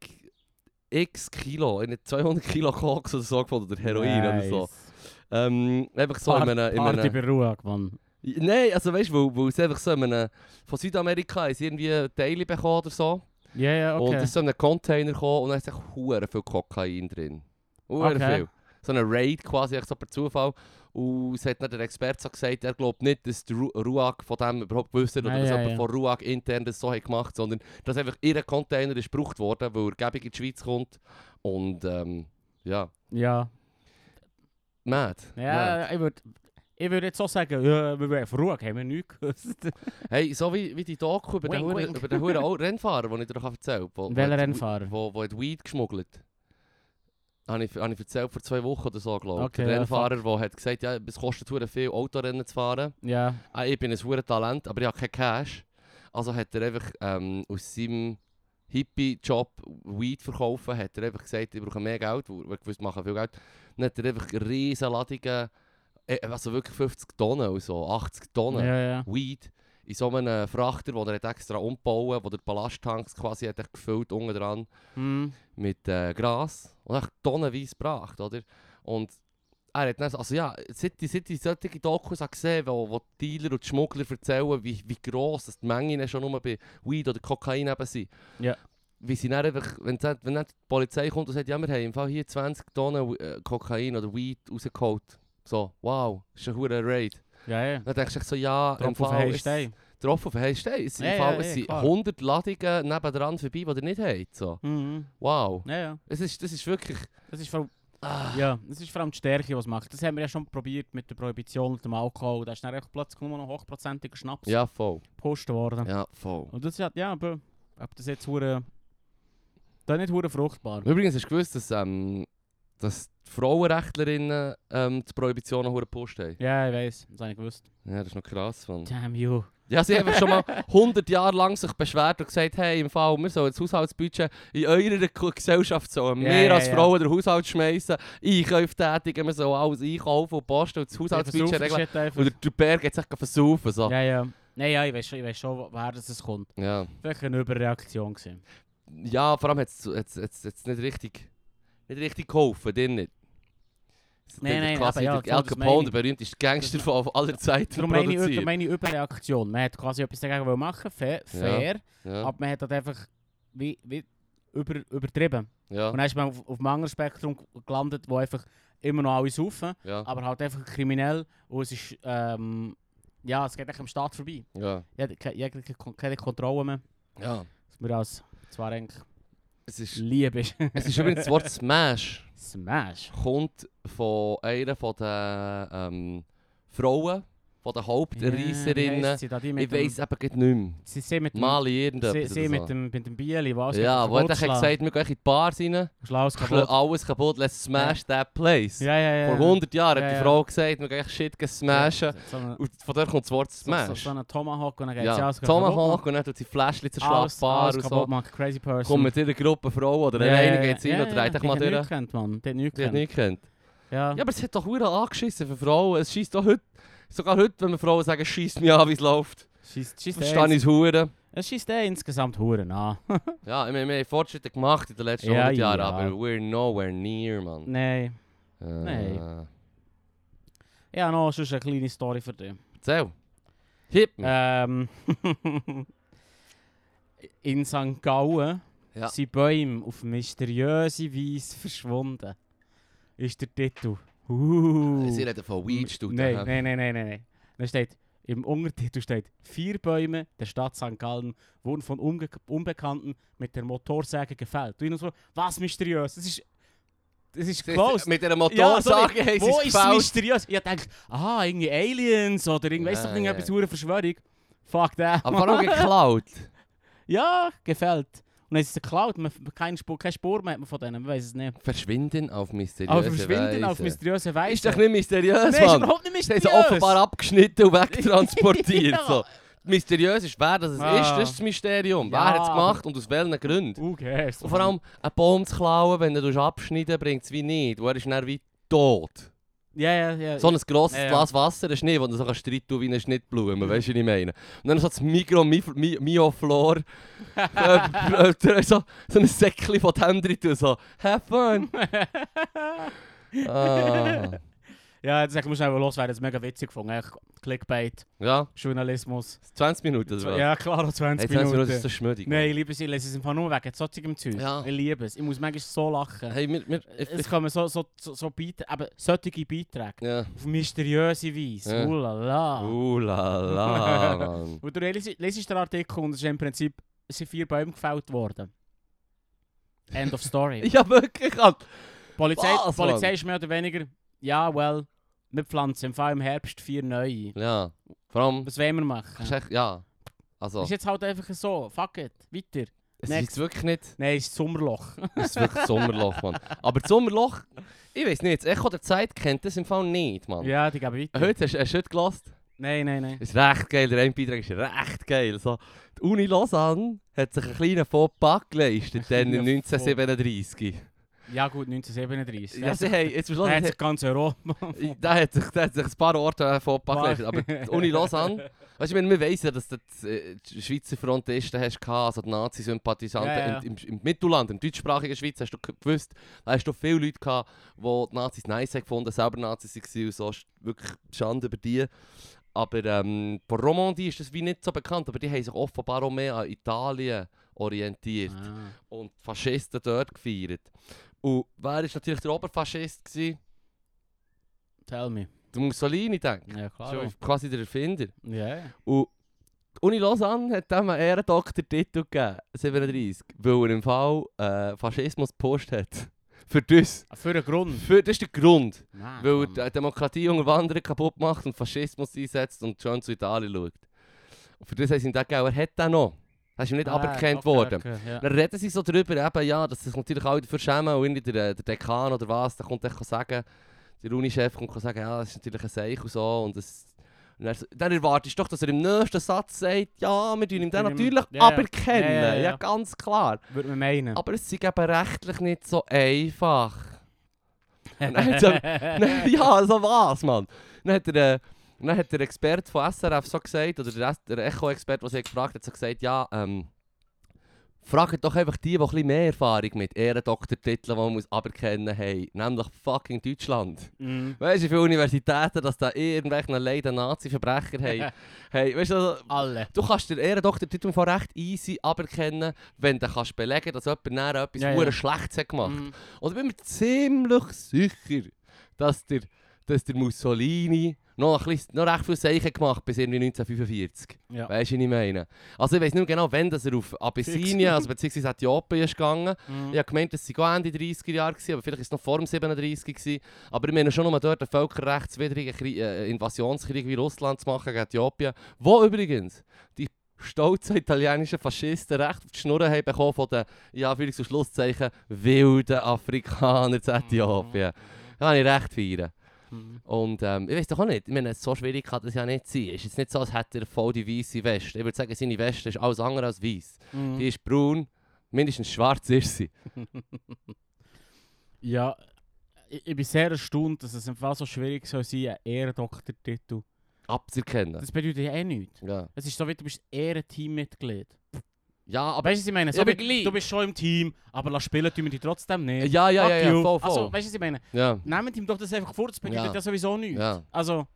[SPEAKER 2] x Kilo, irgendwie 200 Kilo Koks oder so gefunden, oder Heroin oder so. Ähm, einfach so in einem... In eh,
[SPEAKER 1] Party
[SPEAKER 2] einem
[SPEAKER 1] bei Ruag, Mann.
[SPEAKER 2] Nein, also weißt du, weil, weil es einfach so in einem... Von Südamerika haben sie irgendwie Teile bekommen oder so.
[SPEAKER 1] Ja, ja,
[SPEAKER 2] Und
[SPEAKER 1] okay.
[SPEAKER 2] es ist so in einen Container gekommen und da ist echt hure viel Kokain drin. Hure
[SPEAKER 1] Okay.
[SPEAKER 2] viel. So ein Raid quasi, echt so per Zufall. Und es hat dann der Experte so gesagt, er glaubt nicht, dass die Ru- Ruag von dem überhaupt gewusst hat oder
[SPEAKER 1] Ja,
[SPEAKER 2] dass
[SPEAKER 1] ja,
[SPEAKER 2] jemand
[SPEAKER 1] ja.
[SPEAKER 2] von Ruag intern das so hat gemacht sondern dass einfach ihr Container ist gebraucht worden, weil er gäbig in die Schweiz kommt. Und ähm, ja,
[SPEAKER 1] ja.
[SPEAKER 2] mad. mad.
[SPEAKER 1] Ja, ich würde ich würd jetzt so sagen, ja, wir wären von Ruag, haben wir nichts gewusst.
[SPEAKER 2] Hey, so wie, wie die Doku über den
[SPEAKER 1] Wink,
[SPEAKER 2] Huren-
[SPEAKER 1] wink.
[SPEAKER 2] über den Huren Al- Rennfahrer, den ich dir noch erzählt habe. wo-
[SPEAKER 1] Welcher
[SPEAKER 2] wo-
[SPEAKER 1] Rennfahrer?
[SPEAKER 2] Wo, wo hat Weed geschmuggelt. Habe ich, habe ich erzählt vor zwei Wochen oder so, glaube ich.
[SPEAKER 1] Okay,
[SPEAKER 2] der
[SPEAKER 1] ja,
[SPEAKER 2] Rennfahrer, der hat gesagt, ja, es kostet hure viel, Autorennen zu fahren.
[SPEAKER 1] Ja.
[SPEAKER 2] Ah, ich bin ein hure Talent, aber ich habe kein Cash. Also hat er einfach ähm, aus seinem Hippie-Job Weed verkaufen, hat er einfach gesagt, ich brauche mehr Geld, weil weil ich gewusst machen viel Geld. Dann hat er einfach riesen Ladungen, äh, also wirklich 50 Tonnen und so, 80 Tonnen.
[SPEAKER 1] Ja, ja.
[SPEAKER 2] Weed in so einem Frachter, den er hat extra umbauen wo der Ballasttanks quasi hat echt gefüllt unten dran
[SPEAKER 1] Hm.
[SPEAKER 2] mit äh, Gras und echt tonnenweise gebracht, oder? Und er hat dann, also ja, seit ich, seit ich solche Dokus habe gesehen wo, wo die Dealer und die Schmuggler erzählen, wie, wie gross dass die Mengen schon nur bei Weed oder Kokain eben sind.
[SPEAKER 1] Ja.
[SPEAKER 2] Wie sie dann einfach, wenn, dann, wenn dann die Polizei kommt und sagt, ja, wir haben im Fall hier 20 Tonnen äh, Kokain oder Weed rausgeholt. So, wow, das ist ein hoher Raid.
[SPEAKER 1] Ja, ja.
[SPEAKER 2] Dann denkst du echt so, ja,
[SPEAKER 1] Tropfen
[SPEAKER 2] im
[SPEAKER 1] auf
[SPEAKER 2] Fall
[SPEAKER 1] den
[SPEAKER 2] ist-
[SPEAKER 1] Stein.
[SPEAKER 2] drauf auf hey, Stein. Es, sind
[SPEAKER 1] Ja,
[SPEAKER 2] im Fall,
[SPEAKER 1] ja,
[SPEAKER 2] es
[SPEAKER 1] ja,
[SPEAKER 2] sind
[SPEAKER 1] klar.
[SPEAKER 2] 100 Ladungen nebendran vorbei, die ihr nicht habt. So.
[SPEAKER 1] Mhm.
[SPEAKER 2] Wow.
[SPEAKER 1] Ja, ja.
[SPEAKER 2] Es ist, das ist wirklich...
[SPEAKER 1] Das ist, vor, allem-
[SPEAKER 2] Ah.
[SPEAKER 1] ja, das ist vor allem die Stärke, was macht. Das haben wir ja schon probiert mit der Prohibition und dem Alkohol. Da ist dann einfach plötzlich nur noch hochprozentiger Schnaps
[SPEAKER 2] Ja, voll.
[SPEAKER 1] gepostet worden.
[SPEAKER 2] Ja, voll.
[SPEAKER 1] Und das ist halt, ja, aber ob das jetzt hure das ist nicht hure fruchtbar.
[SPEAKER 2] Übrigens hast du gewusst, dass, ähm, dass die Frauenrechtlerinnen ähm, die Prohibition noch gepusht haben.
[SPEAKER 1] Ja, ich weiß, das habe ich gewusst.
[SPEAKER 2] Ja, das ist noch krass. Mann.
[SPEAKER 1] Damn you.
[SPEAKER 2] Ja, sie haben einfach schon mal 100 Jahre lang sich beschwert und gesagt, hey, im Fall, wir sollen das Haushaltsbudget in eurer K- Gesellschaft sollen
[SPEAKER 1] Ja,
[SPEAKER 2] wir
[SPEAKER 1] ja,
[SPEAKER 2] als
[SPEAKER 1] ja.
[SPEAKER 2] Frauen den Haushalt schmeißen, Einkäufe tätigen, wir sollen alles einkaufen und posten und das
[SPEAKER 1] Ich
[SPEAKER 2] Haushaltsbudget
[SPEAKER 1] versuche
[SPEAKER 2] regeln.
[SPEAKER 1] das Shit einfach.
[SPEAKER 2] Und der- der Berg hat sich versaufen. So.
[SPEAKER 1] Ja, ja. Nein, ja, ich weiß schon, ich weiss schon woher das es kommt.
[SPEAKER 2] ja.
[SPEAKER 1] Vielleicht eine Überreaktion gewesen.
[SPEAKER 2] Ja, vor allem hat es nicht richtig, nicht richtig geholfen, dir nicht. Es hat
[SPEAKER 1] Nein,
[SPEAKER 2] einfach
[SPEAKER 1] nein,
[SPEAKER 2] quasi
[SPEAKER 1] eben, ja,
[SPEAKER 2] der
[SPEAKER 1] genau,
[SPEAKER 2] Al
[SPEAKER 1] das
[SPEAKER 2] Capone,
[SPEAKER 1] meine
[SPEAKER 2] der
[SPEAKER 1] ich.
[SPEAKER 2] berühmteste Gangster von aller Zeiten,
[SPEAKER 1] Darum meine, ich-
[SPEAKER 2] produziert.
[SPEAKER 1] darum meine ich Überreaktion. Man hat quasi etwas dagegen wollen machen, fair, fair
[SPEAKER 2] Ja,
[SPEAKER 1] aber man hat das einfach wie, wie über, übertrieben.
[SPEAKER 2] ja,
[SPEAKER 1] Und dann ist man auf, auf dem anderen Spektrum gelandet, wo einfach immer noch alle saufen,
[SPEAKER 2] ja,
[SPEAKER 1] aber halt einfach kriminell und es ist, ähm, ja, es geht echt am Staat vorbei.
[SPEAKER 2] ja,
[SPEAKER 1] Ja, ke- jegliche Kon- keine Kontrolle mehr.
[SPEAKER 2] ja.
[SPEAKER 1] Was mir als zwar eigentlich
[SPEAKER 2] Es ist,
[SPEAKER 1] lieb ist.
[SPEAKER 2] es ist übrigens das Wort Smash
[SPEAKER 1] Smash.
[SPEAKER 2] kommt von einer von den ähm, Frauen, von den Hauptreisserinnen.
[SPEAKER 1] Ja, wie heisst sie da, die mit
[SPEAKER 2] ich
[SPEAKER 1] dem-
[SPEAKER 2] weiß eben gerade nicht mehr.
[SPEAKER 1] Sie sind mit dem,
[SPEAKER 2] Mali
[SPEAKER 1] sie,
[SPEAKER 2] irgendetwas
[SPEAKER 1] sie
[SPEAKER 2] oder
[SPEAKER 1] mit dem, mit dem Bieli, was
[SPEAKER 2] so. Ja, wo hat er gesagt, wir gehen in die Bar rein,
[SPEAKER 1] Schlaues
[SPEAKER 2] schlagen
[SPEAKER 1] kaputt.
[SPEAKER 2] alles kaputt, let's smash that place.
[SPEAKER 1] Ja, ja, ja.
[SPEAKER 2] Vor 100 Jahren
[SPEAKER 1] Eh, Ja,
[SPEAKER 2] hat
[SPEAKER 1] ja.
[SPEAKER 2] die Frau gesagt, wir gehen echt shit gehen smashen.
[SPEAKER 1] So eine,
[SPEAKER 2] Und von dort kommt das Wort Smash.
[SPEAKER 1] So, so eine Tomahawk und dann geht's
[SPEAKER 2] ja,
[SPEAKER 1] alles kaputt
[SPEAKER 2] Tomahawk und dann tut sie Fläschchen
[SPEAKER 1] machen. Alles-
[SPEAKER 2] zerschlagbar
[SPEAKER 1] alles
[SPEAKER 2] und so.
[SPEAKER 1] kaputt machen. Crazy Person.
[SPEAKER 2] Kommt mit ihrer Gruppe Frauen oder
[SPEAKER 1] Ja,
[SPEAKER 2] yeah,
[SPEAKER 1] ja,
[SPEAKER 2] einer geht
[SPEAKER 1] ja,
[SPEAKER 2] rein und
[SPEAKER 1] ja,
[SPEAKER 2] dreht
[SPEAKER 1] ja,
[SPEAKER 2] dich
[SPEAKER 1] die
[SPEAKER 2] mal
[SPEAKER 1] hat
[SPEAKER 2] durch.
[SPEAKER 1] nichts gekannt, Mann. Die hat nichts
[SPEAKER 2] Die hat
[SPEAKER 1] gekannt.
[SPEAKER 2] nicht gekannt.
[SPEAKER 1] Ja.
[SPEAKER 2] Ja, aber es hat doch verdammt angeschissen für Frauen. Es schießt auch heute, sogar heute, wenn wir Frauen sagen, schießt mich an, wie es läuft.
[SPEAKER 1] Scheiss- scheiss
[SPEAKER 2] Verstehe ich es Huren.
[SPEAKER 1] Es schießt eh insgesamt Huren an.
[SPEAKER 2] Ja, ich meine, wir haben Fortschritte gemacht in den letzten
[SPEAKER 1] Ja,
[SPEAKER 2] 100 Jahren,
[SPEAKER 1] ja.
[SPEAKER 2] aber we're nowhere near, man.
[SPEAKER 1] Nein.
[SPEAKER 2] Äh,
[SPEAKER 1] Ja, noch sonst eine kleine Story für dich.
[SPEAKER 2] Erzähl. Hit me.
[SPEAKER 1] Ähm, in St. Gallen
[SPEAKER 2] Ja.
[SPEAKER 1] sind Bäume auf mysteriöse Weise verschwunden. Ist der Titel. Uh.
[SPEAKER 2] Sie reden von Weed-Studien.
[SPEAKER 1] Nein,
[SPEAKER 2] hä?
[SPEAKER 1] nein, nein, nein, nein, nein. Da steht, im Untertitel steht, vier Bäume der Stadt St. Gallen wurden von Unge Unbekannten mit der Motorsäge gefällt. Du so, was mysteriös? Das ist, das ist
[SPEAKER 2] Sie-
[SPEAKER 1] closed.
[SPEAKER 2] Mit einer
[SPEAKER 1] Ja,
[SPEAKER 2] Motorsage
[SPEAKER 1] sorry.
[SPEAKER 2] haben sie
[SPEAKER 1] Wo
[SPEAKER 2] es
[SPEAKER 1] ist
[SPEAKER 2] gefällt.
[SPEAKER 1] mysteriös? Ich dachte, aha, irgendwie Aliens oder irgendwie, weißt du,
[SPEAKER 2] Ja,
[SPEAKER 1] irgendetwas
[SPEAKER 2] ja.
[SPEAKER 1] yeah. Verschwörung. Fuck that.
[SPEAKER 2] Aber warum geklaut?
[SPEAKER 1] Ja, gefällt. Und es ist eine Cloud, man, keine, Spur, keine Spur mehr hat man von denen, man weiß es nicht.
[SPEAKER 2] Verschwinden auf mysteriöse
[SPEAKER 1] Aber verschwinden auf
[SPEAKER 2] Weise.
[SPEAKER 1] mysteriöse Weise.
[SPEAKER 2] Ist doch nicht mysteriös,
[SPEAKER 1] Nein, ist
[SPEAKER 2] Mann.
[SPEAKER 1] überhaupt nicht
[SPEAKER 2] Sie haben
[SPEAKER 1] mysteriös.
[SPEAKER 2] sie offenbar abgeschnitten und wegtransportiert.
[SPEAKER 1] Ja.
[SPEAKER 2] so. Mysteriös ist, wer das
[SPEAKER 1] Ah.
[SPEAKER 2] ist, das ist das
[SPEAKER 1] Ja,
[SPEAKER 2] Mysterium. wer hat es gemacht und aus welchen Gründen?
[SPEAKER 1] Who cares?
[SPEAKER 2] Und vor allem, einen Baum zu klauen, wenn du ihn abschneiden bringt es dus wie nicht. Und er ist dann wie tot.
[SPEAKER 1] Ja, ja, ja.
[SPEAKER 2] So ein grosses
[SPEAKER 1] Ja, ja.
[SPEAKER 2] Glas Wasser, ein Schnee, wo du so kannst rein tun wie eine Schnittblume, weißt du, was ich meine? Und dann so das Mikro, Mi- Mi- Mioflor, äh, äh, so, so ein Säckchen von dem drin tun, so, have fun! ah,
[SPEAKER 1] ja, jetzt muss ich einfach loswerden, das ist mega witzig gefunden. Echt Clickbait,
[SPEAKER 2] ja,
[SPEAKER 1] Journalismus.
[SPEAKER 2] 20 Minuten, das war.
[SPEAKER 1] Ja, klar, 20
[SPEAKER 2] Hey, 20 Minuten ist
[SPEAKER 1] Minuten.
[SPEAKER 2] so schmüdig.
[SPEAKER 1] Nein, ich liebe es, ich lese es einfach nur wegen solchem Zeug.
[SPEAKER 2] Ja.
[SPEAKER 1] Ich liebe es. Ich muss manchmal so lachen.
[SPEAKER 2] Hey, wir, wir, ich,
[SPEAKER 1] Es
[SPEAKER 2] ich,
[SPEAKER 1] kommen so, so, so, so Beiträge, eben solche Beiträge.
[SPEAKER 2] ja.
[SPEAKER 1] Auf mysteriöse Weise.
[SPEAKER 2] Ja.
[SPEAKER 1] Ja. Ulala.
[SPEAKER 2] Uh, la, la, Mann.
[SPEAKER 1] Und du lesi- lesest den Artikel und es ist im Prinzip es sind vier Bäume gefällt worden. End of story.
[SPEAKER 2] Ich hab wirklich an.
[SPEAKER 1] Polizei,
[SPEAKER 2] Was, Mann?
[SPEAKER 1] Polizei ist mehr oder weniger, ja, well, wir pflanzen im Fall im Herbst vier neue.
[SPEAKER 2] Ja, vor allem,
[SPEAKER 1] Was wollen wir machen?
[SPEAKER 2] kannst du echt, ja. Also,
[SPEAKER 1] Ist jetzt halt einfach so, fuck it, weiter.
[SPEAKER 2] es
[SPEAKER 1] next.
[SPEAKER 2] ist wirklich nicht.
[SPEAKER 1] Nein, es ist das Sommerloch.
[SPEAKER 2] Das ist wirklich das Sommerloch, Mann. Aber das Sommerloch, ich weiß nicht, das Echo der Zeit kennt das im Fall nicht, Mann.
[SPEAKER 1] ja, die geben weiter.
[SPEAKER 2] Heute hast, hast du heute gelassen?
[SPEAKER 1] Nein, nein, nein.
[SPEAKER 2] Ist recht geil, der eine Beitrag ist recht geil. So, die Uni Lausanne hat sich einen kleinen Fauxpas geleistet, dann
[SPEAKER 1] kleiner
[SPEAKER 2] 1937.
[SPEAKER 1] Ja gut, 1937.
[SPEAKER 2] Ja, sie
[SPEAKER 1] Da
[SPEAKER 2] haben, jetzt muss
[SPEAKER 1] hat
[SPEAKER 2] ich
[SPEAKER 1] sich ganz Europa...
[SPEAKER 2] da hat sich, da hat sich ein paar Orte einen Fauxpas
[SPEAKER 1] Was?
[SPEAKER 2] geleistet, aber die Uni Lausanne... Weißt du, ich meine, wir wissen ja, dass du die, äh, die Schweizer Frontisten hast, gehabt, also die Nazi-Sympathisanten
[SPEAKER 1] Ja, ja.
[SPEAKER 2] Im, im, im Mittelland, im deutschsprachigen Schweiz, hast du g- gewusst, da hast du viele Leute gehabt, die die Nazis nice haben gefunden, selber Nazis waren und so, ist wirklich Schande über die. Aber ähm, bei Romandie ist das wie nicht so bekannt, aber die haben sich offenbar auch mehr an Italien orientiert
[SPEAKER 1] Ah.
[SPEAKER 2] und die Faschisten dort gefeiert. Und wer war natürlich der Oberfaschist? Gewesen?
[SPEAKER 1] Tell me.
[SPEAKER 2] Der Mussolini, denke ich.
[SPEAKER 1] Ja,
[SPEAKER 2] Das
[SPEAKER 1] klar.
[SPEAKER 2] ist ja quasi der Erfinder.
[SPEAKER 1] Ja.
[SPEAKER 2] Und die Uni Lausanne hat dem einen Ehrendoktortitel gegeben, 37, weil er im Fall äh, Faschismus gepusht hat. Für das.
[SPEAKER 1] Für einen Grund.
[SPEAKER 2] Für, das ist der Grund,
[SPEAKER 1] Nein,
[SPEAKER 2] weil
[SPEAKER 1] Ah, Mann.
[SPEAKER 2] er die Demokratie unterwandern kaputt macht und Faschismus einsetzt und schon zu Italien schaut. Und für das haben sie ihm gegeben, er hat den noch. Er ist ihm nicht
[SPEAKER 1] Ah,
[SPEAKER 2] aberkannt
[SPEAKER 1] okay,
[SPEAKER 2] worden.
[SPEAKER 1] okay, ja.
[SPEAKER 2] Dann reden sie so darüber, eben, ja, dass sich natürlich alle dafür schämen und irgendwie der, der Dekan oder was, der kommt dann sagen, der Uni-Chef kommt sagen, ja, das ist natürlich ein Seich und so und das... Und dann, so- dann erwartest du doch, dass er im nächsten Satz sagt, ja, wir tun ihm
[SPEAKER 1] Wir
[SPEAKER 2] den
[SPEAKER 1] tun ihm-
[SPEAKER 2] natürlich
[SPEAKER 1] ja, ja.
[SPEAKER 2] aber kennen. Ja,
[SPEAKER 1] Ja, ja, ja.
[SPEAKER 2] ganz klar.
[SPEAKER 1] Würde man meinen.
[SPEAKER 2] Aber es ist eben rechtlich nicht so einfach. Und dann hat er- Nein, ja, also was, Mann? Dann hat der, äh, dann hat der Experte von SRF so gesagt, oder der, S- der Echo-Experte, der sie gefragt hat, so gesagt, ja, ähm, fragt doch einfach die, die ein bisschen mehr Erfahrung mit Ehrendoktortiteln, die man muss aberkennen haben, nämlich fucking Deutschland.
[SPEAKER 1] Mm.
[SPEAKER 2] Weißt du, wie viele Universitäten, dass da irgendwelche leiden Nazi-Verbrecher haben? hey, weißt du, also,
[SPEAKER 1] Alle.
[SPEAKER 2] du kannst den Ehrendoktortitel von recht easy aberkennen, wenn du kannst belegen dass jemand näher etwas
[SPEAKER 1] Ja,
[SPEAKER 2] ja,
[SPEAKER 1] ja.
[SPEAKER 2] Schlechtes hat gemacht
[SPEAKER 1] Mm.
[SPEAKER 2] und Also, ich bin mir ziemlich sicher, dass der, dass der Mussolini noch, ein bisschen, noch recht viel Zeichen gemacht hat bis irgendwie 1945.
[SPEAKER 1] Ja.
[SPEAKER 2] Weißt du, was ich meine? Also ich weiß nicht mehr genau, wann dass er auf Abyssinien, also beziehungsweise Äthiopien ist gegangen.
[SPEAKER 1] Mm.
[SPEAKER 2] Ich habe gemeint, es sei auch Ende 30er Jahre gewesen, aber vielleicht war es noch vor dem 37 gewesen. Aber ich meine schon nur dort einen völkerrechtswidrigen Krie- äh, Invasionskrieg wie Russland zu machen gegen Äthiopien. Wo übrigens die stolzen italienischen Faschisten recht auf die Schnur haben bekommen von den, ja, Anführungs- und Schlusszeichen, wilden Afrikanern zu Äthiopien. Da kann ich recht feiern.
[SPEAKER 1] Mm.
[SPEAKER 2] Und ähm, ich weiß doch auch nicht, ich meine, so schwierig kann das ja nicht sein. Es ist jetzt nicht so, als hätte er voll die weiße Weste. Ich würde sagen, seine Weste ist alles andere als weiß.
[SPEAKER 1] Mm.
[SPEAKER 2] Die ist braun, mindestens schwarz ist sie.
[SPEAKER 1] Ja, ich, ich bin sehr erstaunt, dass es im Fall so schwierig soll sein, einen Ehrendoktortitel.
[SPEAKER 2] Abzuerkennen.
[SPEAKER 1] Das bedeutet ja eh nichts.
[SPEAKER 2] Ja.
[SPEAKER 1] Es ist so wie du bist Ehrenteammitglied.
[SPEAKER 2] Ja, aber...
[SPEAKER 1] weißt du, was ich meine? So
[SPEAKER 2] Ja, aber
[SPEAKER 1] wie-
[SPEAKER 2] gleich.
[SPEAKER 1] du bist schon im Team, aber lass spielen tun wir dich trotzdem nicht.
[SPEAKER 2] Ja, ja, ja,
[SPEAKER 1] Fuck
[SPEAKER 2] ja,
[SPEAKER 1] you.
[SPEAKER 2] voll, voll.
[SPEAKER 1] Also, weißt du, was ich meine?
[SPEAKER 2] ja,
[SPEAKER 1] Nehmt ihm doch das einfach vor, das bedeutet ja,
[SPEAKER 2] Ja.
[SPEAKER 1] sowieso nichts.
[SPEAKER 2] ja.
[SPEAKER 1] Also,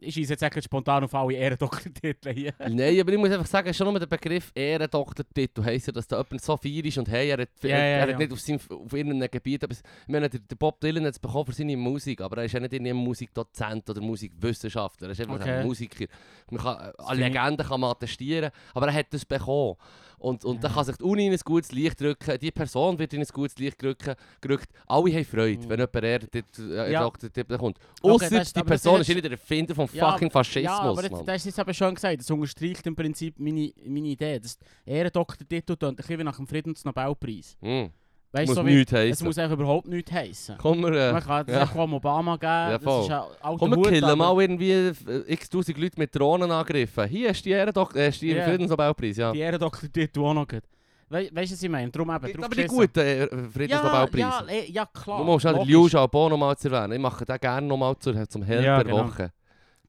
[SPEAKER 1] ich schieße jetzt eigentlich spontan auf alle Ehrendoktor-Titel hier.
[SPEAKER 2] Nein, aber ich muss einfach sagen, schon nur der Begriff Ehrendoktor-Titel heisst ja, dass da jemand so feier ist und hey, er hat,
[SPEAKER 1] Ja,
[SPEAKER 2] er,
[SPEAKER 1] ja,
[SPEAKER 2] er hat
[SPEAKER 1] ja.
[SPEAKER 2] nicht auf, seinem, auf irgendeinem Gebiet etwas... Ich meine, der, der Bob Dylan hat es bekommen für seine Musik, aber er ist ja nicht irgendwie ein Musikdozent oder Musikwissenschaftler, er ist einfach
[SPEAKER 1] Okay.
[SPEAKER 2] ein Musiker. Man kann, äh, eine
[SPEAKER 1] finde ich-
[SPEAKER 2] Legende kann man attestieren, aber er hat das bekommen. Und, und da
[SPEAKER 1] Ja.
[SPEAKER 2] kann sich die Uni in ein gutes Licht drücken, die Person wird in ein gutes Licht drücken, gerückt. Alle haben Freude,
[SPEAKER 1] Mhm.
[SPEAKER 2] wenn jemand Ehrendoktor-Titel bekommt.
[SPEAKER 1] Okay,
[SPEAKER 2] Ausser
[SPEAKER 1] das-
[SPEAKER 2] die
[SPEAKER 1] aber das
[SPEAKER 2] Person
[SPEAKER 1] ist-
[SPEAKER 2] ist nicht der Erfinder vom
[SPEAKER 1] Ja,
[SPEAKER 2] fucking
[SPEAKER 1] Ja,
[SPEAKER 2] Faschismus,
[SPEAKER 1] aber
[SPEAKER 2] Mann.
[SPEAKER 1] das, das ist jetzt eben schon gesagt. Das unterstreicht im Prinzip meine, meine Idee. Das Ehrendoktor-Titel tönt ein bisschen wie nach dem Friedensnobelpreis.
[SPEAKER 2] Mm.
[SPEAKER 1] Weißt
[SPEAKER 2] muss
[SPEAKER 1] du, so wie-
[SPEAKER 2] nichts
[SPEAKER 1] es
[SPEAKER 2] heissen.
[SPEAKER 1] muss eigentlich überhaupt nichts heißen.
[SPEAKER 2] Komm, wir, äh,
[SPEAKER 1] Man kann es
[SPEAKER 2] ja.
[SPEAKER 1] auch am Obama geben, das
[SPEAKER 2] voll.
[SPEAKER 1] ist ja alter
[SPEAKER 2] komm, wir
[SPEAKER 1] Hut,
[SPEAKER 2] killen
[SPEAKER 1] aber-
[SPEAKER 2] mal irgendwie äh, x tausend Leute mit Drohnen angegriffen. Hier hast du die Ehrendoch, äh, hast du
[SPEAKER 1] Ja.
[SPEAKER 2] den Friedensnobelpreis, ja.
[SPEAKER 1] Die Ehrendoktor-Titel auch noch gut. Wei- Weißt du, was ich meine? Darum eben, drauf
[SPEAKER 2] aber die
[SPEAKER 1] geschissen.
[SPEAKER 2] guten äh, Friedensnobelpreise.
[SPEAKER 1] Ja, ja, eh, ja, klar.
[SPEAKER 2] Du musst auch den
[SPEAKER 1] logisch.
[SPEAKER 2] Liu Xiaobo nochmal zu erwähnen. Ich mache den gerne nochmal zu, äh, zum Held
[SPEAKER 1] Ja,
[SPEAKER 2] der
[SPEAKER 1] genau.
[SPEAKER 2] Woche.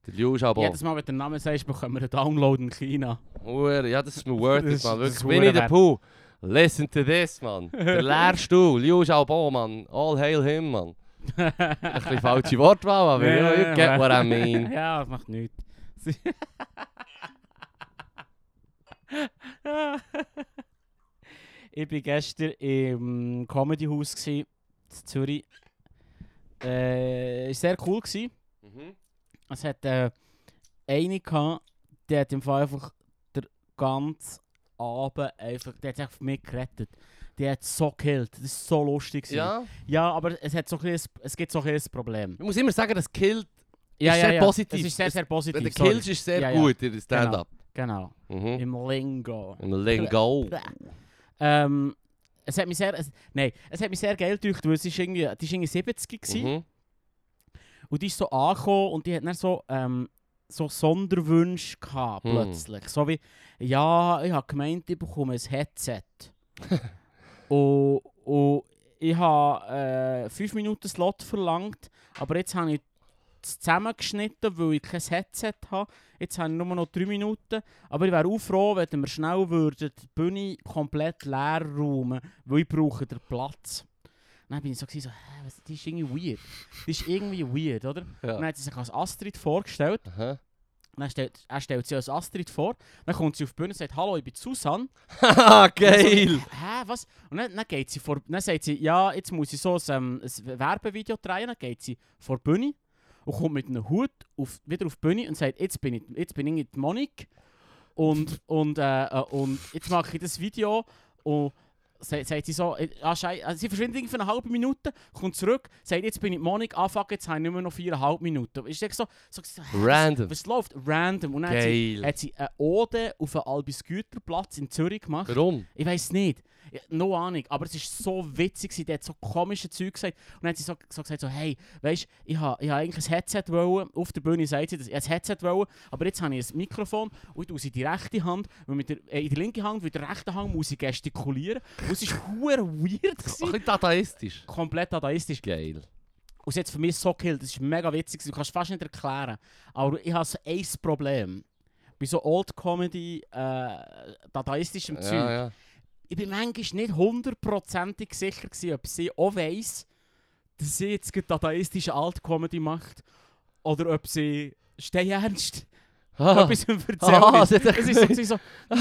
[SPEAKER 2] Der Liu Xiaobo.
[SPEAKER 1] Jedes Mal, wenn du den Namen sagst, bekommen wir einen Download in China.
[SPEAKER 2] Uhr, ja, das ist mir worth
[SPEAKER 1] Das-
[SPEAKER 2] it,
[SPEAKER 1] das
[SPEAKER 2] man. Wirklich.
[SPEAKER 1] ist
[SPEAKER 2] Winnie the
[SPEAKER 1] wert.
[SPEAKER 2] Pooh. Listen to this, man. Der Lehrstuhl, Liu Xiaobo, man. All hail him, man. Ein bisschen falsche Wortwahl, aber
[SPEAKER 1] Nee,
[SPEAKER 2] you, you get what I mean.
[SPEAKER 1] ja, das macht nichts. Sie- ich war gestern im Comedy House gsi, in Zürich. Äh, ist sehr cool. Gewesen.
[SPEAKER 2] Mhm.
[SPEAKER 1] Es hat äh, eine gehabt, die hat im Fall einfach den ganzen Abend einfach, die hat sich auf mich gerettet. Die hat so gekillt. Das ist so lustig. gewesen.
[SPEAKER 2] Ja.
[SPEAKER 1] ja aber es, hat so ein, bisschen- es gibt so ein bisschen ein Problem.
[SPEAKER 2] Man muss immer sagen, das killt.
[SPEAKER 1] Ja,
[SPEAKER 2] Ist
[SPEAKER 1] ja,
[SPEAKER 2] sehr
[SPEAKER 1] ja.
[SPEAKER 2] positiv.
[SPEAKER 1] Es ist sehr,
[SPEAKER 2] Es-
[SPEAKER 1] sehr
[SPEAKER 2] Wenn
[SPEAKER 1] positiv.
[SPEAKER 2] du
[SPEAKER 1] sorry.
[SPEAKER 2] killst, ist sehr
[SPEAKER 1] Ja, ja.
[SPEAKER 2] gut in der Stand-up.
[SPEAKER 1] Genau.
[SPEAKER 2] Mhm.
[SPEAKER 1] Im Lingo.
[SPEAKER 2] Im Lingo.
[SPEAKER 1] Ähm, es hat mich sehr. Es, nein, es hat mich sehr geil gedacht, weil es ist irgendwie, die ist irgendwie 70 gewesen.
[SPEAKER 2] Mhm.
[SPEAKER 1] Und die ist so angekommen und die hat dann so, ähm, so Sonderwünsche gehabt,
[SPEAKER 2] Hm.
[SPEAKER 1] plötzlich. So wie, ja, ich habe gemeint, ich bekomme ein Headset. und, und ich habe äh, fünf Minuten Slot verlangt, aber jetzt habe ich es zusammengeschnitten, weil ich kein Headset habe. Jetzt habe ich nur noch drei Minuten. Aber ich wäre auch froh, wenn wir schnell würden, die Bühne komplett leer räumen, weil ich brauche den Platz. Dann bin ich so, gewesen, so hä, was, die ist irgendwie weird. Die ist irgendwie weird, oder?
[SPEAKER 2] Ja.
[SPEAKER 1] Dann hat sie sich als Astrid vorgestellt.
[SPEAKER 2] Aha.
[SPEAKER 1] Dann stellt, er stellt sie als Astrid vor. Dann kommt sie auf die Bühne und sagt, hallo, ich bin Susanne.
[SPEAKER 2] Haha,
[SPEAKER 1] Und
[SPEAKER 2] geil!
[SPEAKER 1] so, Hä, was? Und dann, dann geht sie vor, dann sagt sie, ja, jetzt muss ich so ein, ähm, ein Werbevideo drehen. Dann geht sie vor die Bühne und kommt mit einem Hut auf, wieder auf die Bühne und sagt, jetzt bin ich, jetzt bin ich die Monik. Und, und, äh, äh, und jetzt mache ich das Video und sagt, sagt sie so, äh, ah, schei- also sie verschwindet irgendwie für eine halbe Minute, kommt zurück, sagt, jetzt bin ich die Monik, ah fuck, jetzt habe ich nicht mehr noch viereinhalb Minuten. Ist echt so, so, so hä, was-
[SPEAKER 2] Random.
[SPEAKER 1] Was läuft? Random. Und dann hat sie,
[SPEAKER 2] Geil.
[SPEAKER 1] hat sie eine Ode auf den Albis Güterplatz in Zürich gemacht.
[SPEAKER 2] Warum?
[SPEAKER 1] Ich weiß nicht. Ja, No Ahnung. Aber es ist so witzig, gewesen. die hat so komische Zeug gesagt. Und dann hat sie so, so gesagt: so, Hey, weißt du, ich habe ich ha eigentlich ein Headset wollen. Auf der Bühne sagt sie, dass ich ein Headset wollen, aber jetzt habe ich ein Mikrofon und ich tue sie in die rechte Hand, weil mit der, äh, in die linke Hand, weil in der rechten Hand muss ich gestikulieren. Und es war huere weird.
[SPEAKER 2] Ein
[SPEAKER 1] Gewesen.
[SPEAKER 2] bisschen dadaistisch.
[SPEAKER 1] Komplett adaistisch.
[SPEAKER 2] Geil.
[SPEAKER 1] Und es hat für mich so gekillt. Das ist mega witzig. gewesen. Du kannst es fast nicht erklären. Aber ich habe so ein Problem. Bei so Old Comedy, äh, dadaistischem Zeug
[SPEAKER 2] Ja, ja.
[SPEAKER 1] ich bin manchmal nicht hundertprozentig sicher gewesen, ob sie auch weiss, dass sie jetzt gerade dadaistische Alt-Comedy macht oder ob sie steh ernst
[SPEAKER 2] Ah,
[SPEAKER 1] etwas im Verzählen
[SPEAKER 2] ah,
[SPEAKER 1] ist.
[SPEAKER 2] das hat er
[SPEAKER 1] Es ist, so,
[SPEAKER 2] gesagt.
[SPEAKER 1] es ist, so,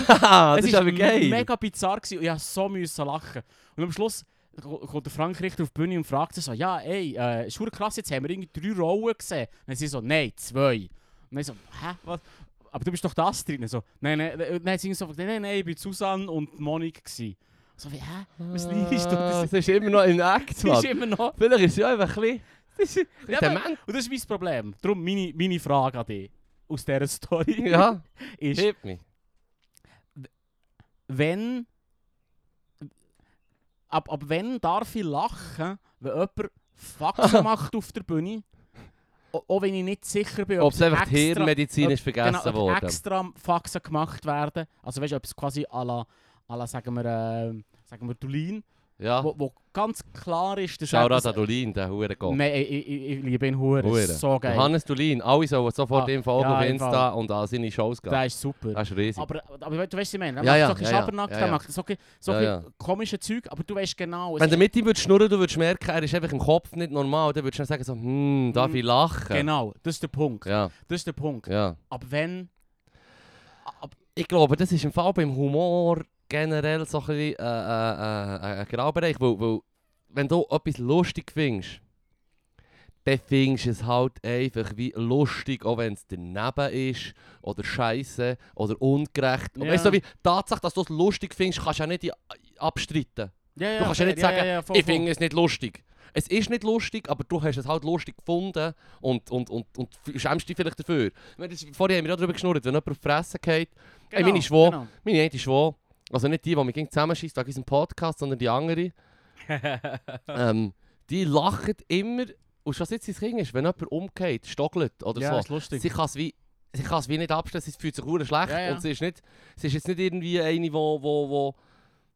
[SPEAKER 2] Haha, das
[SPEAKER 1] es
[SPEAKER 2] ist aber
[SPEAKER 1] m-
[SPEAKER 2] geil.
[SPEAKER 1] mega Oh bizarr gewesen und ich musste so müssen lachen. Und am Schluss ko- kommt der Frank Richter auf die Bühne und fragt sie so, ja ey, äh, ist verdammt krass, jetzt haben wir irgendwie drei Rollen gesehen. Und dann sie so, nein, zwei. Und dann so, hä, was? Aber du bist doch das drin. Und So, nein, nein, nein, nein, sie so, nein, nein, nein, ich bin Susanne und Monique gewesen. So wie, hä? Was liest du?
[SPEAKER 2] Ah,
[SPEAKER 1] Das
[SPEAKER 2] Es ist immer noch in Act,
[SPEAKER 1] Das ist
[SPEAKER 2] man.
[SPEAKER 1] immer noch.
[SPEAKER 2] Vielleicht ist es ja einfach ein bisschen-
[SPEAKER 1] Das ist,
[SPEAKER 2] ein bisschen
[SPEAKER 1] ja, aber,
[SPEAKER 2] dement.
[SPEAKER 1] und das ist mein Problem. Darum meine, meine Frage an dich aus dieser Story
[SPEAKER 2] Ja,
[SPEAKER 1] ist,
[SPEAKER 2] hit me.
[SPEAKER 1] wenn. Ab, ab wenn darf ich lachen, wenn jemand Faxen macht auf der Bühne? O- Auch wenn ich nicht sicher bin,
[SPEAKER 2] Ob es einfach die
[SPEAKER 1] extra-
[SPEAKER 2] Hirnmedizin ist
[SPEAKER 1] genau,
[SPEAKER 2] vergessen
[SPEAKER 1] ob
[SPEAKER 2] worden.
[SPEAKER 1] extra Faxen gemacht werden. Also weißt du, ob es quasi à la, à la ähm, sagen, wir, äh, sagen wir Dulin
[SPEAKER 2] Ja,
[SPEAKER 1] wo, wo ganz klar ist, dass er-
[SPEAKER 2] Ah. Shoutout
[SPEAKER 1] dass-
[SPEAKER 2] an Dolin, der Hurengold.
[SPEAKER 1] Nein, ich, ich, ich- ich liebe ihn Huren.
[SPEAKER 2] Hure.
[SPEAKER 1] So geil.
[SPEAKER 2] Johannes Dolin, alle sollen sofort
[SPEAKER 1] Ah,
[SPEAKER 2] ihm folgen
[SPEAKER 1] ja,
[SPEAKER 2] auf
[SPEAKER 1] im
[SPEAKER 2] Insta und an seine Shows gehen.
[SPEAKER 1] Der ist super.
[SPEAKER 2] Das ist riesig.
[SPEAKER 1] Aber, aber du weißt, was ich meine. Er
[SPEAKER 2] Ja,
[SPEAKER 1] macht
[SPEAKER 2] ja,
[SPEAKER 1] so ein bisschen
[SPEAKER 2] ja, ja,
[SPEAKER 1] Schabernack,
[SPEAKER 2] ja,
[SPEAKER 1] er
[SPEAKER 2] ja.
[SPEAKER 1] macht so ein so
[SPEAKER 2] Ja,
[SPEAKER 1] ein
[SPEAKER 2] ja.
[SPEAKER 1] komische Zeug, aber du weißt genau. es
[SPEAKER 2] Wenn du mit ihm würdest schnurren du würdest merken, er ist einfach im Kopf nicht normal, dann würdest du dann sagen so, hm, darf
[SPEAKER 1] Hm,
[SPEAKER 2] ich lachen?
[SPEAKER 1] Genau, das ist der Punkt.
[SPEAKER 2] Ja,
[SPEAKER 1] Das ist der Punkt.
[SPEAKER 2] ja.
[SPEAKER 1] Aber wenn. Ab,
[SPEAKER 2] Ich glaube, das ist im Fall beim Humor generell so ein bisschen äh, äh, äh, ein Graubereich, weil, weil wenn du etwas lustig findest, dann findest du es halt einfach wie lustig, auch wenn es daneben ist, oder scheiße oder ungerecht. Und
[SPEAKER 1] Ja.
[SPEAKER 2] weißt du, wie die Tatsache, dass du es lustig findest, kannst du ja nicht i- abstreiten.
[SPEAKER 1] ja, ja,
[SPEAKER 2] Du kannst ja nicht
[SPEAKER 1] fair,
[SPEAKER 2] sagen,
[SPEAKER 1] voll,
[SPEAKER 2] ich
[SPEAKER 1] voll.
[SPEAKER 2] finde es nicht lustig. Es ist nicht lustig, aber du hast es halt lustig gefunden und, und, und, und f- schämst dich vielleicht dafür. Ich meine, das- Vorher haben wir auch darüber geschnurrt, wenn jemand auf die Fresse geht. Ey, meine ist wo-
[SPEAKER 1] genau.
[SPEAKER 2] Meine eine ist wo, also nicht die, die mich zusammenschießt wegen unserem Podcast, sondern die andere. ähm, die lachen immer, und schon seit sie ein Kind ist, wenn jemand umgeht, stockelt oder
[SPEAKER 1] Ja,
[SPEAKER 2] so.
[SPEAKER 1] ist lustig.
[SPEAKER 2] Sie kann es wie, sie kann es wie nicht abstellen, sie fühlt sich hure schlecht
[SPEAKER 1] Ja, ja.
[SPEAKER 2] und sie ist, nicht, sie ist jetzt nicht irgendwie eine, wo, wo, wo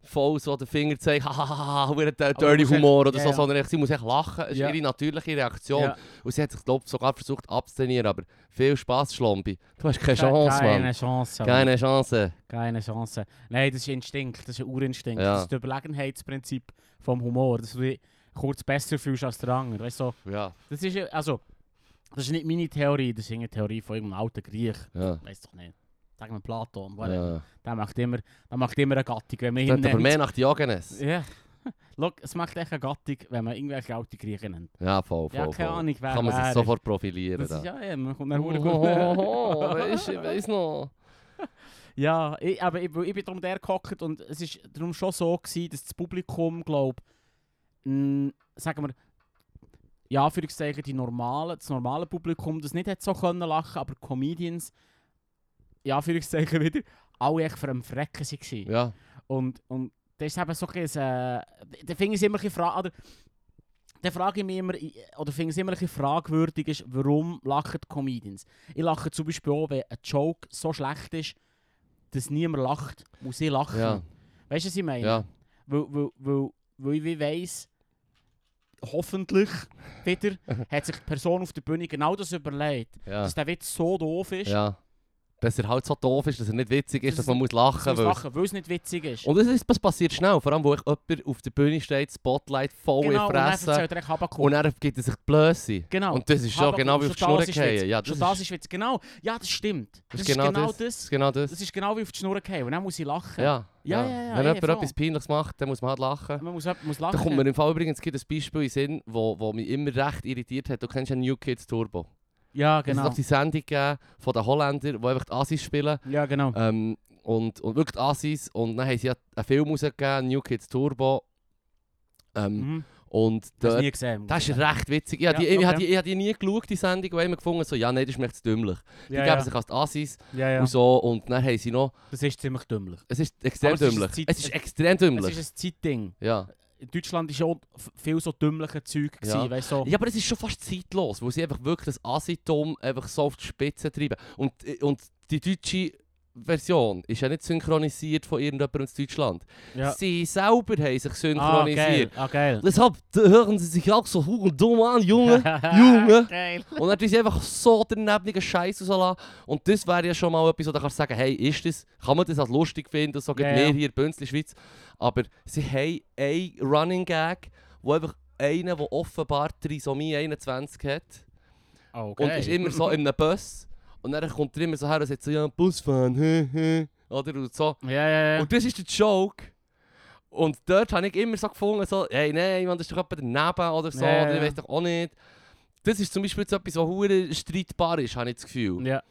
[SPEAKER 2] voll so den Finger zeigt, hahaha, hure d-
[SPEAKER 1] du
[SPEAKER 2] dirty
[SPEAKER 1] musst echt-
[SPEAKER 2] Humor oder
[SPEAKER 1] ja,
[SPEAKER 2] so,
[SPEAKER 1] ja.
[SPEAKER 2] sondern echt, sie muss echt lachen, es
[SPEAKER 1] Ja.
[SPEAKER 2] ist ihre natürliche Reaktion.
[SPEAKER 1] Ja.
[SPEAKER 2] Und sie hat sich, glaube ich, sogar versucht abzutrainieren, aber viel Spaß, Schlombi. Du hast keine Chance,
[SPEAKER 1] keine
[SPEAKER 2] Mann.
[SPEAKER 1] Chance. Mann.
[SPEAKER 2] Keine Chance.
[SPEAKER 1] Keine Chance. Nein, das ist Instinkt, das ist ein Urinstinkt.
[SPEAKER 2] Ja.
[SPEAKER 1] Das ist das Überlegenheitsprinzip vom Humor, dass du dich kurz besser fühlst als der andere. Weißt, du, so,
[SPEAKER 2] Ja,
[SPEAKER 1] das ist ja- also, das ist nicht meine Theorie, das ist eine Theorie von irgendeinem alten Griech.
[SPEAKER 2] ja.
[SPEAKER 1] Weiß doch nicht. Sagen wir Platon, whatever.
[SPEAKER 2] ja.
[SPEAKER 1] Der macht immer, der macht immer eine Gattung, wenn man ihn
[SPEAKER 2] Dort aber
[SPEAKER 1] nennt.
[SPEAKER 2] mehr nach Diogenes.
[SPEAKER 1] Ja. Look, es macht echt eine Gattung, wenn man irgendwelche alten Griechen nennt.
[SPEAKER 2] Ja, voll, voll,
[SPEAKER 1] Ja, keine
[SPEAKER 2] voll.
[SPEAKER 1] Ahnung, wer
[SPEAKER 2] Kann man
[SPEAKER 1] wer
[SPEAKER 2] sich
[SPEAKER 1] ist.
[SPEAKER 2] sofort profilieren.
[SPEAKER 1] Das
[SPEAKER 2] da.
[SPEAKER 1] ist dus- ja, ja, man kommt dann
[SPEAKER 2] Oh,
[SPEAKER 1] verdammt gut.
[SPEAKER 2] Ohohoho, weisst du, ich weiss noch.
[SPEAKER 1] Ja, ich, aber ich, weil ich bin darum der gehockt und es ist darum schon so gewesen, dass das Publikum, glaube ich, sagen wir, Mm, ja, Anführungszeichen, die normale, das normale dus Publikum, das nicht hat so können lachen, aber die Comedians, ja, Anführungszeichen wieder, alle echt für am Frecken waren.
[SPEAKER 2] Ja,
[SPEAKER 1] Und, und das ist eben so ein bisschen, äh, da finde ich es immer ein bisschen fra- oder, da frage ich mich immer, i- oder finde ich es immer ein bisschen fragwürdig, ist, warum lachen die Comedians? Ich lache zum Beispiel auch, wenn ein Joke so schlecht ist, dass niemand lacht, muss ich lachen.
[SPEAKER 2] ja,
[SPEAKER 1] Weißt du, was ich meine?
[SPEAKER 2] ja.
[SPEAKER 1] Weil, weil, weil, weil ich wie weiss, hoffentlich wieder hat sich die Person auf der Bühne genau das überlegt,
[SPEAKER 2] ja,
[SPEAKER 1] dass der Witz so doof ist,
[SPEAKER 2] ja. Dass er halt so doof ist, dass er nicht witzig ist,
[SPEAKER 1] Das
[SPEAKER 2] dass man muss lachen
[SPEAKER 1] dass man
[SPEAKER 2] muss.
[SPEAKER 1] lachen, weil es nicht witzig ist.
[SPEAKER 2] Und das, ist, das passiert schnell, vor allem, wo ich jemand auf der Bühne steht, Spotlight voll
[SPEAKER 1] genau,
[SPEAKER 2] in
[SPEAKER 1] und
[SPEAKER 2] die
[SPEAKER 1] dann
[SPEAKER 2] Fresse.
[SPEAKER 1] erzählt er echt Habakuk.
[SPEAKER 2] Und dann gibt er sich die Blöße.
[SPEAKER 1] Genau.
[SPEAKER 2] Und das ist schon
[SPEAKER 1] Habakuk,
[SPEAKER 2] genau wie auf die Schnur
[SPEAKER 1] das ist Witz.
[SPEAKER 2] gefallen. Ja, das
[SPEAKER 1] schon
[SPEAKER 2] ist,
[SPEAKER 1] das ist Witz. Genau. Ja, das stimmt. Das, ist genau das.
[SPEAKER 2] Das ist genau das.
[SPEAKER 1] Das ist genau wie auf die Schnur gefallen. Und dann muss ich lachen.
[SPEAKER 2] Ja,
[SPEAKER 1] Ja, ja, ja,
[SPEAKER 2] Wenn
[SPEAKER 1] ja,
[SPEAKER 2] jemand
[SPEAKER 1] voll.
[SPEAKER 2] etwas Peinliches macht, dann muss man halt lachen.
[SPEAKER 1] Man muss, muss lachen.
[SPEAKER 2] Da kommt mir im Fall übrigens gibt ein Beispiel in den Sinn, wo, wo mich immer recht irritiert hat. Du kennst ja New Kids Turbo.
[SPEAKER 1] ja,
[SPEAKER 2] Es hat
[SPEAKER 1] genau.
[SPEAKER 2] doch die Sendung gegeben von den Holländern, die einfach die Assis spielen.
[SPEAKER 1] Ja, genau.
[SPEAKER 2] Ähm, und, und wirklich die Assis. Und dann haben sie ja einen Film rausgegeben, New Kids Turbo. Ähm,
[SPEAKER 1] Mhm.
[SPEAKER 2] Und
[SPEAKER 1] Das
[SPEAKER 2] dort
[SPEAKER 1] nie gesehen. muss
[SPEAKER 2] das
[SPEAKER 1] ich
[SPEAKER 2] ist
[SPEAKER 1] sagen.
[SPEAKER 2] recht witzig. Ich, habe die,
[SPEAKER 1] Ja,
[SPEAKER 2] ich,
[SPEAKER 1] okay.
[SPEAKER 2] habe die, ich habe die nie geschaut, die Sendung, weil ich mir gefunden so, ja, nein, das ist mir jetzt dümmlich. Die
[SPEAKER 1] ja,
[SPEAKER 2] geben
[SPEAKER 1] ja.
[SPEAKER 2] sich als die Assis
[SPEAKER 1] ja, ja.
[SPEAKER 2] und so. Und dann haben sie noch.
[SPEAKER 1] Das ist ziemlich dümmlich.
[SPEAKER 2] Es ist extrem
[SPEAKER 1] Aber es ist
[SPEAKER 2] dümmlich.
[SPEAKER 1] eine Zeit-
[SPEAKER 2] es ist extrem
[SPEAKER 1] Es
[SPEAKER 2] dümmlich.
[SPEAKER 1] ist ein Zeitding.
[SPEAKER 2] ja.
[SPEAKER 1] In Deutschland war schon f- viel so dümmliche Zeug.
[SPEAKER 2] Ja.
[SPEAKER 1] Ja. Weißt, so.
[SPEAKER 2] Ja, aber es ist schon fast zeitlos, weil sie einfach wirklich das Asitom einfach so auf die Spitze treiben. Und, äh, und die deutsche Version ist ja nicht synchronisiert von irgendjemandem in Deutschland.
[SPEAKER 1] ja.
[SPEAKER 2] Sie selber haben
[SPEAKER 1] Ah,
[SPEAKER 2] sich
[SPEAKER 1] geil.
[SPEAKER 2] synchronisiert.
[SPEAKER 1] Ah, geil.
[SPEAKER 2] Deshalb hören sie sich auch so huren dumm an, Junge. Junge.
[SPEAKER 1] Geil.
[SPEAKER 2] und dann tun sie einfach so daneben Scheiß raus. Und das wäre ja schon mal etwas, wo du kannst sagen, hey, ist das, kann man das als lustig finden, so
[SPEAKER 1] Ja,
[SPEAKER 2] geht
[SPEAKER 1] ja.
[SPEAKER 2] mir hier in Bünzli, Schweiz. Aber sie haben einen Running Gag, wo einfach einer, der offenbar Trisomie 21 hat,
[SPEAKER 1] Ah, Okay.
[SPEAKER 2] und ist immer so in einem Bus. Und dann kommt er immer so her und sagt so, ja, Busfahren, hä, hä. Oder und so.
[SPEAKER 1] Ja, ja, ja.
[SPEAKER 2] Und das ist der Joke. Und dort habe ich immer so gefunden, so, hey, nein, man, das ist doch jemand daneben oder so,
[SPEAKER 1] Ja,
[SPEAKER 2] oder ich
[SPEAKER 1] ja.
[SPEAKER 2] weiß doch auch nicht. Das ist zum Beispiel jetzt etwas, was hure streitbar ist, habe ich das Gefühl.
[SPEAKER 1] ja.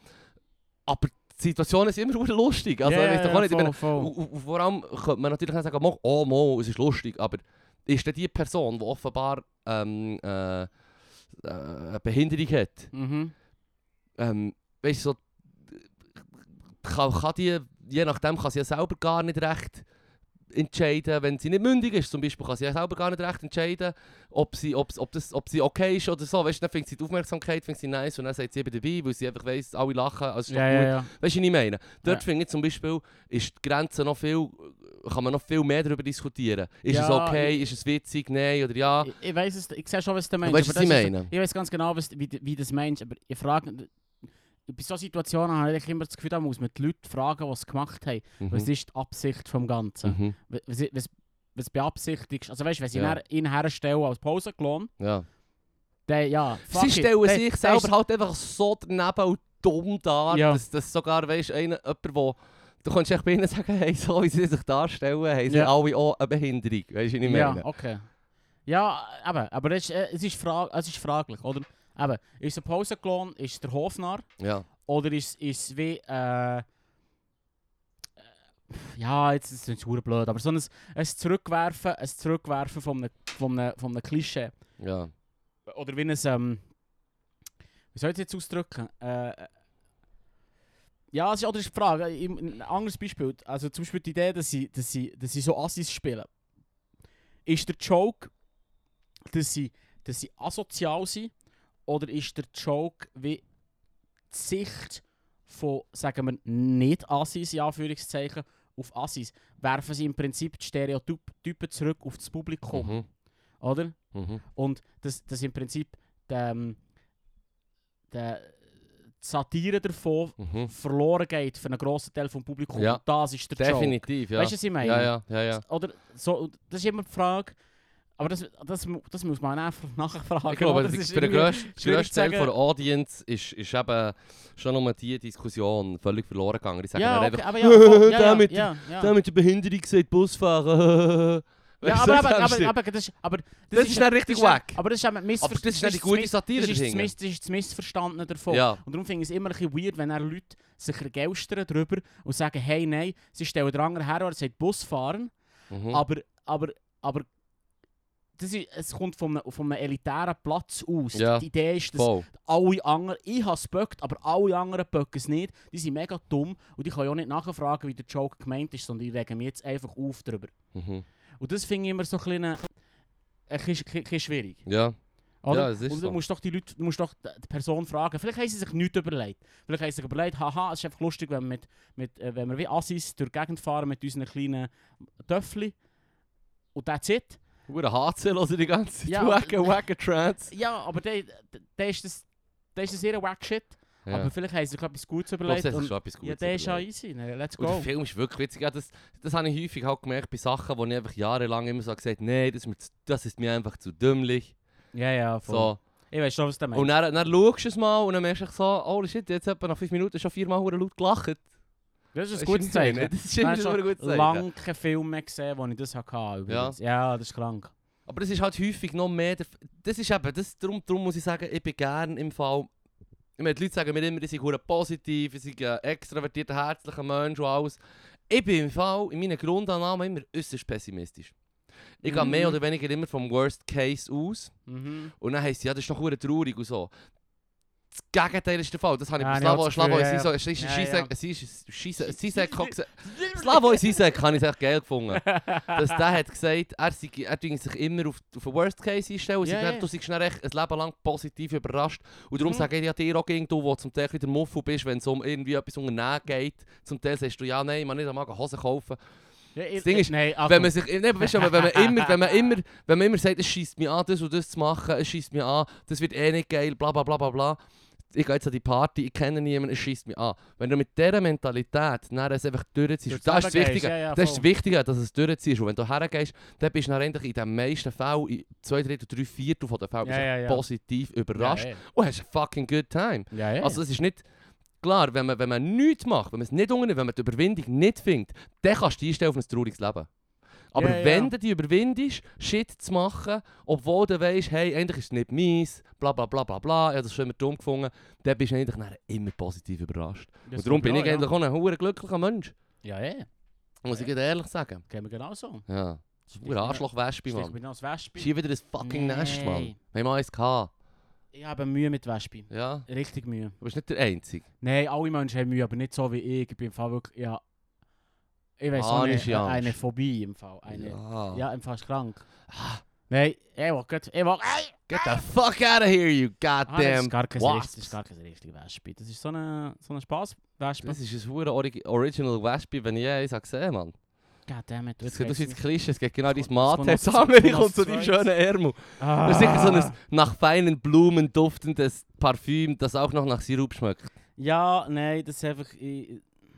[SPEAKER 2] Aber die Situation ist immer hure lustig. Also,
[SPEAKER 1] ja,
[SPEAKER 2] ich
[SPEAKER 1] ja,
[SPEAKER 2] weiß doch
[SPEAKER 1] ja,
[SPEAKER 2] auch nicht. Oh. Ich meine,
[SPEAKER 1] voll, voll.
[SPEAKER 2] und- und- und vor allem könnte man natürlich nicht sagen, «Mo, oh, mo, es ist lustig, aber ist denn die Person, die offenbar ähm, äh, äh, eine Behinderung hat,
[SPEAKER 1] Mhm.
[SPEAKER 2] ähm, weißt du, so, kann, kann die, je nachdem kann sie ja selber gar nicht recht entscheiden, wenn sie nicht mündig ist zum Beispiel, kann sie ja selber gar nicht recht entscheiden, ob sie, ob, ob das, ob sie okay ist oder so, weißt du, dann findet sie die Aufmerksamkeit, findet sie nice und dann sagt sie eben dabei, weil sie einfach weiss, alle lachen, also ist doch
[SPEAKER 1] Ja,
[SPEAKER 2] gut.
[SPEAKER 1] ja, ja.
[SPEAKER 2] Weißt du, was ich meine? Dort
[SPEAKER 1] Ja.
[SPEAKER 2] finde ich zum Beispiel, ist die Grenze noch viel kann man noch viel mehr darüber diskutieren. Ist
[SPEAKER 1] Ja,
[SPEAKER 2] es okay,
[SPEAKER 1] ich-
[SPEAKER 2] ist es witzig, nein oder ja?
[SPEAKER 1] Ich, ich weiß es, ich sehe schon, was du meinst.
[SPEAKER 2] weißt,
[SPEAKER 1] aber
[SPEAKER 2] was ich
[SPEAKER 1] das ist-
[SPEAKER 2] meine?
[SPEAKER 1] Ich weiß ganz genau, was, wie, wie das meinst, aber ich frage... Bei solchen Situationen habe ich immer das Gefühl, da muss man die Leute fragen, was sie gemacht haben.
[SPEAKER 2] Mhm.
[SPEAKER 1] Was ist die Absicht vom Ganzen?
[SPEAKER 2] Mhm.
[SPEAKER 1] W- Was, was, was beabsichtigst Also weißt du, wenn sie
[SPEAKER 2] Ja.
[SPEAKER 1] nachher ihn herstellen als Pausenklon,
[SPEAKER 2] Ja.
[SPEAKER 1] dann ja, fuck
[SPEAKER 2] Sie
[SPEAKER 1] it,
[SPEAKER 2] stellen
[SPEAKER 1] dann-
[SPEAKER 2] sich
[SPEAKER 1] dann
[SPEAKER 2] selber halt einfach so daneben und dumm dar,
[SPEAKER 1] Ja.
[SPEAKER 2] dass, dass sogar, weißt du, einer, jemand, wo Du kannst echt bei ihnen sagen, hey, so wie sie sich darstellen, haben sie
[SPEAKER 1] Ja.
[SPEAKER 2] alle auch eine Behinderung. Weißt du, was ich meine?
[SPEAKER 1] Ja, okay. Ja, aber, aber es, ist, äh, es, ist frag, es ist fraglich, oder? Eben, ist ein Pausenklon, ist der Hofnarr
[SPEAKER 2] Ja.
[SPEAKER 1] oder ist ist es wie. Äh, äh, ja, jetzt ist es hure blöd, aber so ein, ein Zurückwerfen, ein Zurückwerfen von einem, von einem, von einem Klischee.
[SPEAKER 2] ja.
[SPEAKER 1] Oder wie ein. Ähm, wie soll ich das jetzt ausdrücken? Äh, äh, ja, es ist, oder es ist die Frage. Ich- Ein anderes Beispiel. Also zum Beispiel die Idee, dass sie, dass sie, dass sie so Assis spielen. Ist der Joke, dass sie, dass sie asozial sind? Oder ist der Joke wie die Sicht von, sagen wir, nicht Assis, in Anführungszeichen, auf Assis? Werfen sie im Prinzip die Stereotypen zurück auf das Publikum,
[SPEAKER 2] Mhm.
[SPEAKER 1] oder?
[SPEAKER 2] Mhm.
[SPEAKER 1] Und dass, dass im Prinzip die, ähm, die Satire davon
[SPEAKER 2] Mhm.
[SPEAKER 1] verloren geht für einen grossen Teil des Publikums.
[SPEAKER 2] Ja.
[SPEAKER 1] Und Das ist der Joke.
[SPEAKER 2] Definitiv, ja.
[SPEAKER 1] Weißt du, was ich meine?
[SPEAKER 2] ja, ja, ja, ja.
[SPEAKER 1] Oder so, und das ist immer die Frage. Aber das, das, mu- das muss man einfach nachfragen.
[SPEAKER 2] Ich glaube,
[SPEAKER 1] oder?
[SPEAKER 2] das
[SPEAKER 1] Das
[SPEAKER 2] ist für den
[SPEAKER 1] irgendwie-
[SPEAKER 2] grössten
[SPEAKER 1] schwierig
[SPEAKER 2] grössten
[SPEAKER 1] zu
[SPEAKER 2] Teil
[SPEAKER 1] sagen.
[SPEAKER 2] der Audience ist, ist eben schon nur die Diskussion völlig verloren gegangen. Ich sage
[SPEAKER 1] Ja,
[SPEAKER 2] dann
[SPEAKER 1] okay,
[SPEAKER 2] einfach,
[SPEAKER 1] aber ja, voll, ja,
[SPEAKER 2] Der
[SPEAKER 1] ja,
[SPEAKER 2] mit-
[SPEAKER 1] ja, ja.
[SPEAKER 2] der mit der Behinderung sagt Busfahren.
[SPEAKER 1] ja,
[SPEAKER 2] Weißt
[SPEAKER 1] aber,
[SPEAKER 2] du,
[SPEAKER 1] aber,
[SPEAKER 2] das
[SPEAKER 1] aber,
[SPEAKER 2] stimmt.
[SPEAKER 1] aber das ist, aber das,
[SPEAKER 2] Das ist dann richtig
[SPEAKER 1] das ist-
[SPEAKER 2] wack.
[SPEAKER 1] Aber das ist eben Missver
[SPEAKER 2] Aber das ist dann die gute
[SPEAKER 1] Miss-
[SPEAKER 2] Satire
[SPEAKER 1] Das ist das,
[SPEAKER 2] dahinter.
[SPEAKER 1] Miss das, ist das Missverstandene davon.
[SPEAKER 2] Ja.
[SPEAKER 1] Und darum finde ich es immer ein bisschen weird, wenn dann Leute sich ergelstern darüber und sagen, hey, nein, sie stellen den anderen her, er sagt Bus fahren,
[SPEAKER 2] Mhm.
[SPEAKER 1] aber, aber, aber das ist, es kommt von einem, von einem elitären Platz aus.
[SPEAKER 2] Ja.
[SPEAKER 1] Die Idee ist, dass
[SPEAKER 2] Voll.
[SPEAKER 1] alle anderen, ich habe es böckt, aber alle anderen böcken es nicht. Die sind mega dumm und ich kann ja auch nicht nachfragen, wie der Joke gemeint ist, sondern ich rege mich jetzt einfach auf darüber.
[SPEAKER 2] Mhm.
[SPEAKER 1] Und das finde ich immer so ein bisschen, ein bisschen- ein bisschen schwierig.
[SPEAKER 2] Ja.
[SPEAKER 1] Oder?
[SPEAKER 2] Ja, es ist
[SPEAKER 1] und du
[SPEAKER 2] so.
[SPEAKER 1] musst doch die Leute, du musst doch die Person fragen. Vielleicht haben sie sich nichts überlegt. Vielleicht haben sie sich überlegt, haha, es ist einfach lustig, wenn wir, mit, mit, äh, wenn wir wie Assis durch die Gegend fahren mit unseren kleinen Töffli. Und that's it.
[SPEAKER 2] Hure HC hören die ganze Zeit.
[SPEAKER 1] Ja.
[SPEAKER 2] Wacken, wacken Trance.
[SPEAKER 1] Ja, aber dann dann ist das, dann ist das eher wack shit.
[SPEAKER 2] Ja.
[SPEAKER 1] Aber vielleicht haben sie sich etwas Gutes
[SPEAKER 2] ich glaube,
[SPEAKER 1] überlegt.
[SPEAKER 2] das ist
[SPEAKER 1] und-
[SPEAKER 2] schon etwas Gutes.
[SPEAKER 1] ja, der ist ja
[SPEAKER 2] überlegt.
[SPEAKER 1] easy. ne? Let's
[SPEAKER 2] Und der
[SPEAKER 1] go.
[SPEAKER 2] Film ist wirklich witzig. Ja, das, das habe ich häufig halt gemerkt bei Sachen, wo ich einfach jahrelang immer so gesagt habe, nein, das, ist mir zu- das ist mir einfach zu dümmlich.
[SPEAKER 1] Ja, ja, voll.
[SPEAKER 2] So.
[SPEAKER 1] Ich weiß schon, was du meinst.
[SPEAKER 2] Und dann, dann schaust du es mal und dann merkst du echt so, oh shit, jetzt hat man nach 5 Minuten schon viermal hure laut gelacht.
[SPEAKER 1] das ist
[SPEAKER 2] Weisst
[SPEAKER 1] ein
[SPEAKER 2] du,
[SPEAKER 1] gutes
[SPEAKER 2] was ich meine?
[SPEAKER 1] Zeichen.
[SPEAKER 2] Das ist
[SPEAKER 1] Ich
[SPEAKER 2] immer
[SPEAKER 1] habe
[SPEAKER 2] schon ein
[SPEAKER 1] schon
[SPEAKER 2] gutes Zeichen.
[SPEAKER 1] lange keinen Film mehr gesehen, wo ich das hatte. übrigens. ja, das ist krank.
[SPEAKER 2] Aber das ist halt häufig noch mehr. Der F- das ist eben, das, darum, darum muss ich sagen, ich bin gerne im Fall. Ich meine, die Leute sagen mir immer, ich sei hure positiv, ich sei ein extrovertierter, herzlicher Mensch und alles. Ich bin im Fall in meinen Grundannahmen immer äußerst pessimistisch. Ich gehe
[SPEAKER 1] Mhm.
[SPEAKER 2] mehr oder weniger immer vom Worst Case aus.
[SPEAKER 1] Mhm.
[SPEAKER 2] Und dann heisst es, ja, das ist doch hure traurig und so. Das Gegenteil ist der Fall. Das habe ich
[SPEAKER 1] Ja,
[SPEAKER 2] bei
[SPEAKER 1] ich habe
[SPEAKER 2] Slavoj
[SPEAKER 1] das Gefühl,
[SPEAKER 2] Slavoj
[SPEAKER 1] ja, ja.
[SPEAKER 2] Zizek. Es ist
[SPEAKER 1] Ja, ja.
[SPEAKER 2] ein Shisek- Shisek hat gesagt- Slavoj Zizek habe ich echt geil gefunden. Dass der hat gesagt, er, sei, er tue sich immer auf, auf den Worst Case einstellen. und
[SPEAKER 1] Ja,
[SPEAKER 2] sei dann-
[SPEAKER 1] ja.
[SPEAKER 2] Du seist dann echt ein Leben lang positiv überrascht. Und darum
[SPEAKER 1] Mhm.
[SPEAKER 2] sage ich ja dir auch, gegen du, wo zum Teil der Muffel bist, wenn es um irgendwie etwas unternehmen geht. Zum Teil sagst du, ja, nein, man nicht einmal Hosen kaufen.
[SPEAKER 1] Ja, ich-
[SPEAKER 2] Das Ding
[SPEAKER 1] ich-
[SPEAKER 2] ist,
[SPEAKER 1] nein,
[SPEAKER 2] Wenn man sich, nein, aber weißt du, wenn man immer, wenn man immer, wenn man immer sagt, es schießt mich an, das und das zu machen, es schießt mich an, das wird eh nicht geil, bla bla bla bla bla. Ich gehe jetzt an die Party, ich kenne niemanden, es schießt mich an. Wenn du mit dieser Mentalität dann es einfach
[SPEAKER 1] Durchs
[SPEAKER 2] durchziehst, und das ist das
[SPEAKER 1] Leben gehst,
[SPEAKER 2] Wichtige,
[SPEAKER 1] ja, ja,
[SPEAKER 2] das ist das
[SPEAKER 1] voll.
[SPEAKER 2] Wichtige, dass du es durchziehst. Und wenn du hergehst, dann bist du dann eigentlich in den meisten Fällen, in zwei Drittel, drei Viertel von den Fällen,
[SPEAKER 1] Ja,
[SPEAKER 2] bist du
[SPEAKER 1] ja,
[SPEAKER 2] echt
[SPEAKER 1] ja.
[SPEAKER 2] positiv überrascht
[SPEAKER 1] überrascht.
[SPEAKER 2] und hast einen fucking good time.
[SPEAKER 1] Ja, ja.
[SPEAKER 2] Also es ist nicht... Klar, wenn man, wenn man nichts macht, wenn man es nicht unternimmt, wenn man die Überwindung nicht findet, dann kannst du dich einstellen auf ein trauriges Leben. Aber
[SPEAKER 1] Ja, ja.
[SPEAKER 2] wenn du dich überwindest, Shit zu machen, obwohl du weißt, hey, eigentlich ist es nicht meins, bla bla bla bla bla, ich habe das schon immer dumm gefunden, dann bist du eigentlich dann immer positiv überrascht.
[SPEAKER 1] Das
[SPEAKER 2] Und darum
[SPEAKER 1] glaub
[SPEAKER 2] bin ich
[SPEAKER 1] auch,
[SPEAKER 2] eigentlich auch ein verdammt glücklicher Mensch.
[SPEAKER 1] Ja, ja. ja.
[SPEAKER 2] Muss ich
[SPEAKER 1] Ja.
[SPEAKER 2] dir ehrlich sagen.
[SPEAKER 1] Gehen wir genau so.
[SPEAKER 2] Ja. Das ist ein verdammter Arschloch-Wespe,
[SPEAKER 1] Ich
[SPEAKER 2] Mann.
[SPEAKER 1] bin als Wespe.
[SPEAKER 2] Ist hier wieder ein fucking
[SPEAKER 1] Nee.
[SPEAKER 2] Nest, Mann. Wir haben mal eins gehabt.
[SPEAKER 1] Ich habe Mühe mit Wespe.
[SPEAKER 2] Ja.
[SPEAKER 1] Richtig Mühe.
[SPEAKER 2] Du bist nicht der Einzige.
[SPEAKER 1] Nein, alle Menschen haben Mühe, aber nicht so wie ich. Ich bin im Fall wirklich, ja... Ich weiß auch nicht,
[SPEAKER 2] Panische Angst.
[SPEAKER 1] eine Phobie im Fall. Eine, ja.
[SPEAKER 2] Ja. Ah.
[SPEAKER 1] im Fall ist krank. Nein, ich will gut, ich will... Ey!
[SPEAKER 2] Get the fuck out of here, you
[SPEAKER 1] Ah, das
[SPEAKER 2] goddamn
[SPEAKER 1] ist gar kein
[SPEAKER 2] wasps.
[SPEAKER 1] richtig- das ist gar kein richtiger Wespe. Das ist so eine, so eine Spaß-Wespe.
[SPEAKER 2] Das ist ein verdammter Orig Original Wespe, wenn ich eins gesehen habe, Mann.
[SPEAKER 1] Goddammit,
[SPEAKER 2] Das sieht aus wie ein
[SPEAKER 1] weiss
[SPEAKER 2] Klischee, es geht genau dein
[SPEAKER 1] Es kommt
[SPEAKER 2] Mate
[SPEAKER 1] noch-
[SPEAKER 2] zusammen,
[SPEAKER 1] es kommt
[SPEAKER 2] ich
[SPEAKER 1] noch
[SPEAKER 2] komme zu
[SPEAKER 1] das
[SPEAKER 2] deinem
[SPEAKER 1] Zweite.
[SPEAKER 2] schönen Ärmel.
[SPEAKER 1] nicht.
[SPEAKER 2] Das ist sicher so
[SPEAKER 1] Ah.
[SPEAKER 2] ein nach feinen Blumen duftendes Parfüm, das auch noch nach Sirup schmeckt.
[SPEAKER 1] Ja, nein, das ist einfach... Ich,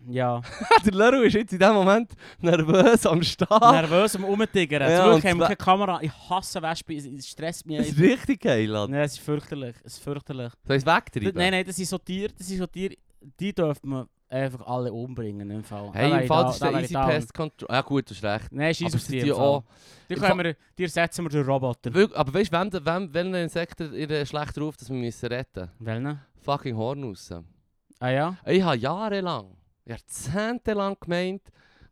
[SPEAKER 1] ja,
[SPEAKER 2] Der Leru ist jetzt in dem Moment nervös am Start.
[SPEAKER 1] nervös am Rumtigern.
[SPEAKER 2] Ja,
[SPEAKER 1] Zurück
[SPEAKER 2] und
[SPEAKER 1] haben wir
[SPEAKER 2] zwar-
[SPEAKER 1] keine Kamera. Ich hasse Wespen, es- es stresst mich.
[SPEAKER 2] Das ist
[SPEAKER 1] einfach.
[SPEAKER 2] richtig geil, Alter.
[SPEAKER 1] Nein, es ist fürchterlich, es ist fürchterlich.
[SPEAKER 2] Soll ich es wegtreiben?
[SPEAKER 1] Nein, nein, das sind so Tiere, das sind so Tiere, die dürfen man einfach alle umbringen im Fall. Da
[SPEAKER 2] Hey,
[SPEAKER 1] wär
[SPEAKER 2] im
[SPEAKER 1] ich
[SPEAKER 2] Fall,
[SPEAKER 1] da-
[SPEAKER 2] das ist
[SPEAKER 1] da
[SPEAKER 2] der
[SPEAKER 1] wär ich
[SPEAKER 2] Easy
[SPEAKER 1] down.
[SPEAKER 2] Pest Control. Ja gut, das ist recht.
[SPEAKER 1] Nein, scheiss
[SPEAKER 2] Aber
[SPEAKER 1] auf
[SPEAKER 2] sind
[SPEAKER 1] die
[SPEAKER 2] die
[SPEAKER 1] im
[SPEAKER 2] auch...
[SPEAKER 1] Fall. Die
[SPEAKER 2] Im
[SPEAKER 1] können wir, die ersetzen wir durch Roboter.
[SPEAKER 2] Wirklich, Aber weißt du, wem, wem, welchen Insekten ihr schlecht drauf, dass wir müssen retten
[SPEAKER 1] Welchen?
[SPEAKER 2] müssen? Fucking Hornussen.
[SPEAKER 1] ne? Ah ja?
[SPEAKER 2] Ich habe jahrelang, jahrzehntelang gemeint,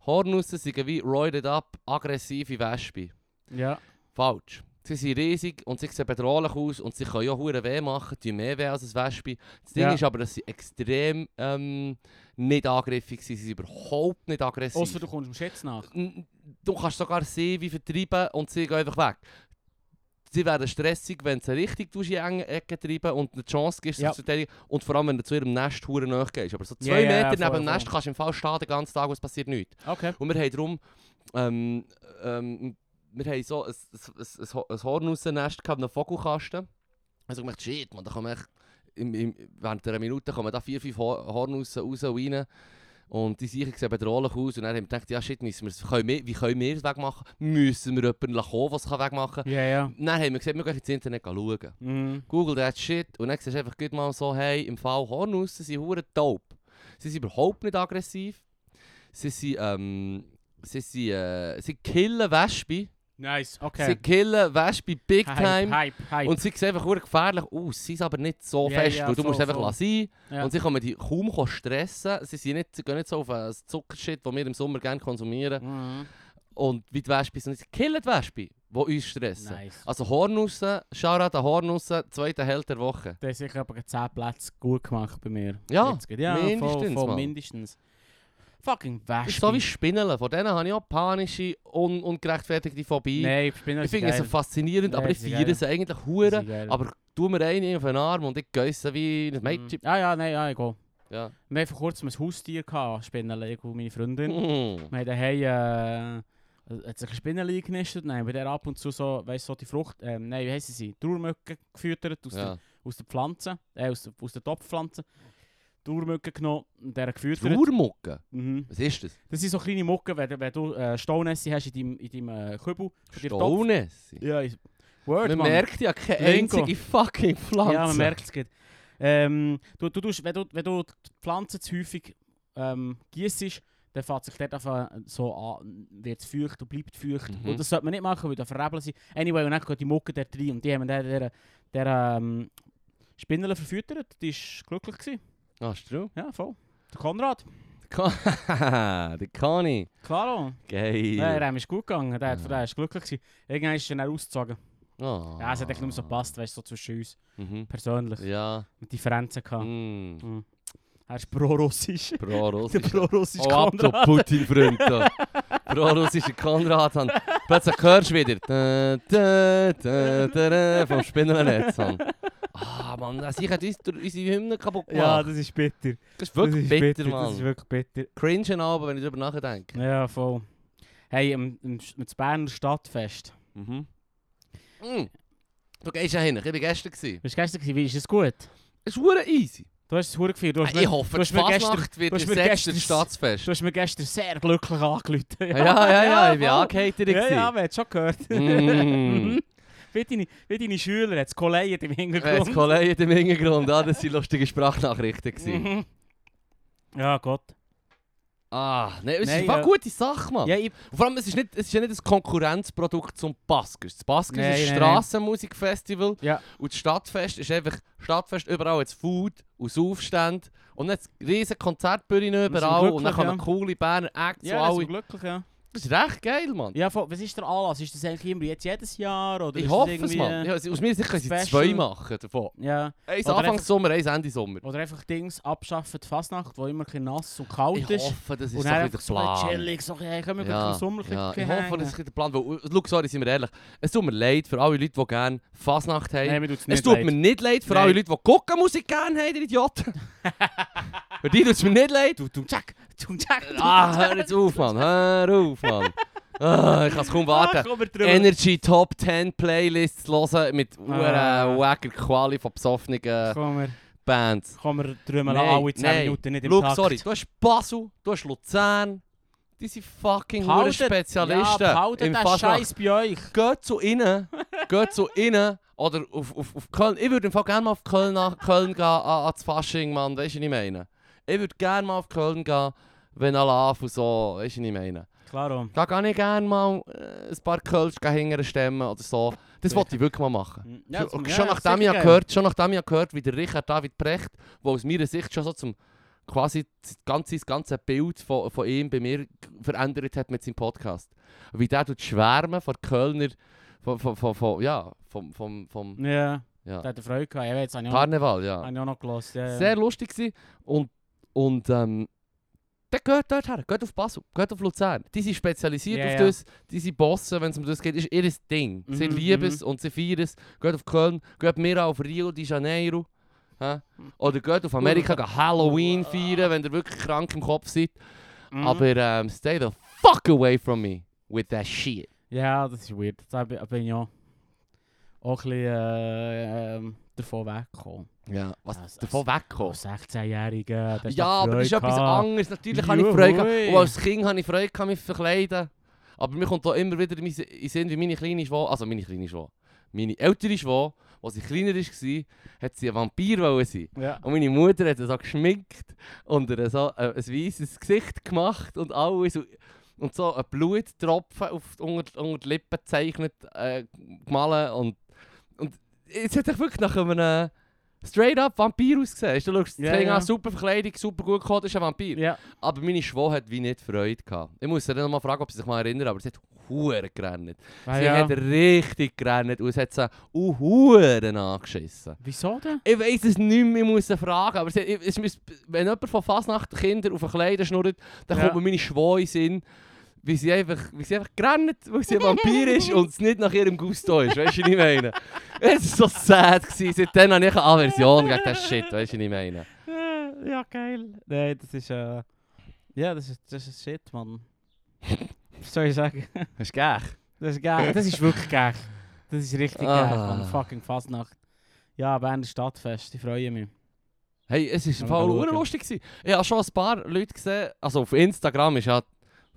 [SPEAKER 2] Hornussen sind wie roided up, aggressive Wespen.
[SPEAKER 1] Ja.
[SPEAKER 2] Falsch. Sie sind riesig und sie sehen bedrohlich aus und sie können ja hure weh machen, die mehr weh als ein Wespe. Das Ding
[SPEAKER 1] Ja.
[SPEAKER 2] ist aber, dass sie extrem ähm, nicht angriffig sind. Sie sind überhaupt nicht aggressiv.
[SPEAKER 1] Außer du kommst dem Schätz nach.
[SPEAKER 2] N- Du kannst sogar sehen, wie vertrieben und sie gehen einfach weg. Sie werden stressig, wenn du sie richtig durch die enge Ecke treiben und eine Chance gibst, sich
[SPEAKER 1] Ja.
[SPEAKER 2] zu verteidigen. Und vor allem, wenn du zu ihrem Nest hure nahe gehst. Aber so
[SPEAKER 1] Ja,
[SPEAKER 2] zwei
[SPEAKER 1] ja, ja,
[SPEAKER 2] Meter neben
[SPEAKER 1] voll,
[SPEAKER 2] dem Nest
[SPEAKER 1] voll.
[SPEAKER 2] kannst du im Fall stehen den ganzen Tag und es passiert nichts.
[SPEAKER 1] Okay.
[SPEAKER 2] Und wir haben darum, ähm, ähm, wir haben so ein, ein, ein, ein Ho- ein Hornussennest gehabt, einen Vogelkasten. Also ich dachte, shit, man, da kommen echt, im, im, während einer Minute kommen da vier, fünf Ho- Hornussen raus und rein. Und die Sicher sehen bedrohlich aus. Und dann haben wir gedacht, ja shit, müssen wir's, können wir, wie können wir es wegmachen? Müssen wir jemanden lassen kommen, der es kann wegmachen kann?
[SPEAKER 1] Ja, ja.
[SPEAKER 2] Dann haben wir gesagt, wir gehen ins Internet schauen.
[SPEAKER 1] Mhm.
[SPEAKER 2] Google that shit und dann siehst du einfach gut mal so, hey, im Fall Hornussen sind hure dope. Sie sind überhaupt nicht aggressiv. Sie sind, ähm, sie sind, äh, sie killen Wespen.
[SPEAKER 1] Nice,
[SPEAKER 2] Sie
[SPEAKER 1] okay.
[SPEAKER 2] killen Wespen big time.
[SPEAKER 1] Hype, Hype, Hype.
[SPEAKER 2] Und sie sehen einfach hure gefährlich aus. Sie sind aber nicht so
[SPEAKER 1] Ja,
[SPEAKER 2] fest,
[SPEAKER 1] ja,
[SPEAKER 2] weil du musst
[SPEAKER 1] voll,
[SPEAKER 2] einfach
[SPEAKER 1] voll.
[SPEAKER 2] lassen sein.
[SPEAKER 1] Ja.
[SPEAKER 2] Und sie können die kaum ko- stressen. Sie, sind nicht, sie gehen nicht so auf äh, das Zuckershit, das wir im Sommer gerne konsumieren.
[SPEAKER 1] Mhm.
[SPEAKER 2] Und wie die Wespen sind, sie killen die Wespen, die uns stressen.
[SPEAKER 1] Nice.
[SPEAKER 2] Also Hornussen, Shoutout an Hornussen, zweiter Held der Woche.
[SPEAKER 1] Der hat sicher etwa 10 Plätze gut gemacht bei mir.
[SPEAKER 2] Ja,
[SPEAKER 1] Jetzt geht- ja Voll,
[SPEAKER 2] mindestens,
[SPEAKER 1] voll,
[SPEAKER 2] Mann.
[SPEAKER 1] mindestens. Fucking
[SPEAKER 2] Das
[SPEAKER 1] Wespe.
[SPEAKER 2] ist so wie Spinnen. Von denen habe ich auch panische, un ungerechtfertigte Phobie.
[SPEAKER 1] Nein, Spinner
[SPEAKER 2] ich
[SPEAKER 1] ist
[SPEAKER 2] finde
[SPEAKER 1] geil.
[SPEAKER 2] es faszinierend,
[SPEAKER 1] Nein,
[SPEAKER 2] aber ich
[SPEAKER 1] sie sind
[SPEAKER 2] feiere
[SPEAKER 1] geil.
[SPEAKER 2] sie eigentlich
[SPEAKER 1] Die
[SPEAKER 2] hure.
[SPEAKER 1] sind geil.
[SPEAKER 2] Aber tu mir einen auf den Arm und ich geisse wie ein
[SPEAKER 1] Mhm.
[SPEAKER 2] Mädchen.
[SPEAKER 1] Ja, ja, nein, ja, egal.
[SPEAKER 2] Ja.
[SPEAKER 1] Wir haben vor kurzem ein Haustier gehabt, Spinnenle, ich und meine Freundin.
[SPEAKER 2] Mm.
[SPEAKER 1] Wir haben daheim, äh, hat sich eine Spinnele eingenistet und dann haben wir der ab und zu so, weißt so die Frucht, ähm, nein, wie heissen sie? Trauermücken gefüttert aus,
[SPEAKER 2] Ja.
[SPEAKER 1] der, aus der Pflanze, äh, aus, der- aus der Topfpflanze. Trauermücken genommen und der gefüttert.
[SPEAKER 2] Trauermucke?
[SPEAKER 1] Mhm.
[SPEAKER 2] Was ist das?
[SPEAKER 1] Das sind so kleine Mucken, wenn, du- wenn du äh, Staunässe hast in deinem, in deinem äh, Kübel. von deinem Topf.
[SPEAKER 2] Staunässe?
[SPEAKER 1] Ja, ist- Word,
[SPEAKER 2] Man
[SPEAKER 1] Mann.
[SPEAKER 2] merkt ja keine
[SPEAKER 1] Linko.
[SPEAKER 2] einzige fucking Pflanze.
[SPEAKER 1] Ja, man merkt es geht. Ähm, du, du, tust- wenn, du, wenn du die Pflanzen zu häufig ähm, gießt, dann fängt sich dort einfach so an, wird es feucht und bleibt feucht.
[SPEAKER 2] Mhm.
[SPEAKER 1] Und das sollte man nicht machen, weil da verrebeln sie. Anyway, und dann gehen die Mucke dort rein und die haben der, der, der ähm, Spindel verfüttert. Die war glücklich. Gewesen.
[SPEAKER 2] Ah, ist true.
[SPEAKER 1] Ja, voll. Der Konrad,
[SPEAKER 2] Der Conny.
[SPEAKER 1] klaro.
[SPEAKER 2] Geil.
[SPEAKER 1] Ja, dem ist gut gegangen. Der, hat-
[SPEAKER 2] Ja.
[SPEAKER 1] der ist glücklich. Gewesen. Irgendwann ist er dann ausgezogen.
[SPEAKER 2] Ah.
[SPEAKER 1] Ja, es hat echt nur so gepasst, weißt du, so zwischen uns.
[SPEAKER 2] Mhm.
[SPEAKER 1] Persönlich.
[SPEAKER 2] Ja.
[SPEAKER 1] Mit Differenzen gehabt.
[SPEAKER 2] Mm.
[SPEAKER 1] Er ist pro-russisch.
[SPEAKER 2] Pro-Russisch.
[SPEAKER 1] Der pro-russische
[SPEAKER 2] Oh, ab zu
[SPEAKER 1] Konrad.
[SPEAKER 2] Putin, Freund. da. Pro-russische Konrad. Han. Plötzlich hörst du wieder. Da, da, da, da, da, vom Spinnennetz. Han. Ah, Mann, das ich hat uns durch unsere Hymne kaputt
[SPEAKER 1] Ja,
[SPEAKER 2] gemacht.
[SPEAKER 1] das ist bitter.
[SPEAKER 2] das ist wirklich
[SPEAKER 1] das ist
[SPEAKER 2] bitter,
[SPEAKER 1] Das ist
[SPEAKER 2] Mann.
[SPEAKER 1] wirklich bitter.
[SPEAKER 2] Cringe aber, wenn ich darüber nachdenke.
[SPEAKER 1] Ja, voll. Hey, im, im, im Berner Stadtfest.
[SPEAKER 2] Mhm. Mm. Du gehst ja hin, ich war gestern. Gewesen.
[SPEAKER 1] Bist du gestern gewesen? Wie ist es gut?
[SPEAKER 2] Es ist hure easy.
[SPEAKER 1] Du hast es verdammt gefeiert. Du hast
[SPEAKER 2] ich hoffe,
[SPEAKER 1] du
[SPEAKER 2] die
[SPEAKER 1] hast mir gestern-
[SPEAKER 2] Fasnacht wird
[SPEAKER 1] du hast mir
[SPEAKER 2] ersetzt
[SPEAKER 1] gestern-
[SPEAKER 2] durch Staatsfest.
[SPEAKER 1] Du hast mir gestern sehr glücklich angelüht. Ja,
[SPEAKER 2] Ah, Ja, ja, ja, ich
[SPEAKER 1] voll.
[SPEAKER 2] war angeheitert.
[SPEAKER 1] Ja, ja, man hat schon gehört.
[SPEAKER 2] Mm.
[SPEAKER 1] Mhm. Wie deine, wie deine Schüler, hat es Kollegen im
[SPEAKER 2] Hey, Jetzt
[SPEAKER 1] Hintergrund.
[SPEAKER 2] Kollegen im Hintergrund, ah, das waren lustige Sprachnachrichten. gewesen.
[SPEAKER 1] Mhm. Ja, Gott.
[SPEAKER 2] Ah, nein, es
[SPEAKER 1] Nein,
[SPEAKER 2] ist eine
[SPEAKER 1] äh,
[SPEAKER 2] gute Sache, Mann.
[SPEAKER 1] Ja, ich,
[SPEAKER 2] Und Vor allem, es ist, nicht, es ist ja nicht ein Konkurrenzprodukt zum Baskers. Das Baskers
[SPEAKER 1] Nein,
[SPEAKER 2] ist ein
[SPEAKER 1] nein, nein.
[SPEAKER 2] Strassenmusikfestival
[SPEAKER 1] Ja.
[SPEAKER 2] und das Stadtfest ist einfach, Stadtfest überall jetzt Food und Aufstände und dann riesige Konzertbühne
[SPEAKER 1] sind wir
[SPEAKER 2] überall und dann
[SPEAKER 1] glücklich,
[SPEAKER 2] kommen
[SPEAKER 1] ja.
[SPEAKER 2] coole Berner Acts
[SPEAKER 1] ja,
[SPEAKER 2] und
[SPEAKER 1] das
[SPEAKER 2] alle.
[SPEAKER 1] ist glücklich, ja.
[SPEAKER 2] Das ist recht geil, Mann.
[SPEAKER 1] Ja, voll. was ist der Anlass? Ist das eigentlich immer jetzt jedes Jahr? Oder
[SPEAKER 2] ich
[SPEAKER 1] ist
[SPEAKER 2] hoffe
[SPEAKER 1] das
[SPEAKER 2] es,
[SPEAKER 1] irgendwie,
[SPEAKER 2] Mann. Ja, aus mir sicher können sie
[SPEAKER 1] special?
[SPEAKER 2] zwei machen davon.
[SPEAKER 1] Ja.
[SPEAKER 2] Eins
[SPEAKER 1] Oder
[SPEAKER 2] Anfang
[SPEAKER 1] einfach-
[SPEAKER 2] Sommer, eins Ende Sommer.
[SPEAKER 1] Oder einfach Dings abschaffen, die Fasnacht, wo immer ein bisschen nass und kalt
[SPEAKER 2] Ich
[SPEAKER 1] ist.
[SPEAKER 2] hoffe, das ist
[SPEAKER 1] und
[SPEAKER 2] so
[SPEAKER 1] dann
[SPEAKER 2] ein
[SPEAKER 1] einfach
[SPEAKER 2] bisschen der
[SPEAKER 1] so ein bisschen
[SPEAKER 2] Plan.
[SPEAKER 1] chillig, so ein bisschen, hey, können wir
[SPEAKER 2] Ja,
[SPEAKER 1] ja, im Sommer ein
[SPEAKER 2] ja. Ich
[SPEAKER 1] bisschen
[SPEAKER 2] hoffe, das
[SPEAKER 1] hängen?
[SPEAKER 2] ist der Plan. Weil, schau, sorry, sind wir ehrlich. Es tut mir leid für alle Leute, die gerne Fasnacht haben.
[SPEAKER 1] Nein, mir tut's
[SPEAKER 2] es
[SPEAKER 1] nicht
[SPEAKER 2] tut
[SPEAKER 1] leid.
[SPEAKER 2] mir nicht leid für alle
[SPEAKER 1] Nein.
[SPEAKER 2] Leute, die gucken Musik gerne haben, ihr Idioten. Für die tut es mir nicht leid. Du, du,
[SPEAKER 1] Jack, du Jack.
[SPEAKER 2] ah, hör jetzt auf, Mann. Hör auf, Mann. Ah, ich kann es kaum warten.
[SPEAKER 1] komm, wir drüber.
[SPEAKER 2] Energy Top 10 Playlists hören mit
[SPEAKER 1] Ah.
[SPEAKER 2] einer wacker Quali von besoffenen
[SPEAKER 1] Komm, wir,
[SPEAKER 2] Bands.
[SPEAKER 1] komm, wir drüber
[SPEAKER 2] Nein,
[SPEAKER 1] alle 10
[SPEAKER 2] nein.
[SPEAKER 1] Minuten nicht im
[SPEAKER 2] Schau,
[SPEAKER 1] Takt.
[SPEAKER 2] sorry, du hast Basel, du hast Luzern. Die sind fucking hure
[SPEAKER 1] Behaltet-
[SPEAKER 2] Spezialisten
[SPEAKER 1] Ja, behaltet
[SPEAKER 2] im
[SPEAKER 1] den
[SPEAKER 2] Fastnacht.
[SPEAKER 1] Scheiß bei euch.
[SPEAKER 2] Geht zu innen, geht zu innen oder auf, auf, auf Köln. Ich würde im Fall gerne mal auf Köln, nach, Köln gehen an, ans Fasching, Mann. Weißt du, was ich meine? Ich würde gerne mal auf Köln gehen, wenn alle auf und so. Weißt du, was ich meine?
[SPEAKER 1] Klaro.
[SPEAKER 2] Da kann ich gerne mal äh, ein paar Kölsch hinterher stemmen oder so. Das wollte ich wirklich mal machen.
[SPEAKER 1] Hm, Ja,
[SPEAKER 2] schon,
[SPEAKER 1] das-
[SPEAKER 2] schon,
[SPEAKER 1] ja,
[SPEAKER 2] nachdem ich
[SPEAKER 1] sicher
[SPEAKER 2] habe
[SPEAKER 1] geil.
[SPEAKER 2] gehört, schon nachdem ich habe gehört, wie der Richard David Precht, der aus meiner Sicht schon so zum quasi das ganze, das ganze Bild von, von ihm bei mir g- verändert hat mit seinem Podcast. Wie der tut schwärmen von Kölner, von, von, von, von ja, vom, vom, vom
[SPEAKER 1] Ja,
[SPEAKER 2] ja.
[SPEAKER 1] das hat er Freude gehabt. Ja, jetzt habe ich auch-
[SPEAKER 2] Karneval, ja.
[SPEAKER 1] habe ich auch noch gehört. Ja, ja.
[SPEAKER 2] Sehr lustig gewesen. und, und ähm, dann geht dort her, geht auf Basel, geht auf Luzern. Die sind spezialisiert
[SPEAKER 1] Ja,
[SPEAKER 2] auf
[SPEAKER 1] ja.
[SPEAKER 2] das, die sind Bossen, wenn es um das geht, ist ihr Ding. Sie
[SPEAKER 1] Mhm,
[SPEAKER 2] lieben es
[SPEAKER 1] mhm.
[SPEAKER 2] und sie feiern es. Geht auf Köln, geht mir auf Rio de Janeiro. hä? Oder geht auf Amerika geht Halloween feiern, wenn ihr wirklich krank im Kopf seid.
[SPEAKER 1] Mhm.
[SPEAKER 2] Aber ähm, stay the fuck away from me with that shit.
[SPEAKER 1] Ja, das ist weird. Da bin, bin ich auch, auch ein bisschen äh, ähm, davon weggekommen.
[SPEAKER 2] Ja. Was
[SPEAKER 1] Als- als-
[SPEAKER 2] davon wegkommen.
[SPEAKER 1] Als 16-Jähriger.
[SPEAKER 2] Ja, aber das ist etwas anderes. Natürlich habe ich
[SPEAKER 1] Juhu.
[SPEAKER 2] Freude gehabt. Und als Kind habe ich Freude gehabt, mich zu verkleiden. Aber mir kommt da immer wieder in den Sinn, wie meine kleine Schwester, also meine kleine Schwester, meine ältere Schwester, als sie kleiner war, hat sie ein Vampir wollen sein.
[SPEAKER 1] Ja.
[SPEAKER 2] Und meine Mutter hat sie so geschminkt und ihr so äh, ein weißes Gesicht gemacht und alles. Und, und so ein Bluttropfen auf, unter, unter die Lippen gezeichnet, äh, gemalt. Und, und jetzt hat ich wirklich nach einem straight-up Vampir ausgesehen. Weisst Du du schaust das
[SPEAKER 1] Ja,
[SPEAKER 2] Ding
[SPEAKER 1] ja.
[SPEAKER 2] an, super Verkleidung, super gut gekommen, das ist ein Vampir.
[SPEAKER 1] ja.
[SPEAKER 2] Aber meine Schwester hat wie nicht Freude gehabt. Ich muss sie dann nochmal fragen, ob sie sich mal erinnert, aber sie hat Huren gerannt.
[SPEAKER 1] Ah,
[SPEAKER 2] sie
[SPEAKER 1] ja.
[SPEAKER 2] hat richtig gerannt und es hat sie auch Huren angeschissen.
[SPEAKER 1] Wieso denn?
[SPEAKER 2] Ich weiß es nicht mehr, ich muss sie fragen. Aber sie, ich, es muss, wenn jemand von Fasnacht Kinder auf den Kleidern schnurrt, dann
[SPEAKER 1] Ja.
[SPEAKER 2] kommt mir meine Schwester in den Sinn, wie sie einfach, wie sie einfach gerannt, weil sie ein Vampir ist und es nicht nach ihrem Gusto ist. Weißt du, was ich meine? Es war so sad. Gewesen. Seitdem habe ich eine Aversion gegen diesen Shit. Weißt du, was ich meine?
[SPEAKER 1] Äh, Ja, geil. Nee, das ist. Äh, ja, das ist, das ist shit, Mann. Was soll ich sagen?
[SPEAKER 2] Hast du gern?
[SPEAKER 1] Das ist geil. Das ist wirklich geil. Das ist richtig geil,
[SPEAKER 2] Ah.
[SPEAKER 1] Mann. Fucking Fastnacht. Ja, Berner Stadtfest. Ich freue mich.
[SPEAKER 2] Hey, es war im
[SPEAKER 1] Mal
[SPEAKER 2] Fall
[SPEAKER 1] schauen.
[SPEAKER 2] auch lustig. gewesen. Ich habe schon ein paar Leute gesehen, also auf Instagram ist ja,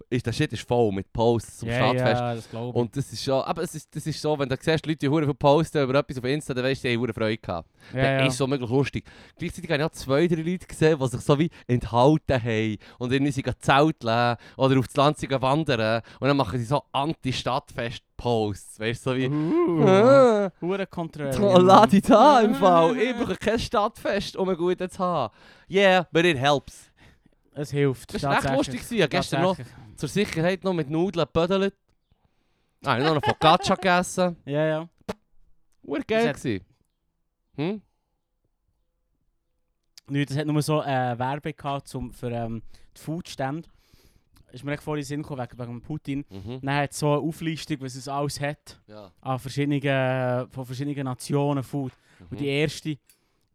[SPEAKER 2] ist der Shit ist voll mit Posts zum
[SPEAKER 1] Ja,
[SPEAKER 2] Stadtfest.
[SPEAKER 1] Ja, das glaube ich.
[SPEAKER 2] Und das ist schon, aber es ist, das ist so, wenn du siehst, Leute, die hure viel posten über etwas auf Insta, dann weißt du, die haben hure Freude gehabt.
[SPEAKER 1] ja,
[SPEAKER 2] dann
[SPEAKER 1] ja.
[SPEAKER 2] ist so möglich lustig. Gleichzeitig habe ich auch zwei, drei Leute gesehen, die sich so wie enthalten haben und irgendwie sie gehen zelteln oder aufs Land sie gehen wandern und dann machen sie so Anti-Stadtfest-Posts, weißt du, so wie...
[SPEAKER 1] Uh,
[SPEAKER 2] Ah.
[SPEAKER 1] Hure konträr.
[SPEAKER 2] Lade ich da im Fall. Ich brauche kein Stadtfest, um einen guten zu haben. Yeah, but it helps.
[SPEAKER 1] Es hilft.
[SPEAKER 2] Das war echt lustig. gewesen. Ich habe gestern noch
[SPEAKER 1] Tatsächlich.
[SPEAKER 2] zur Sicherheit noch mit Nudeln gebödelt. Ah, ich habe noch eine Focaccia gegessen.
[SPEAKER 1] Ja, ja.
[SPEAKER 2] War
[SPEAKER 1] Das
[SPEAKER 2] geil
[SPEAKER 1] hat-
[SPEAKER 2] gewesen. Hm?
[SPEAKER 1] Nicht, das hat nur so äh, Werbung gehabt zum, für ähm, die Foodstände. Ist mir echt vorhin in den Sinn gekommen wegen, wegen Putin.
[SPEAKER 2] Mhm.
[SPEAKER 1] Dann hat es so eine Auflistung, was es alles hat.
[SPEAKER 2] Ja.
[SPEAKER 1] An verschiedenen, von verschiedenen Nationen Food. Und
[SPEAKER 2] Mhm.
[SPEAKER 1] die erste,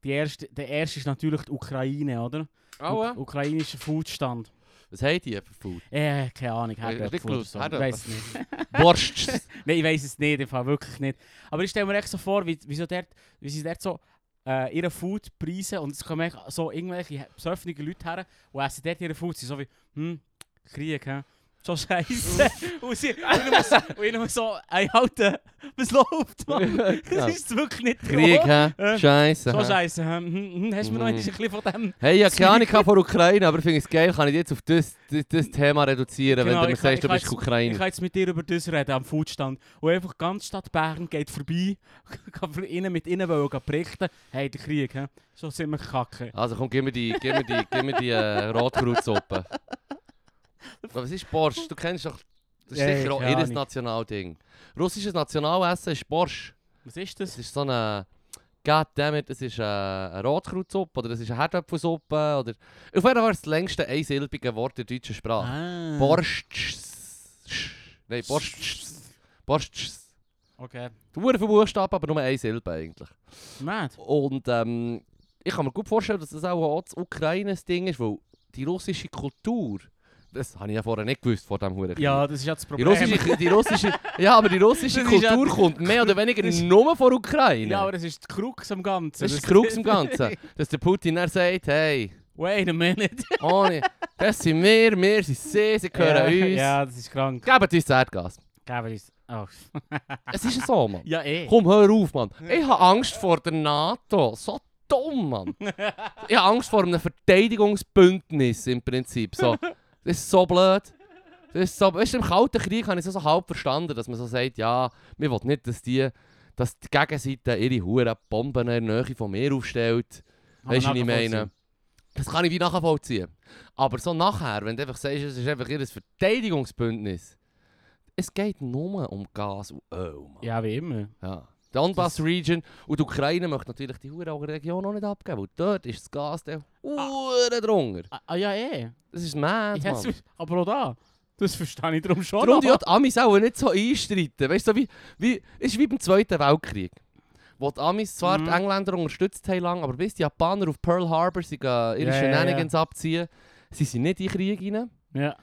[SPEAKER 1] die erste, der erste ist natürlich die Ukraine, oder? Uk- Ukrainischer Foodstand.
[SPEAKER 2] Was haben die für Food?
[SPEAKER 1] Äh, keine Ahnung,
[SPEAKER 2] Äh,
[SPEAKER 1] Herdöpfel
[SPEAKER 2] Ricklos,
[SPEAKER 1] oder so. Ich
[SPEAKER 2] Herdöpfel.
[SPEAKER 1] weiss es nicht.
[SPEAKER 2] Borscht.
[SPEAKER 1] Nein, ich weiß es nicht, im Fall wirklich nicht. Aber ich stelle mir echt so vor, wie, wie, so dort, wie sie dort so äh, ihre Food preisen und es kommen echt so irgendwelche besoffenen Leute her und essen dort ihre Food. Sie sind so wie, hm, Krieg, hä? So scheiße. und sie, und ich nur so, ey, Alter, was läuft, Mann?
[SPEAKER 2] Ja.
[SPEAKER 1] Das ist wirklich nicht
[SPEAKER 2] Krieg,
[SPEAKER 1] gelogen.
[SPEAKER 2] hä?
[SPEAKER 1] Äh,
[SPEAKER 2] Scheiße.
[SPEAKER 1] So
[SPEAKER 2] hä?
[SPEAKER 1] scheiße, hä? Hm, hm, hast du mir noch
[SPEAKER 2] Mhm.
[SPEAKER 1] ein bisschen von dem...
[SPEAKER 2] Hey, ich habe keine Ahnung von Ukraine, aber ich finde es geil, kann ich jetzt auf das, das, das Thema reduzieren,
[SPEAKER 1] Genau,
[SPEAKER 2] wenn du mir
[SPEAKER 1] ich kann-
[SPEAKER 2] sagst, du
[SPEAKER 1] ich kann
[SPEAKER 2] bist
[SPEAKER 1] jetzt- Ich
[SPEAKER 2] Ukrainer.
[SPEAKER 1] kann jetzt mit dir über das reden am Foodstand. Und einfach ganz Stadt Bern geht vorbei, kann für innen mit ihnen wollen gehen berichten, hey, der Krieg, hä? so sind wir kacke.
[SPEAKER 2] Also komm, gib mir die, gib mir die, gib mir die äh, Rotkrautsuppe. Aber Was ist Borsch? Du kennst doch... Das ist
[SPEAKER 1] Ja, ja,
[SPEAKER 2] sicher auch
[SPEAKER 1] keine
[SPEAKER 2] ihr
[SPEAKER 1] Ahnung.
[SPEAKER 2] Nationalding. Russisches Nationalessen ist Borsch.
[SPEAKER 1] Was ist
[SPEAKER 2] Das
[SPEAKER 1] das?
[SPEAKER 2] ist so eine... Goddammit, das ist äh, eine Rotkrautsuppe oder das ist eine Herdöpfelsuppe oder... Auf jeden Fall ist das längste einsilbige Wort der deutschen Sprache.
[SPEAKER 1] Ah.
[SPEAKER 2] Borsch. Nein, Borsch. Borsch.
[SPEAKER 1] Okay.
[SPEAKER 2] Du wurde Buchstaben, aber nur eine Silbe eigentlich.
[SPEAKER 1] Mad.
[SPEAKER 2] Und ähm, ich kann mir gut vorstellen, dass das auch, auch das Ukraine-Ding ist, weil die russische Kultur, das habe ich ja vorher nicht gewusst vor dem Huren.
[SPEAKER 1] Ja, das ist ja das
[SPEAKER 2] Die
[SPEAKER 1] Problem.
[SPEAKER 2] russische, die russische, ja, aber die russische
[SPEAKER 1] Das ist ja-
[SPEAKER 2] Kultur kommt mehr oder weniger
[SPEAKER 1] Das ist-
[SPEAKER 2] nur von Ukraine.
[SPEAKER 1] ja, aber das ist die Krux am Ganzen.
[SPEAKER 2] das ist die Krux im Ganzen. Dass der Putin dann sagt, hey,
[SPEAKER 1] Wait a minute.
[SPEAKER 2] ohne, das sind wir, wir sind sie, sie gehören
[SPEAKER 1] ja,
[SPEAKER 2] uns.
[SPEAKER 1] Ja, das ist krank.
[SPEAKER 2] Gebt uns Erdgas.
[SPEAKER 1] Geben ist. Oh.
[SPEAKER 2] Es ist so, Mann.
[SPEAKER 1] Ja, eh.
[SPEAKER 2] Komm, hör auf, Mann. Ich habe Angst vor der NATO. So dumm, Mann. Ich habe Angst vor einem Verteidigungsbündnis im Prinzip. So. Das ist so blöd. Das ist so, weißt du, im Kalten Krieg habe ich es so halb verstanden, dass man so sagt, ja, wir wollen nicht, dass die, dass die Gegenseite ihre Huren Bomben in der Nähe von mir aufstellt. Weißt du, was ich meine? Das kann ich wie nachvollziehen. Aber so nachher, wenn du einfach sagst, es ist einfach ihr Verteidigungsbündnis. Es geht nur um Gas und Öl, Mann.
[SPEAKER 1] Ja, wie eh. immer.
[SPEAKER 2] Ja. Donbass Region und die Ukraine möchte natürlich die hure Region auch nicht abgeben, weil dort ist das Gas der hure drunter.
[SPEAKER 1] Ah, ah, ja, eh.
[SPEAKER 2] Das ist mad,
[SPEAKER 1] Ja,
[SPEAKER 2] Mann.
[SPEAKER 1] das- aber auch da. Das verstehe ich darum schon.
[SPEAKER 2] Darum die
[SPEAKER 1] noch.
[SPEAKER 2] hat die Amis auch nicht so einstreiten. Weißt du, so wie, wie, es ist wie beim Zweiten Weltkrieg. Wo die Amis zwar
[SPEAKER 1] Mhm.
[SPEAKER 2] die Engländer unterstützt haben lang, aber bis die Japaner auf Pearl Harbor sie gehen ihre
[SPEAKER 1] Ja, ja, ja.
[SPEAKER 2] Shenanigans abziehen, sie sind nicht in den Krieg hinein.
[SPEAKER 1] Ja.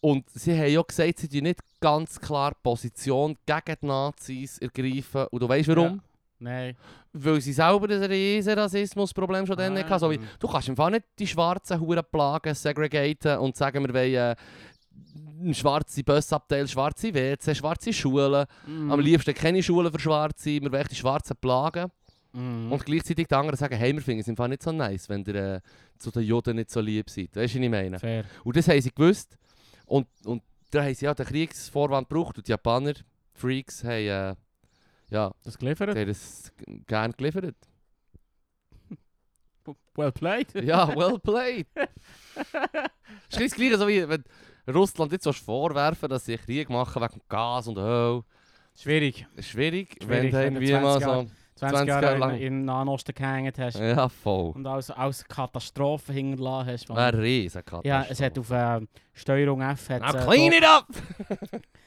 [SPEAKER 2] Und sie haben ja gesagt, sie die nicht ganz klar die Position gegen die Nazis ergreifen. Und du weißt warum?
[SPEAKER 1] Ja. Nein.
[SPEAKER 2] Weil sie selber ein riesen Rassismusproblem schon dann
[SPEAKER 1] Ah.
[SPEAKER 2] hatten. So wie, du kannst im Fall nicht die schwarzen Huren plagen, segregaten und sagen, wir wollen äh, schwarze Busabteil, schwarze WC, schwarze Schulen.
[SPEAKER 1] Mm.
[SPEAKER 2] Am liebsten keine Schulen für Schwarze, wir wollen die Schwarzen plagen.
[SPEAKER 1] Mm.
[SPEAKER 2] Und gleichzeitig die anderen sagen, hey, wir finden es im Fall nicht so nice, wenn ihr äh, zu den Juden nicht so lieb seid. Weißt du, was ich meine?
[SPEAKER 1] Fair.
[SPEAKER 2] Und das haben sie gewusst. Und, und da haben sie ja den Kriegsvorwand gebraucht. Und die Japaner, Freaks, haben, äh, ja,
[SPEAKER 1] Das geliefert.
[SPEAKER 2] die haben das g- gerne geliefert.
[SPEAKER 1] Well played.
[SPEAKER 2] Ja, well played. ist das gleiche, so wie wenn Russland jetzt willst vorwerfen dass sie Krieg machen wegen Gas und Öl.
[SPEAKER 1] Schwierig.
[SPEAKER 2] Ist schwierig, wenn
[SPEAKER 1] Schwierig,
[SPEAKER 2] du
[SPEAKER 1] wenn du
[SPEAKER 2] irgendwie
[SPEAKER 1] 20
[SPEAKER 2] mal so...
[SPEAKER 1] Jahre- 20,
[SPEAKER 2] 20
[SPEAKER 1] Jahre
[SPEAKER 2] Jahre
[SPEAKER 1] lang
[SPEAKER 2] lang.
[SPEAKER 1] in den Nahen Osten gehängt hast.
[SPEAKER 2] Ja, voll.
[SPEAKER 1] Und als, als Katastrophe hinterlassen hast. Mann.
[SPEAKER 2] Eine Riesenkatastrophe.
[SPEAKER 1] Oh. Ja, es hat auf äh, Steuerung F hat's,
[SPEAKER 2] Now
[SPEAKER 1] äh,
[SPEAKER 2] Nou, clean it up!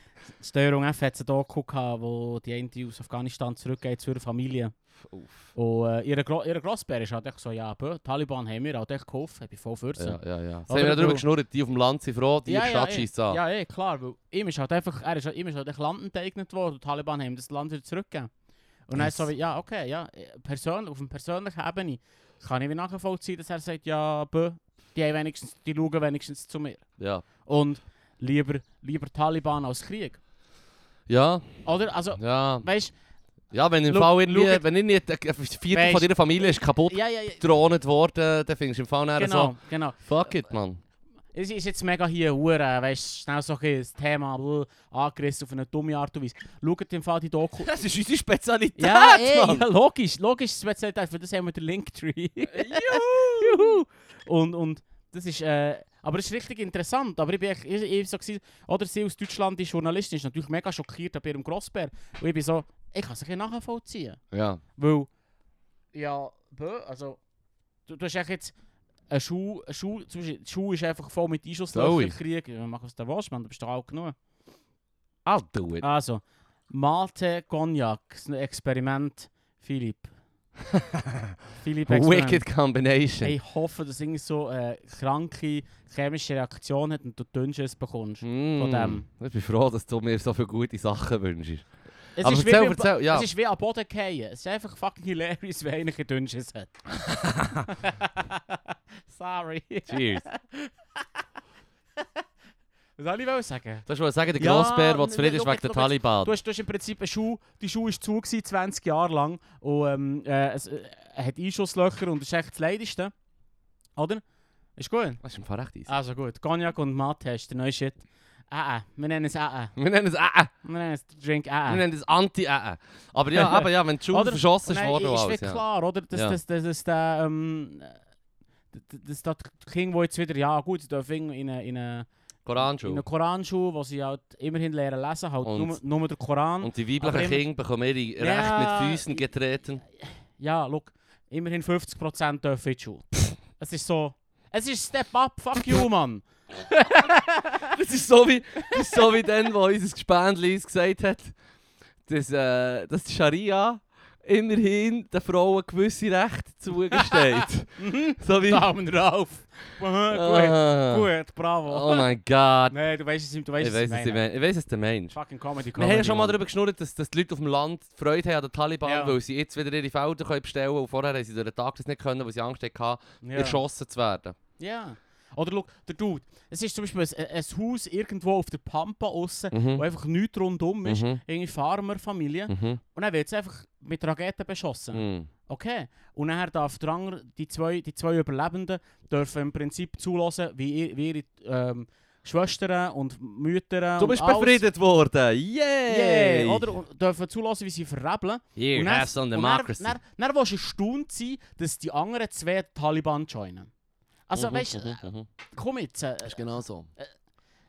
[SPEAKER 1] Steuerung F hat es ein Doku gehabt, wo die eine aus Afghanistan zurückgeht zu ihrer Familie.
[SPEAKER 2] Uff.
[SPEAKER 1] Und äh, ihre, Gro ihre Grossbär ist halt echt so, ja, bö, die Taliban haben mir halt echt geholfen, ich bin voll 14.
[SPEAKER 2] Ja, ja, ja. Jetzt
[SPEAKER 1] Oder
[SPEAKER 2] haben wir darüber
[SPEAKER 1] du-
[SPEAKER 2] geschnurrt, die auf dem Land sind froh, die
[SPEAKER 1] Ja,
[SPEAKER 2] auf
[SPEAKER 1] ja,
[SPEAKER 2] Stadt
[SPEAKER 1] eh.
[SPEAKER 2] schießt an.
[SPEAKER 1] Ja, eh, klar, weil ihm ist halt einfach, er ist, ihm ist halt echt Land enteignet worden und die Taliban haben das Land wieder zurückgegeben. Und dann
[SPEAKER 2] Yes.
[SPEAKER 1] so wie, ja, okay, ja, eh, persönlich, auf einer persönlichen Ebene kann ich wie nachvollziehen, dass er sagt, ja, bö, die, haben wenigstens, die schauen wenigstens zu mir.
[SPEAKER 2] Ja.
[SPEAKER 1] Und lieber, lieber Taliban als Krieg.
[SPEAKER 2] Ja,
[SPEAKER 1] Oder? Also,
[SPEAKER 2] ja.
[SPEAKER 1] weißt
[SPEAKER 2] Ja, wenn im
[SPEAKER 1] Schau-
[SPEAKER 2] Fall irgendwie,
[SPEAKER 1] schaut-
[SPEAKER 2] wenn irgendwie ein Viertel von
[SPEAKER 1] Weisst-
[SPEAKER 2] deiner Familie ist kaputt
[SPEAKER 1] du, ja, ja, ja,
[SPEAKER 2] gedroht worden, dann findest du im Fall nachher
[SPEAKER 1] genau, genau.
[SPEAKER 2] so, fuck it, man.
[SPEAKER 1] Es ist jetzt mega hier, Hure, weißt schnell so ein bisschen das Thema bl, angerissen auf eine dumme Art und Weise. Schaut im Fall die Doku.
[SPEAKER 2] Das ist unsere Spezialität,
[SPEAKER 1] Ja, ey, ja, logisch, logisch, Spezialität, für das haben wir den Linktree. Juhu! Und, und das ist, äh, aber das ist richtig interessant. Aber ich bin echt, ich, ich so gewesen, oder sie aus Deutschland, die Journalistin, ist natürlich mega schockiert bei ihrem Grossbär. Und ich bin so, ich kann es ein bisschen nachvollziehen.
[SPEAKER 2] Ja.
[SPEAKER 1] Weil, ja, bö, also, du, du hast echt jetzt eine Schuh, eine Schuh, zum Beispiel, die Schuh ist einfach voll mit
[SPEAKER 2] Sorry.
[SPEAKER 1] Einschusslöchern Krieg. Ja, Mach was du willst, man, du bist doch alt genug.
[SPEAKER 2] I'll do it.
[SPEAKER 1] Also, Mate Cognac, das ist ein Experiment, Philipp. Philipp Experiment.
[SPEAKER 2] Wicked combination.
[SPEAKER 1] Hey, Ich hoffe, dass irgendwie so eine kranke chemische Reaktion hat und du Dünnschiss bekommst.
[SPEAKER 2] Mm.
[SPEAKER 1] von dem.
[SPEAKER 2] Ich bin froh, dass du mir so viele gute Sachen wünschst.
[SPEAKER 1] Es,
[SPEAKER 2] Aber
[SPEAKER 1] ist wie,
[SPEAKER 2] erzähl,
[SPEAKER 1] beim-
[SPEAKER 2] erzähl, ja.
[SPEAKER 1] es ist wie am Boden fallen. Es ist einfach fucking hilarious, wenn einer Dünnschiss hat. Sorry.
[SPEAKER 2] Cheers.
[SPEAKER 1] Was soll ich wollen sagen?
[SPEAKER 2] Das wollte sagen, der
[SPEAKER 1] Ja,
[SPEAKER 2] Grossbär, der zufrieden ist
[SPEAKER 1] schau
[SPEAKER 2] wegen
[SPEAKER 1] jetzt,
[SPEAKER 2] der
[SPEAKER 1] schau jetzt.
[SPEAKER 2] Taliban.
[SPEAKER 1] Du hast, du hast im Prinzip eine Schuh, die Schuh ist zu gewesen, 20 Jahre lang und ähm, äh, es äh, hat Einschusslöcher und ist echt das Leideste. Oder? Ist gut?
[SPEAKER 2] Das ist im Fall recht easy.
[SPEAKER 1] Also gut, Cognac und Mate ist der neue Shit. Äh, äh, wir nennen es äh, äh.
[SPEAKER 2] Wir nennen es AA.
[SPEAKER 1] Wir nennen es Drink
[SPEAKER 2] Wir
[SPEAKER 1] äh. äh.
[SPEAKER 2] nennen es Anti-AA. Aber ja, aber ja, wenn die Schule
[SPEAKER 1] Oder-
[SPEAKER 2] verschossen ist,
[SPEAKER 1] Nein,
[SPEAKER 2] worden und
[SPEAKER 1] ist
[SPEAKER 2] alles.
[SPEAKER 1] wirklich
[SPEAKER 2] Ja.
[SPEAKER 1] klar, oder? Dass,
[SPEAKER 2] Ja.
[SPEAKER 1] dass, dass, dass, der, ähm, dass, dass das Kind, wo jetzt wieder, ja gut, sie dürfen in eine, in eine, in eine
[SPEAKER 2] Koranschule.
[SPEAKER 1] Koranschule, wo sie halt immerhin lernen lesen, halt
[SPEAKER 2] Und-
[SPEAKER 1] nur, nur der Koran.
[SPEAKER 2] Und die
[SPEAKER 1] Aber
[SPEAKER 2] weiblichen
[SPEAKER 1] im-
[SPEAKER 2] Kinder bekommen ihre
[SPEAKER 1] Ja,
[SPEAKER 2] Rechte mit Füßen
[SPEAKER 1] ich-
[SPEAKER 2] getreten.
[SPEAKER 1] Ja, look, immerhin 50% dürfen in die Schule. es ist so. Es ist Step Up, fuck you, Mann!
[SPEAKER 2] Das ist so wie, das ist so wie dann, wo unser Gespendli uns gesagt hat, dass, äh, dass die Scharia immerhin den Frauen gewisse Rechte zugesteht.
[SPEAKER 1] Mhm.
[SPEAKER 2] so wie...
[SPEAKER 1] Daumen rauf. Aha,
[SPEAKER 2] Ah.
[SPEAKER 1] Gut, gut, bravo.
[SPEAKER 2] Oh mein Gott.
[SPEAKER 1] Nein, du weißt es, du weißt
[SPEAKER 2] Ich weiß,
[SPEAKER 1] es.
[SPEAKER 2] es, ich mein- ich weiss, was du meinst.
[SPEAKER 1] Fucking Comedy,
[SPEAKER 2] Wir
[SPEAKER 1] Comedy.
[SPEAKER 2] haben ja schon mal
[SPEAKER 1] Mann.
[SPEAKER 2] darüber geschnurrt, dass, dass die Leute auf dem Land Freude haben an den Taliban,
[SPEAKER 1] Ja.
[SPEAKER 2] weil sie jetzt wieder ihre Felder können bestellen können und vorher haben sie durch den Tag das nicht können, weil sie Angst hatten,
[SPEAKER 1] Ja.
[SPEAKER 2] erschossen zu werden.
[SPEAKER 1] Ja. Oder schau, der Dude. Es ist zum Beispiel ein, ein Haus irgendwo auf der Pampa aussen, wo
[SPEAKER 2] Mhm.
[SPEAKER 1] einfach nichts rundum ist.
[SPEAKER 2] Mhm.
[SPEAKER 1] Irgendwie Farmerfamilie.
[SPEAKER 2] Mhm.
[SPEAKER 1] Und dann wird es einfach mit Raketen beschossen.
[SPEAKER 2] Mhm.
[SPEAKER 1] Okay. Und nachher darf der andere, die zwei, die zwei Überlebenden dürfen im Prinzip zulassen, wie, ihr- wie ihre ähm, Schwestern und Mütter
[SPEAKER 2] Du
[SPEAKER 1] und
[SPEAKER 2] bist
[SPEAKER 1] alles-
[SPEAKER 2] befriedet worden! Yay!
[SPEAKER 1] Yeah, oder? Und dürfen zulassen, wie sie verrebeln.
[SPEAKER 2] You
[SPEAKER 1] und
[SPEAKER 2] have some
[SPEAKER 1] und dann,
[SPEAKER 2] democracy.
[SPEAKER 1] dann, dann willst du erstaunt sein, dass die anderen zwei die Taliban joinen. Also
[SPEAKER 2] Mhm,
[SPEAKER 1] weißt du,
[SPEAKER 2] mhm,
[SPEAKER 1] äh,
[SPEAKER 2] mhm.
[SPEAKER 1] komm jetzt. Äh,
[SPEAKER 2] Das ist genau so.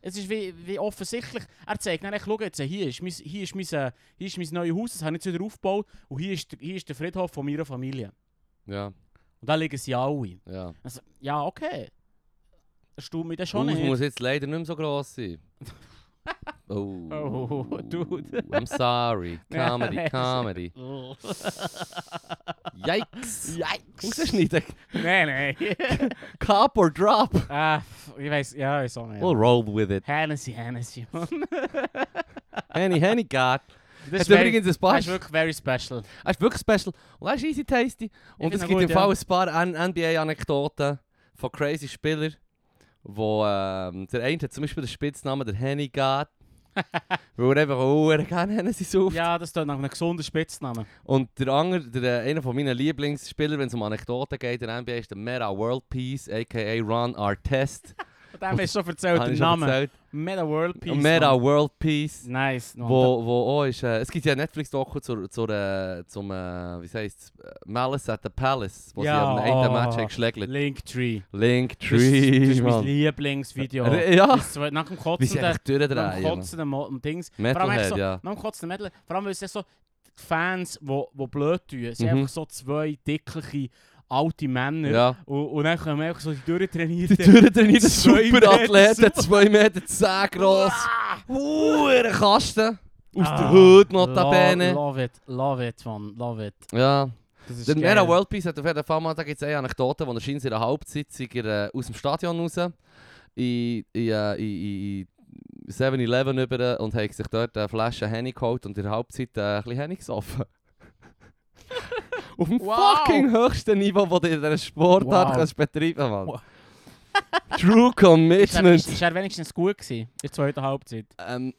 [SPEAKER 1] es ist wie, wie offensichtlich. Er zeigt, nein, schau jetzt, hier ist mein, hier ist mein, äh, hier ist mein neues Haus, das habe ich jetzt wieder aufgebaut. Und hier ist, der- hier ist der Friedhof von meiner Familie.
[SPEAKER 2] Ja,
[SPEAKER 1] Und da liegen sie alle.
[SPEAKER 2] ja.
[SPEAKER 1] Also, ja, okay. Erstaunt mich das schon
[SPEAKER 2] Haus
[SPEAKER 1] nicht.
[SPEAKER 2] muss jetzt leider nicht mehr so gross sein. Oh.
[SPEAKER 1] Oh, dude.
[SPEAKER 2] I'm sorry.
[SPEAKER 1] Ja,
[SPEAKER 2] Comedy,
[SPEAKER 1] nein.
[SPEAKER 2] Comedy.
[SPEAKER 1] Oh.
[SPEAKER 2] Yikes!
[SPEAKER 1] Yikes.
[SPEAKER 2] Rausschneiden!
[SPEAKER 1] nein, nein.
[SPEAKER 2] Cup or drop!
[SPEAKER 1] ah, f- ich weiß, ja, ich weiß auch nicht.
[SPEAKER 2] We'll roll with it.
[SPEAKER 1] Hennessy, Hennessy. Mann.
[SPEAKER 2] Henny, Henny, God.
[SPEAKER 1] Das
[SPEAKER 2] Hat
[SPEAKER 1] very-
[SPEAKER 2] übrigens ein paar.
[SPEAKER 1] das ist wirklich very special.
[SPEAKER 2] Das ist wirklich special. Und das ist easy tasty. Und
[SPEAKER 1] Ich
[SPEAKER 2] es
[SPEAKER 1] find's
[SPEAKER 2] gibt
[SPEAKER 1] gut,
[SPEAKER 2] im Fall
[SPEAKER 1] Genau, ja.
[SPEAKER 2] ein paar NBA-Anekdoten von crazy Spielern, wo ähm, der eine hat zum Beispiel den Spitznamen der Henny God. weil er einfach auch gerne Hennessy sauft.
[SPEAKER 1] Ja, das ist nach einem gesunden Spitznamen.
[SPEAKER 2] Und der andere, der, äh, einer von meinen Lieblingsspielern, wenn es um Anekdoten geht in der NBA, ist der Meta World Peace, a.k.a. Ron Artest.
[SPEAKER 1] Und dem ist schon erzählt,
[SPEAKER 2] Habe
[SPEAKER 1] der
[SPEAKER 2] ich schon
[SPEAKER 1] Name.
[SPEAKER 2] erzählt.
[SPEAKER 1] Meta World Peace.
[SPEAKER 2] Und Meta
[SPEAKER 1] Mann.
[SPEAKER 2] World Peace.
[SPEAKER 1] Nice. Mann.
[SPEAKER 2] Wo, wo auch ist, äh, es gibt ja ein Netflix-Doku zur, zur, äh, zum, äh, wie heißt Malice at the Palace, wo
[SPEAKER 1] Ja,
[SPEAKER 2] sie am Ende
[SPEAKER 1] oh.
[SPEAKER 2] Match haben geschlägt.
[SPEAKER 1] Linktree.
[SPEAKER 2] Link
[SPEAKER 1] Das ist, das
[SPEAKER 2] Tree,
[SPEAKER 1] ist mein
[SPEAKER 2] Mann.
[SPEAKER 1] Lieblingsvideo.
[SPEAKER 2] Äh, Ja,
[SPEAKER 1] Das ist so- Nach dem
[SPEAKER 2] wie sie
[SPEAKER 1] kotzenden,
[SPEAKER 2] einfach
[SPEAKER 1] nach dem
[SPEAKER 2] durchdrehen. Mann.
[SPEAKER 1] kotzenden Mo- Dings. Vor allem echt so,
[SPEAKER 2] Metalhead, ja.
[SPEAKER 1] Nach dem kotzenden um Mädel, vor allem weil es ja so die Fans, die wo, wo blöd tun, sind
[SPEAKER 2] Mhm.
[SPEAKER 1] einfach so zwei dickliche alte Männer.
[SPEAKER 2] ja.
[SPEAKER 1] Und, und dann kommen einfach so die
[SPEAKER 2] Die
[SPEAKER 1] durchtrainierten.
[SPEAKER 2] durchdrehenden
[SPEAKER 1] zwei
[SPEAKER 2] Superathleten,
[SPEAKER 1] Meter so.
[SPEAKER 2] 2 Meter 10 gross.
[SPEAKER 1] Ah!
[SPEAKER 2] Huere Kasten. Aus
[SPEAKER 1] Ah,
[SPEAKER 2] der Haut notabene.
[SPEAKER 1] Lo love it, love it, man, love it.
[SPEAKER 2] Ja.
[SPEAKER 1] Das ist
[SPEAKER 2] Der
[SPEAKER 1] geil.
[SPEAKER 2] Mera World Peace hat auf jeden Fall mal, da gibt es eine Anekdote, wo er scheinbar in der Halbzeit sei er, äh, aus dem Stadion raus in, in, äh, in, in, in 7-Eleven über und hat sich dort eine Flasche Henny geholt und in der Halbzeit äh, ein bisschen Henny gesoffen. auf dem
[SPEAKER 1] Wow.
[SPEAKER 2] fucking höchsten Niveau, das du in dieser Sportart
[SPEAKER 1] Wow.
[SPEAKER 2] kannst betreiben kannst, Mann.
[SPEAKER 1] Wow.
[SPEAKER 2] True
[SPEAKER 1] Ist er, ist,
[SPEAKER 2] Commitment.
[SPEAKER 1] ist er wenigstens gut gewesen in der zweiten Halbzeit?
[SPEAKER 2] ähm,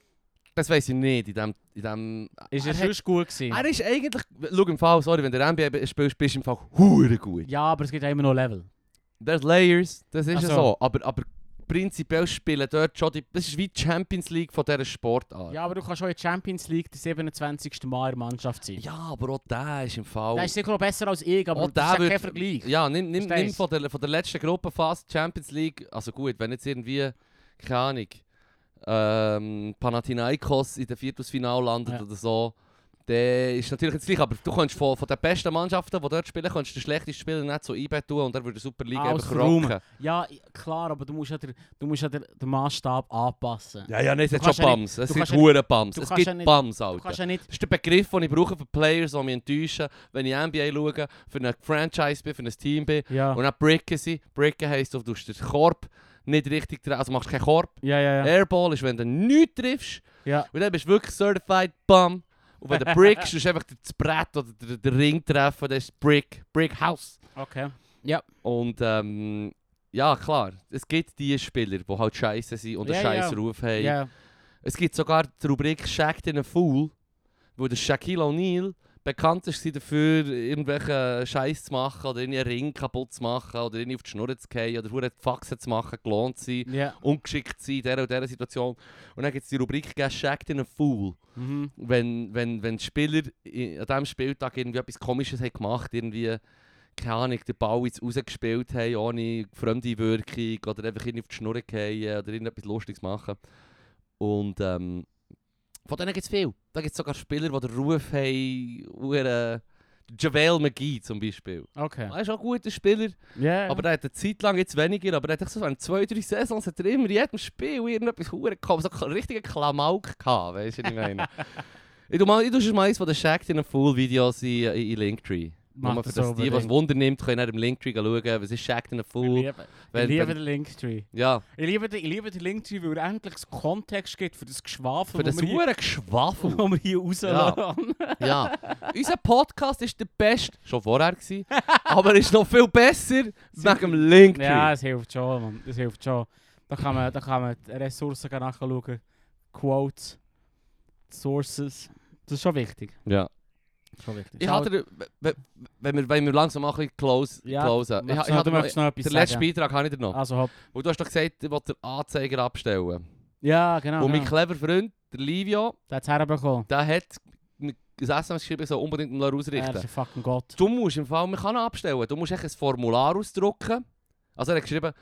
[SPEAKER 2] das weiß ich nicht, in dem... In dem
[SPEAKER 1] Ist
[SPEAKER 2] er
[SPEAKER 1] er,
[SPEAKER 2] hat-
[SPEAKER 1] sonst gut gewesen?
[SPEAKER 2] er ist eigentlich... Schau, im Fall, sorry, wenn du NBA spielst, bist du im Fall hure gut.
[SPEAKER 1] ja, aber es gibt ja immer noch Level.
[SPEAKER 2] There's layers, das ist
[SPEAKER 1] Ach
[SPEAKER 2] ja
[SPEAKER 1] so.
[SPEAKER 2] so. Aber, aber prinzipiell spielen dort schon die. Das ist wie die Champions League von dieser Sportart.
[SPEAKER 1] Ja, aber du kannst auch in der Champions League der 27. Mal in der Mannschaft sein.
[SPEAKER 2] Ja, aber auch der ist im Fall.
[SPEAKER 1] Der ist sicher noch besser als ich, aber
[SPEAKER 2] auch
[SPEAKER 1] das ist ja
[SPEAKER 2] wird-
[SPEAKER 1] kein Vergleich.
[SPEAKER 2] Ja, nimm, nimm, nimm
[SPEAKER 1] Verstehst?
[SPEAKER 2] von, der, von der letzten Gruppe fast Champions League. Also gut, wenn jetzt irgendwie, keine Ahnung, ähm, Panathinaikos in der Viertelfinale landet
[SPEAKER 1] Ja.
[SPEAKER 2] oder so. Der ist natürlich jetzt gleich, aber du kannst von, von den besten Mannschaften, die dort spielen, kannst du den schlechtesten Spieler nicht so einbetten tun und er würde super League
[SPEAKER 1] Alles
[SPEAKER 2] einfach rocken.
[SPEAKER 1] verräumen. Ja, i- klar, aber du musst ja den, du musst ja den, den Maßstab anpassen.
[SPEAKER 2] Ja, ja, nein, es
[SPEAKER 1] Du
[SPEAKER 2] hat
[SPEAKER 1] kannst
[SPEAKER 2] schon
[SPEAKER 1] ja
[SPEAKER 2] Bums. Es
[SPEAKER 1] du
[SPEAKER 2] sind
[SPEAKER 1] kannst ja
[SPEAKER 2] Huren Bums.
[SPEAKER 1] du
[SPEAKER 2] Es
[SPEAKER 1] kannst
[SPEAKER 2] gibt
[SPEAKER 1] ja nicht-
[SPEAKER 2] Bums,
[SPEAKER 1] Du
[SPEAKER 2] Alter.
[SPEAKER 1] kannst ja nicht...
[SPEAKER 2] Das ist der Begriff, den ich brauche für Players, die mich enttäuschen, wenn ich NBA schaue, für eine Franchise bin, für ein Team bin.
[SPEAKER 1] Ja,
[SPEAKER 2] Und dann bricken sie. Bricken heisst, du tust den Korb nicht richtig dra- also machst keinen Korb.
[SPEAKER 1] ja, ja. ja.
[SPEAKER 2] Airball ist, wenn du nichts triffst.
[SPEAKER 1] ja.
[SPEAKER 2] Und dann bist du wirklich certified Bum. Und wenn du brickst, ist einfach das Brett oder der, der Ring treffen, das ist Brick, Brick House.
[SPEAKER 1] Okay.
[SPEAKER 2] Und ähm, ja, klar, es gibt die Spieler, die halt scheiße sind und einen
[SPEAKER 1] Ja, ja.
[SPEAKER 2] scheiß Ruf haben.
[SPEAKER 1] Ja.
[SPEAKER 2] Es gibt sogar die Rubrik Shagged in a Fool, wo der Shaquille O'Neal bekannt ist gewesen dafür, irgendwelche Scheiß zu machen oder irgendwie einen Ring kaputt zu machen oder irgendwie auf die Schnur zu fallen oder verdammt die Faxen zu machen, gelohnt zu sein,
[SPEAKER 1] Ja.
[SPEAKER 2] ungeschickt zu sein in dieser und dieser Situation. Und dann gibt es die Rubrik gell, Shagged in a Fool.
[SPEAKER 1] Mhm.
[SPEAKER 2] Wenn, wenn, wenn die Spieler i- an diesem Spieltag irgendwie etwas Komisches haben gemacht irgendwie keine Ahnung, den Ball jetzt rausgespielt haben, ohne fremde Wirkung oder einfach irgendwie auf die Schnur fallen oder irgendetwas Lustiges machen. Und ähm, von denen gibt es viel. Da gibt es sogar Spieler, die den Ruf haben, hure- Javel McGee zum Beispiel.
[SPEAKER 1] Okay.
[SPEAKER 2] Er ist auch ein guter Spieler,
[SPEAKER 1] Ja.
[SPEAKER 2] aber er hat eine Zeit lang jetzt weniger, aber er hat echt so in zwei, drei Saisons hat er immer in jedem Spiel irgendetwas hure gehabt, so einen richtigen Klamauk gehabt, weißt du, was ich meine? Ich tue mal, ich tue schon mal eins von den Shacked in Full Videos in, in, in Linktree.
[SPEAKER 1] Mach
[SPEAKER 2] Nur für
[SPEAKER 1] das
[SPEAKER 2] das die, was
[SPEAKER 1] unbedingt.
[SPEAKER 2] Wunder nimmt, können dann im Linktree schauen, was ist Shacked in a
[SPEAKER 1] Ich
[SPEAKER 2] Fool.
[SPEAKER 1] liebe, ich
[SPEAKER 2] Wenn-
[SPEAKER 1] liebe
[SPEAKER 2] wenn-
[SPEAKER 1] den Linktree.
[SPEAKER 2] Ja,
[SPEAKER 1] Ich liebe den, ich liebe den Linktree, weil er endlich das Kontext gibt für das Geschwafel,
[SPEAKER 2] für das
[SPEAKER 1] wo, wir
[SPEAKER 2] hure Geschwafel.
[SPEAKER 1] hier, wo wir hier rauslassen.
[SPEAKER 2] Ja, unser Podcast ist der beste, schon vorher gewesen, aber ist noch viel besser wegen dem Linktree.
[SPEAKER 1] Ja, es hilft schon, Mann. Es hilft schon. Da kann man, da kann man die Ressourcen gehen nachschauen. Quotes, Sources. Das ist schon wichtig.
[SPEAKER 2] Ja.
[SPEAKER 1] Schon wichtig.
[SPEAKER 2] Ich hatte, wenn wir, wenn wir langsam mal ein bisschen close,
[SPEAKER 1] Ja,
[SPEAKER 2] closen. Ich,
[SPEAKER 1] Möchtest
[SPEAKER 2] ich
[SPEAKER 1] du noch-
[SPEAKER 2] hatte
[SPEAKER 1] du
[SPEAKER 2] noch,
[SPEAKER 1] möchtest noch etwas
[SPEAKER 2] den letzten
[SPEAKER 1] sagen.
[SPEAKER 2] Beitrag habe ich dir noch.
[SPEAKER 1] Also hopp.
[SPEAKER 2] Und du hast doch gesagt, ich will den Anzeiger abstellen.
[SPEAKER 1] Ja, genau.
[SPEAKER 2] Und mein
[SPEAKER 1] genau.
[SPEAKER 2] clever Freund, der Livio,
[SPEAKER 1] Der hat es herbekommen.
[SPEAKER 2] der hat mir ein SMS geschrieben, ich soll unbedingt mal
[SPEAKER 1] Er ist
[SPEAKER 2] ausrichten.
[SPEAKER 1] ein fucking Gott.
[SPEAKER 2] Du musst im Fall, man kann ihn abstellen, du musst echt ein Formular ausdrucken. Also er hat geschrieben,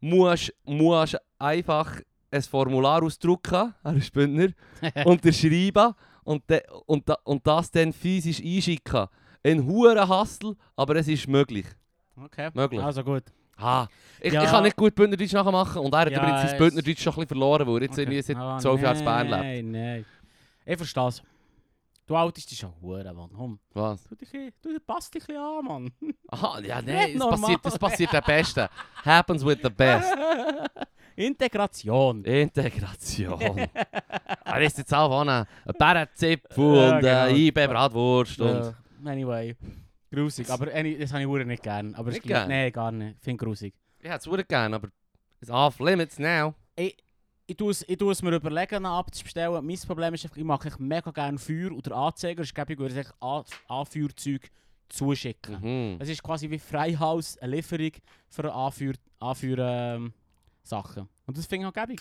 [SPEAKER 2] musst, musst einfach ein Formular ausdrucken, er ist Bündner, unterschreiben und, de, und, da- und das dann physisch einschicken. Ein hure Hassel, aber es ist möglich.
[SPEAKER 1] Okay.
[SPEAKER 2] Möglich.
[SPEAKER 1] Also gut.
[SPEAKER 2] Ha, ich,
[SPEAKER 1] Ja.
[SPEAKER 2] ich kann nicht gut Bündnerdeutsch nachmachen und er hat
[SPEAKER 1] Ja,
[SPEAKER 2] übrigens sein
[SPEAKER 1] es-
[SPEAKER 2] Bündnerdeutsch schon ein bisschen verloren, weil er jetzt
[SPEAKER 1] Okay.
[SPEAKER 2] irgendwie seit
[SPEAKER 1] Ah,
[SPEAKER 2] 12 Jahren in Bern lebt.
[SPEAKER 1] Nein, nein. Ich verstehe es. Du altest dich schon Huren, Mann. Komm,
[SPEAKER 2] Was?
[SPEAKER 1] tu dich ein- tu- passt dich ein bisschen an, Mann.
[SPEAKER 2] Aha, ja,
[SPEAKER 1] Nicht
[SPEAKER 2] nein, das
[SPEAKER 1] normal.
[SPEAKER 2] passiert, das passiert der Beste. Happens with the best.
[SPEAKER 1] Integration.
[SPEAKER 2] Integration. Ah, er ist jetzt auch an ein Bärenzipfel
[SPEAKER 1] Ja,
[SPEAKER 2] und eine
[SPEAKER 1] genau.
[SPEAKER 2] IB-Bratwurst. Und...
[SPEAKER 1] Ja, Äh, anyway. Grusig. Aber any, das habe ich Huren nicht gern. Aber es
[SPEAKER 2] Nicht
[SPEAKER 1] gibt-
[SPEAKER 2] gern?
[SPEAKER 1] Nein, gar nicht. Ich finde grusig.
[SPEAKER 2] Ich hätte es wirklich gerne, aber it's off limits now.
[SPEAKER 1] Ich tue, es, ich tue es mir überlegen, ihn abzubestellen. Mein Problem ist einfach, ich mache echt mega gerne Feuer. Und der Anzeiger ist, glaube ich, würde ich An- Anfeuerzeug zuschicken.
[SPEAKER 2] Mhm.
[SPEAKER 1] Es ist quasi wie Freihaus, eine Lieferung für Anführ, Anführ ähm, Sachen. Und das finde ich auch gäbig.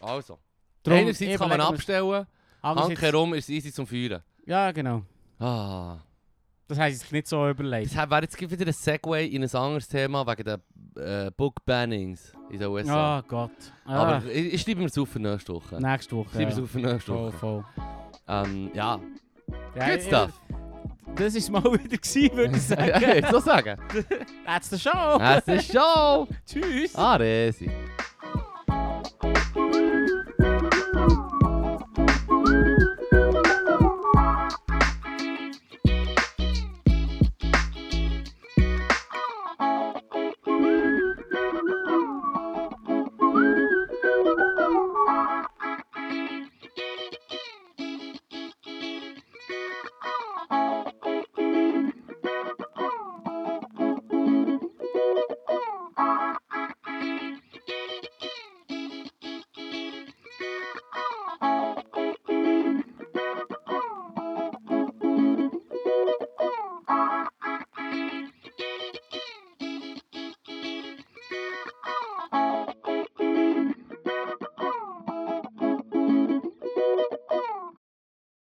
[SPEAKER 2] Also,
[SPEAKER 1] Drum,
[SPEAKER 2] einerseits
[SPEAKER 1] ich
[SPEAKER 2] kann man
[SPEAKER 1] überlege mir's.
[SPEAKER 2] abstellen, Hand
[SPEAKER 1] Andererseits-
[SPEAKER 2] herum ist es easy zum Feuern.
[SPEAKER 1] Ja, genau.
[SPEAKER 2] Ah.
[SPEAKER 1] Das heißt, ich nicht so überlegt.
[SPEAKER 2] Das wäre jetzt wieder ein Segway in ein anderes Thema wegen der äh, Book-Bannings in den USA.
[SPEAKER 1] Oh Gott. Ah,
[SPEAKER 2] Aber ich, ich schreibe mir es auf für nächste Woche.
[SPEAKER 1] nächste
[SPEAKER 2] Ich
[SPEAKER 1] Woche.
[SPEAKER 2] schreibe es auf für nächste
[SPEAKER 1] Voll,
[SPEAKER 2] Woche.
[SPEAKER 1] voll.
[SPEAKER 2] Ähm, ja,
[SPEAKER 1] Ja,
[SPEAKER 2] good
[SPEAKER 1] ich-
[SPEAKER 2] stuff.
[SPEAKER 1] Das ist mal wieder gewesen, würde ich
[SPEAKER 2] Ja,
[SPEAKER 1] sagen.
[SPEAKER 2] ich würd so sagen.
[SPEAKER 1] That's the show.
[SPEAKER 2] Es ist schon.
[SPEAKER 1] Tschüss.
[SPEAKER 2] Aresi.